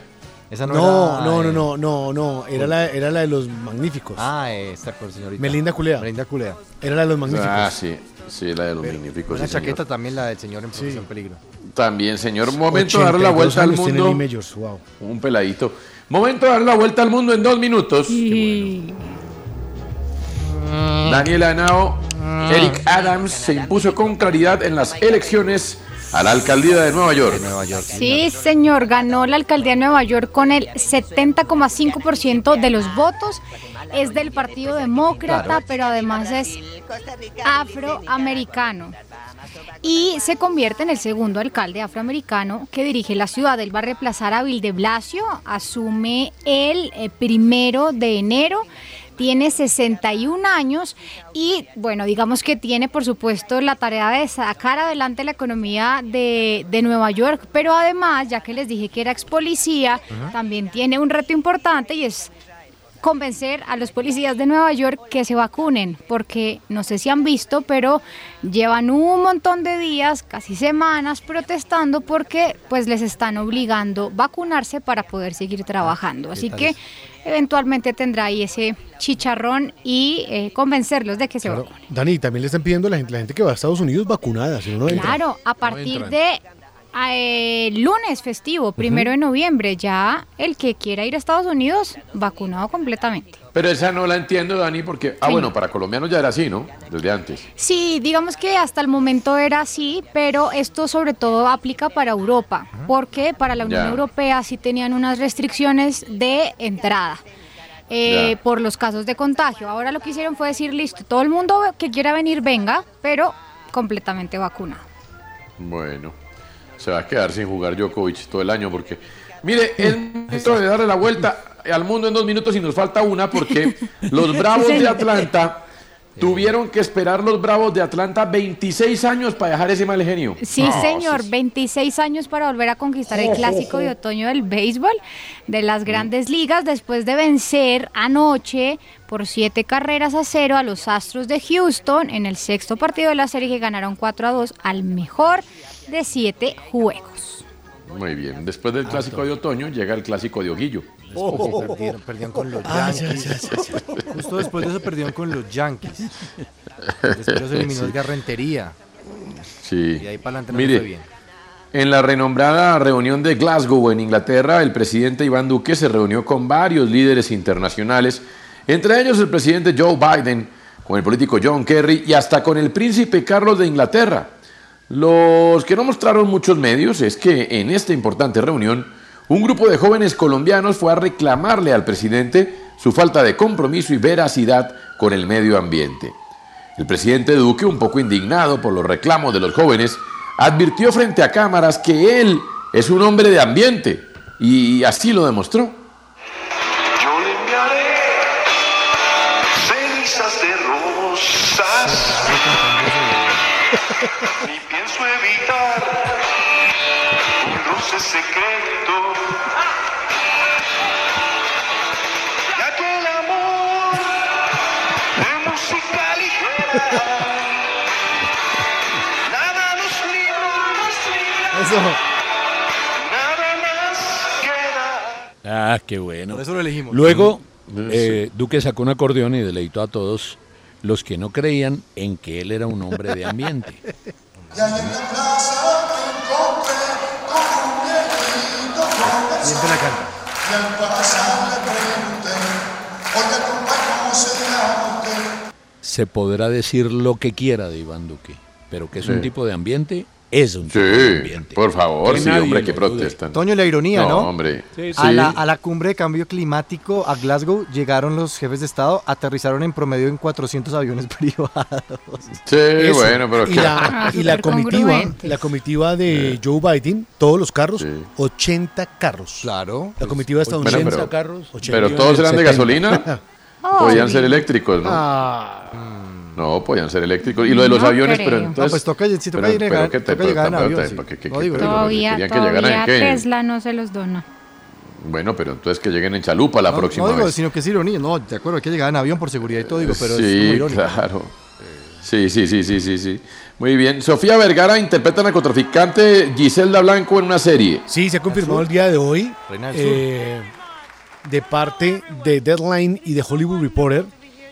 Speaker 10: Esa
Speaker 6: no,
Speaker 10: no
Speaker 6: no,
Speaker 10: era,
Speaker 6: no, no,
Speaker 10: eh,
Speaker 6: no, no, era la, era la de los magníficos.
Speaker 10: Ah, esta con señorita.
Speaker 6: Melinda Culea.
Speaker 10: Melinda Culea.
Speaker 6: Era la de los magníficos.
Speaker 5: Ah, sí. Sí, la de los magníficos.
Speaker 10: Una
Speaker 5: sí,
Speaker 10: chaqueta
Speaker 5: señor.
Speaker 10: también, la del señor en profesión peligro.
Speaker 5: También, señor. Momento de dar la
Speaker 6: 82
Speaker 5: vuelta al
Speaker 6: años tiene
Speaker 5: mundo.
Speaker 6: Lee Majors, wow.
Speaker 5: Un peladito. Momento de dar la vuelta al mundo en dos minutos. Mm. Daniel Henao, Eric Adams se impuso con claridad en las elecciones a la alcaldía de Nueva York.
Speaker 9: Sí, señor, ganó la alcaldía de Nueva York con el 70,5% de los votos. Es del Partido Demócrata,
Speaker 16: Claro.
Speaker 9: pero además es afroamericano. Y se convierte en el segundo alcalde afroamericano que dirige la ciudad. Él va a reemplazar a Bill de Blasio, asume el eh, primero de enero. Tiene 61 años y, bueno, digamos que tiene, por supuesto, la tarea de sacar adelante la economía de, de Nueva York, pero además, ya que les dije que era ex policía,
Speaker 16: Ajá.
Speaker 9: también tiene un reto importante y es convencer a los policías de Nueva York que se vacunen, porque no sé si han visto, pero llevan un montón de días, casi semanas, protestando porque pues les están obligando vacunarse para poder seguir trabajando. Así
Speaker 14: tal
Speaker 9: que
Speaker 14: es?
Speaker 9: eventualmente tendrá ahí ese chicharrón y eh, convencerlos de que se vacunen.
Speaker 6: Dani, y también le están pidiendo a la gente, la gente que va a Estados Unidos vacunada, si no, no entra.
Speaker 9: Claro, a partir de eh, lunes festivo, primero de noviembre, ya el que quiera ir a Estados Unidos, vacunado completamente.
Speaker 5: Pero esa no la entiendo, Dani, porque. Ah,
Speaker 9: Sí.
Speaker 5: bueno, para colombianos ya era así, ¿no? Desde antes.
Speaker 9: Sí, digamos que hasta el momento era así, pero esto sobre todo aplica para Europa, porque para la Unión
Speaker 5: Ya.
Speaker 9: Europea sí tenían unas restricciones de entrada. eh,
Speaker 14: Ya.
Speaker 9: por los casos de contagio. Ahora lo que hicieron fue decir, listo, todo el mundo que quiera venir venga, pero completamente vacunado.
Speaker 5: Bueno, se va a quedar sin jugar Djokovic todo el año porque. Mire, es momento de darle la vuelta al mundo en dos minutos y nos falta una porque los Bravos de Atlanta tuvieron que esperar los Bravos de Atlanta 26 años para dejar ese mal genio.
Speaker 9: Sí,
Speaker 5: No,
Speaker 9: señor, 26 años para volver a conquistar el
Speaker 5: Ojo,
Speaker 9: clásico de
Speaker 5: ojo.
Speaker 9: otoño del béisbol de las grandes ligas después de vencer anoche por siete carreras a cero a los Astros de Houston en el sexto partido de la serie que ganaron 4 a 2 al mejor de siete juegos.
Speaker 5: Muy bien, después
Speaker 9: Ah,
Speaker 5: del clásico de otoño llega el clásico de Oguillo.
Speaker 10: perdieron, perdieron con los
Speaker 5: Oh. Ah,
Speaker 10: Yankees.
Speaker 5: ya, ya, ya, ya.
Speaker 10: Justo después de eso perdieron con los Yankees. Después los eliminó el
Speaker 5: Sí.
Speaker 10: Garrentería.
Speaker 5: Sí.
Speaker 10: Y ahí para adelante no le
Speaker 5: Mire,
Speaker 10: fue bien.
Speaker 5: en la renombrada reunión de Glasgow en Inglaterra, el presidente Iván Duque se reunió con varios líderes internacionales, entre ellos el presidente Joe Biden, con el político John Kerry y hasta con el príncipe Carlos de Inglaterra. Los que no mostraron muchos medios es que en esta importante reunión, un grupo de jóvenes colombianos fue a reclamarle al presidente su falta de compromiso y veracidad con el medio ambiente. El presidente Duque, un poco indignado por los reclamos de los jóvenes, advirtió frente a cámaras que él es un hombre de ambiente y así lo demostró.
Speaker 4: Yo le enviaré cenizas de rosas. Ni pienso evitar un roce secreto. Ya que el amor de música ligera. Nada nos libra, nos libra. Nada más queda.
Speaker 11: Ah, qué bueno.
Speaker 10: Por eso lo elegimos.
Speaker 11: Luego, eh, Duque sacó un acordeón y deleitó a todos los que no creían en que él era un hombre de ambiente.
Speaker 4: Siempre la canta.
Speaker 11: Se podrá decir lo que quiera de Iván Duque, pero que es un
Speaker 5: Sí.
Speaker 11: tipo de ambiente, es un tipo de
Speaker 5: Sí,
Speaker 11: ambiente.
Speaker 5: por favor,
Speaker 11: Que
Speaker 5: sí,
Speaker 11: nadie
Speaker 5: hombre,
Speaker 11: lo
Speaker 5: que
Speaker 11: dude.
Speaker 5: protestan.
Speaker 10: Toño, la ironía, ¿no?
Speaker 5: hombre.
Speaker 10: A,
Speaker 5: Sí.
Speaker 10: la, a la cumbre de cambio climático a Glasgow llegaron los jefes de Estado, aterrizaron en promedio en 400 aviones privados.
Speaker 5: Sí,
Speaker 6: Eso.
Speaker 5: bueno, pero Ah,
Speaker 6: y
Speaker 5: que-
Speaker 6: la, y la comitiva, la comitiva de Joe Biden, todos los carros, 80 carros.
Speaker 10: Claro.
Speaker 6: La comitiva estadounidense.
Speaker 5: Pues, Bueno, pero-
Speaker 6: 80 carros. 80
Speaker 5: pero todos eran de
Speaker 6: 70.
Speaker 5: gasolina.
Speaker 10: Ah,
Speaker 5: Podían ser eléctricos, ¿no? No, podían ser eléctricos. Y lo de los
Speaker 10: No
Speaker 5: aviones,
Speaker 10: creo.
Speaker 5: pero entonces.
Speaker 10: No, pues toca- sí toca
Speaker 5: pero-
Speaker 10: llegar-
Speaker 5: pero que te-
Speaker 10: toca
Speaker 5: pero
Speaker 10: llegar en
Speaker 5: tampoco
Speaker 10: avión,
Speaker 5: te-
Speaker 10: sí.
Speaker 5: porque- que-
Speaker 10: No
Speaker 5: que-
Speaker 10: digo,
Speaker 5: pero
Speaker 9: Todavía,
Speaker 5: querían que llegaran en
Speaker 9: todavía
Speaker 5: qué.
Speaker 9: Tesla no se los dona.
Speaker 5: Bueno, pero entonces que lleguen en chalupa la
Speaker 10: No,
Speaker 5: próxima
Speaker 10: No digo,
Speaker 5: vez.
Speaker 10: sino que es ironía. No, de acuerdo, hay que llegar en avión por seguridad y todo, digo, pero
Speaker 5: sí,
Speaker 10: es muy irónico.
Speaker 5: claro. Sí, sí, sí, sí, sí, sí. Muy bien. Sofía Vergara interpreta a narcotraficante Giselda Blanco en una serie.
Speaker 6: Sí, se ha confirmado el día de hoy
Speaker 5: Reina del
Speaker 6: eh, de parte de Deadline y de Hollywood Reporter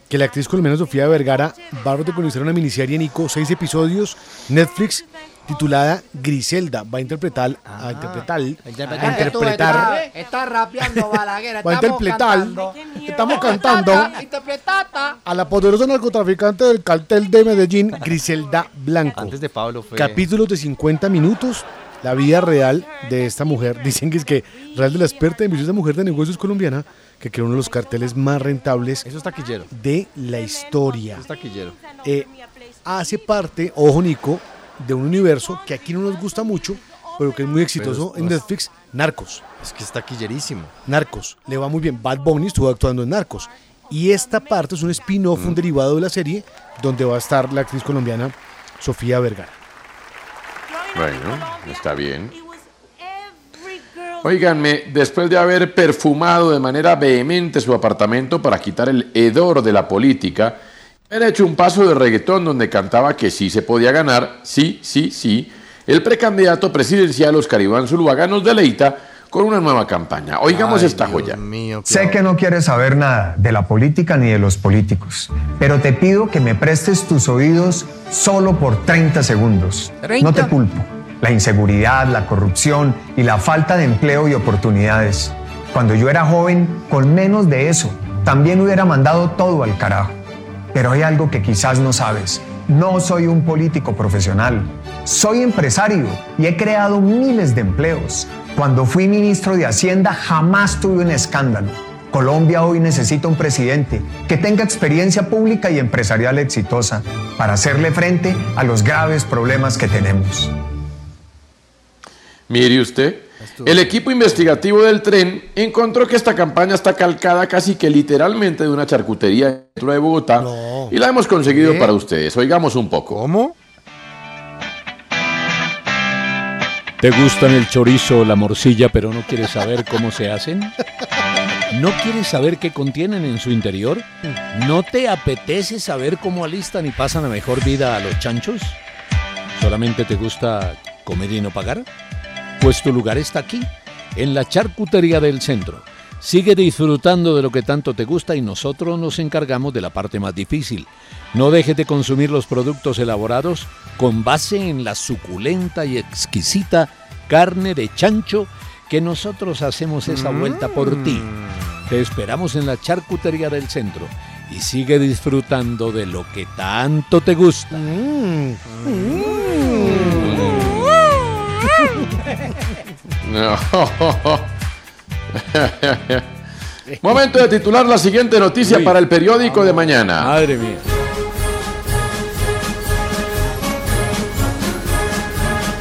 Speaker 6: que la actriz colombiana Sofía Vergara va a protagonizar una miniserie Nico, seis episodios, Netflix, titulada Griselda. Va a interpretar, a interpretar,
Speaker 10: Ah,
Speaker 6: a interpretar,
Speaker 16: Está rapeando Balaguer.
Speaker 6: va a interpretar, estamos cantando
Speaker 16: Interpretata.
Speaker 6: a la poderosa narcotraficante del cartel de Medellín, Griselda Blanco.
Speaker 10: Antes de Pablo fue.
Speaker 6: Capítulos de 50 minutos. La vida real de esta mujer. Dicen que es que Real de la Experta de Millones de Mujer de Negocios Colombiana, que creó uno de los carteles más rentables
Speaker 10: Eso es taquillero.
Speaker 6: de la historia.
Speaker 10: Eso es taquillero.
Speaker 6: Eh, hace parte, ojo Nico, de un universo que aquí no nos gusta mucho, pero que es muy exitoso
Speaker 10: Pero es-
Speaker 6: en Netflix, Narcos.
Speaker 10: Es que es taquillerísimo.
Speaker 6: Narcos, le va muy bien. Bad Bunny estuvo actuando en Narcos. Y esta parte es un spin-off, un derivado de la serie, donde va a estar la actriz colombiana Sofía Vergara.
Speaker 5: Bueno, está bien. Óiganme, después de haber perfumado de manera vehemente su apartamento para quitar el hedor de la política, han hecho un paso de reggaetón donde cantaba que sí se podía ganar, sí, sí, sí, el precandidato presidencial Oscar Iván Zuluaga nos deleita con una nueva campaña. Oigamos esta joya.
Speaker 31: Sé que no quieres saber nada de la política ni de los políticos, pero te pido que me prestes tus oídos solo por 30 segundos. No te culpo. La inseguridad, la corrupción y la falta de empleo y oportunidades. Cuando yo era joven, con menos de eso, también hubiera mandado todo al carajo. Pero hay algo que quizás no sabes. No soy un político profesional. Soy empresario y he creado miles de empleos. Cuando fui ministro de Hacienda jamás tuve un escándalo. Colombia hoy necesita un presidente que tenga experiencia pública y empresarial exitosa para hacerle frente a los graves problemas que tenemos.
Speaker 5: Mire usted, el equipo investigativo del tren encontró que esta campaña está calcada casi que literalmente de una charcutería dentro de Bogotá y la hemos conseguido
Speaker 11: ¿Qué?
Speaker 5: para ustedes. Oigamos un poco.
Speaker 11: ¿Cómo? ¿Te gustan el chorizo o la morcilla, pero no quieres saber cómo se hacen? ¿No quieres saber qué contienen en su interior? ¿No te apetece saber cómo alistan y pasan a mejor vida a los chanchos? ¿Solamente te gusta comer y no pagar? Pues tu lugar está aquí, en la charcutería del centro. Sigue disfrutando de lo que tanto te gusta y nosotros nos encargamos de la parte más difícil. No dejes de consumir los productos elaborados con base en la suculenta y exquisita carne de chancho que nosotros hacemos esa vuelta por ti. Te esperamos en la charcutería del centro y sigue disfrutando de lo que tanto te gusta.
Speaker 4: Mm.
Speaker 5: No. Momento de titular la siguiente noticia para el periódico de mañana.
Speaker 11: Madre mía.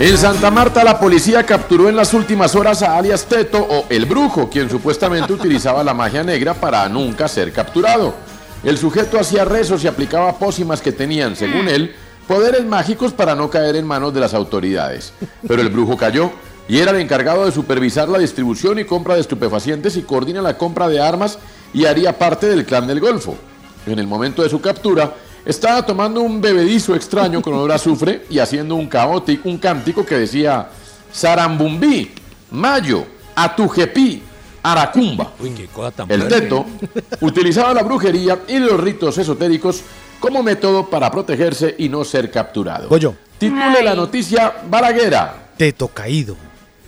Speaker 5: En Santa Marta la policía capturó en las últimas horas a alias Teto o El Brujo, quien supuestamente utilizaba la magia negra para nunca ser capturado. El sujeto hacía rezos y aplicaba pócimas que tenían, según él, poderes mágicos para no caer en manos de las autoridades. Pero el brujo cayó y era el encargado de supervisar la distribución y compra de estupefacientes y coordina la compra de armas y haría parte del clan del Golfo. En el momento de su captura, estaba tomando un bebedizo extraño con olor a azufre y haciendo un, caoti- un cántico que decía Sarambumbi, Mayo, Atujepí, Aracumba.
Speaker 11: Uy, qué cosa tan
Speaker 5: El
Speaker 11: fuerte.
Speaker 5: teto utilizaba la brujería y los ritos esotéricos como método para protegerse y no ser capturado.
Speaker 32: Voy yo.
Speaker 5: Titule la noticia Balaguera.
Speaker 32: Teto caído.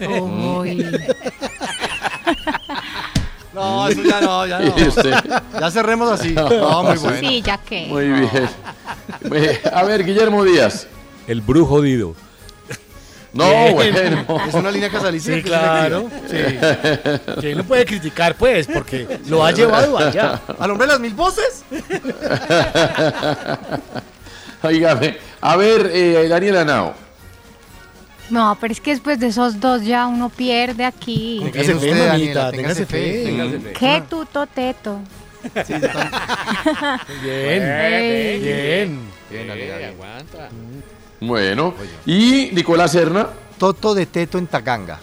Speaker 10: No, eso ya no, ya
Speaker 5: ¿Y usted?
Speaker 10: no. Ya cerremos así. No, muy bueno.
Speaker 9: Sí, ya que.
Speaker 5: Muy bien. Eh, A ver, Guillermo Díaz.
Speaker 11: El brujo Dido.
Speaker 5: No,
Speaker 11: Bien.
Speaker 5: bueno.
Speaker 10: Es una línea casalista
Speaker 6: Sí,
Speaker 10: que tiene que
Speaker 6: claro. Sí.
Speaker 10: ir.
Speaker 6: ¿Quién lo puede criticar, pues? Porque lo ha
Speaker 5: es
Speaker 6: llevado
Speaker 5: verdad.
Speaker 6: allá.
Speaker 10: ¿Al hombre de las mil voces?
Speaker 5: Oígame. A ver, eh, Daniela Nao.
Speaker 9: No, pero es que después de esos dos ya uno pierde aquí.
Speaker 6: Téngase fe,
Speaker 10: usted,
Speaker 6: mamita,
Speaker 10: Daniela, téngase
Speaker 6: téngase
Speaker 10: fe.
Speaker 6: fe.
Speaker 10: Téngase
Speaker 5: Mm.
Speaker 6: eh,
Speaker 10: fe.
Speaker 9: Qué tuto teto.
Speaker 6: Bien,
Speaker 9: Ey. ¿eh?
Speaker 6: bien.
Speaker 10: Bien, Daniela, bien.
Speaker 33: Aguanta.
Speaker 5: Bueno. Y Nicolás Serna.
Speaker 10: Toto de Teto en Taganga.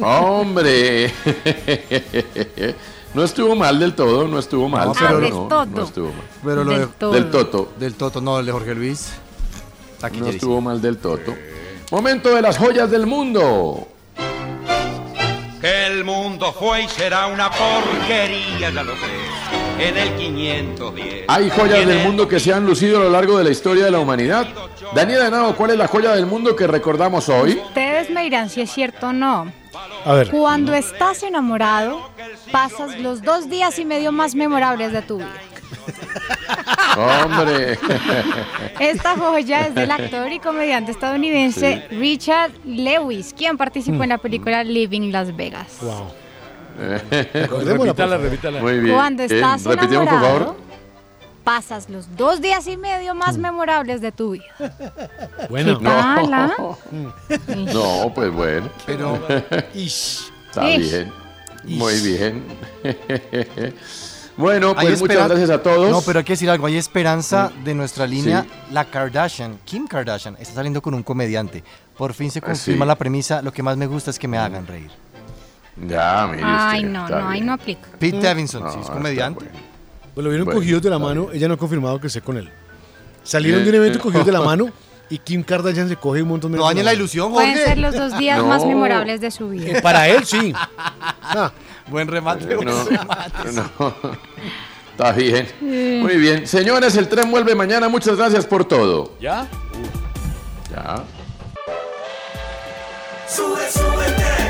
Speaker 5: Hombre. No estuvo mal del todo, no estuvo mal.
Speaker 10: No, pero-
Speaker 5: no,
Speaker 10: Del todo.
Speaker 5: no estuvo mal.
Speaker 10: Pero lo
Speaker 5: del,
Speaker 10: de-
Speaker 5: toto. del Toto.
Speaker 10: Del Toto, no, el de Jorge Luis.
Speaker 5: No estuvo mal del Toto. Momento de las joyas del mundo.
Speaker 13: Que el mundo fue y será una porquería, ya lo sé. En el 510.
Speaker 5: Hay joyas
Speaker 13: En
Speaker 5: del
Speaker 13: el-
Speaker 5: mundo que se han lucido a lo largo de la historia de la humanidad. Daniela Henao, ¿cuál es la joya del mundo que recordamos hoy?
Speaker 9: Ustedes me dirán si es cierto o no.
Speaker 5: A ver.
Speaker 9: Cuando estás enamorado, pasas los dos días y medio más memorables de tu vida.
Speaker 5: Hombre.
Speaker 9: Esta joya es del actor y comediante estadounidense Richard Lewis, quien participó en la película Living Las Vegas.
Speaker 5: Wow.
Speaker 11: Repítala, repítala.
Speaker 5: Muy bien.
Speaker 9: Cuando
Speaker 5: Eh,
Speaker 9: estás
Speaker 5: repetimos, por
Speaker 9: enamorado,
Speaker 5: favor.
Speaker 9: Pasas los dos días y medio más memorables de tu vida.
Speaker 5: Bueno.
Speaker 9: ¿Qué tal, ah?
Speaker 5: No. No, pues bueno.
Speaker 10: Pero-
Speaker 5: Está
Speaker 10: Ish.
Speaker 5: bien. Muy bien. bueno,
Speaker 10: Hay
Speaker 5: pues muchas
Speaker 10: esperan-
Speaker 5: gracias a todos. Mm.
Speaker 10: No, pero hay que decir algo. Hay esperanza de nuestra línea.
Speaker 5: Sí.
Speaker 10: La Kardashian, Kim Kardashian, está saliendo con un comediante. Por fin se
Speaker 5: Ah,
Speaker 10: confirma
Speaker 5: sí.
Speaker 10: la premisa. Lo que más me gusta es que me hagan reír.
Speaker 5: Ya, mire usted,
Speaker 9: Ay, no,
Speaker 5: Este, está
Speaker 9: no, ahí
Speaker 5: bien.
Speaker 9: no aplica.
Speaker 10: Pete
Speaker 9: Mm.
Speaker 10: Davidson,
Speaker 5: No,
Speaker 10: sí, es
Speaker 5: está
Speaker 10: comediante.
Speaker 6: Pues lo vieron
Speaker 10: Bueno,
Speaker 6: cogidos de la mano, ella no ha confirmado que esté con él. Salieron de un evento
Speaker 10: Eh,
Speaker 6: cogidos de la mano y Kim Kardashian se coge un montón de... No
Speaker 10: dañen la ilusión,
Speaker 9: Pueden ser los dos días más
Speaker 6: No.
Speaker 9: memorables de su vida.
Speaker 6: Para él, sí.
Speaker 10: Buen remate,
Speaker 5: Eh,
Speaker 10: buen
Speaker 5: no,
Speaker 10: remate.
Speaker 5: no. Está bien.
Speaker 10: Eh.
Speaker 5: Muy bien. Señores, el tren vuelve mañana. Muchas gracias por todo.
Speaker 15: ¿Ya?
Speaker 5: Ya.
Speaker 4: Sube, súbete.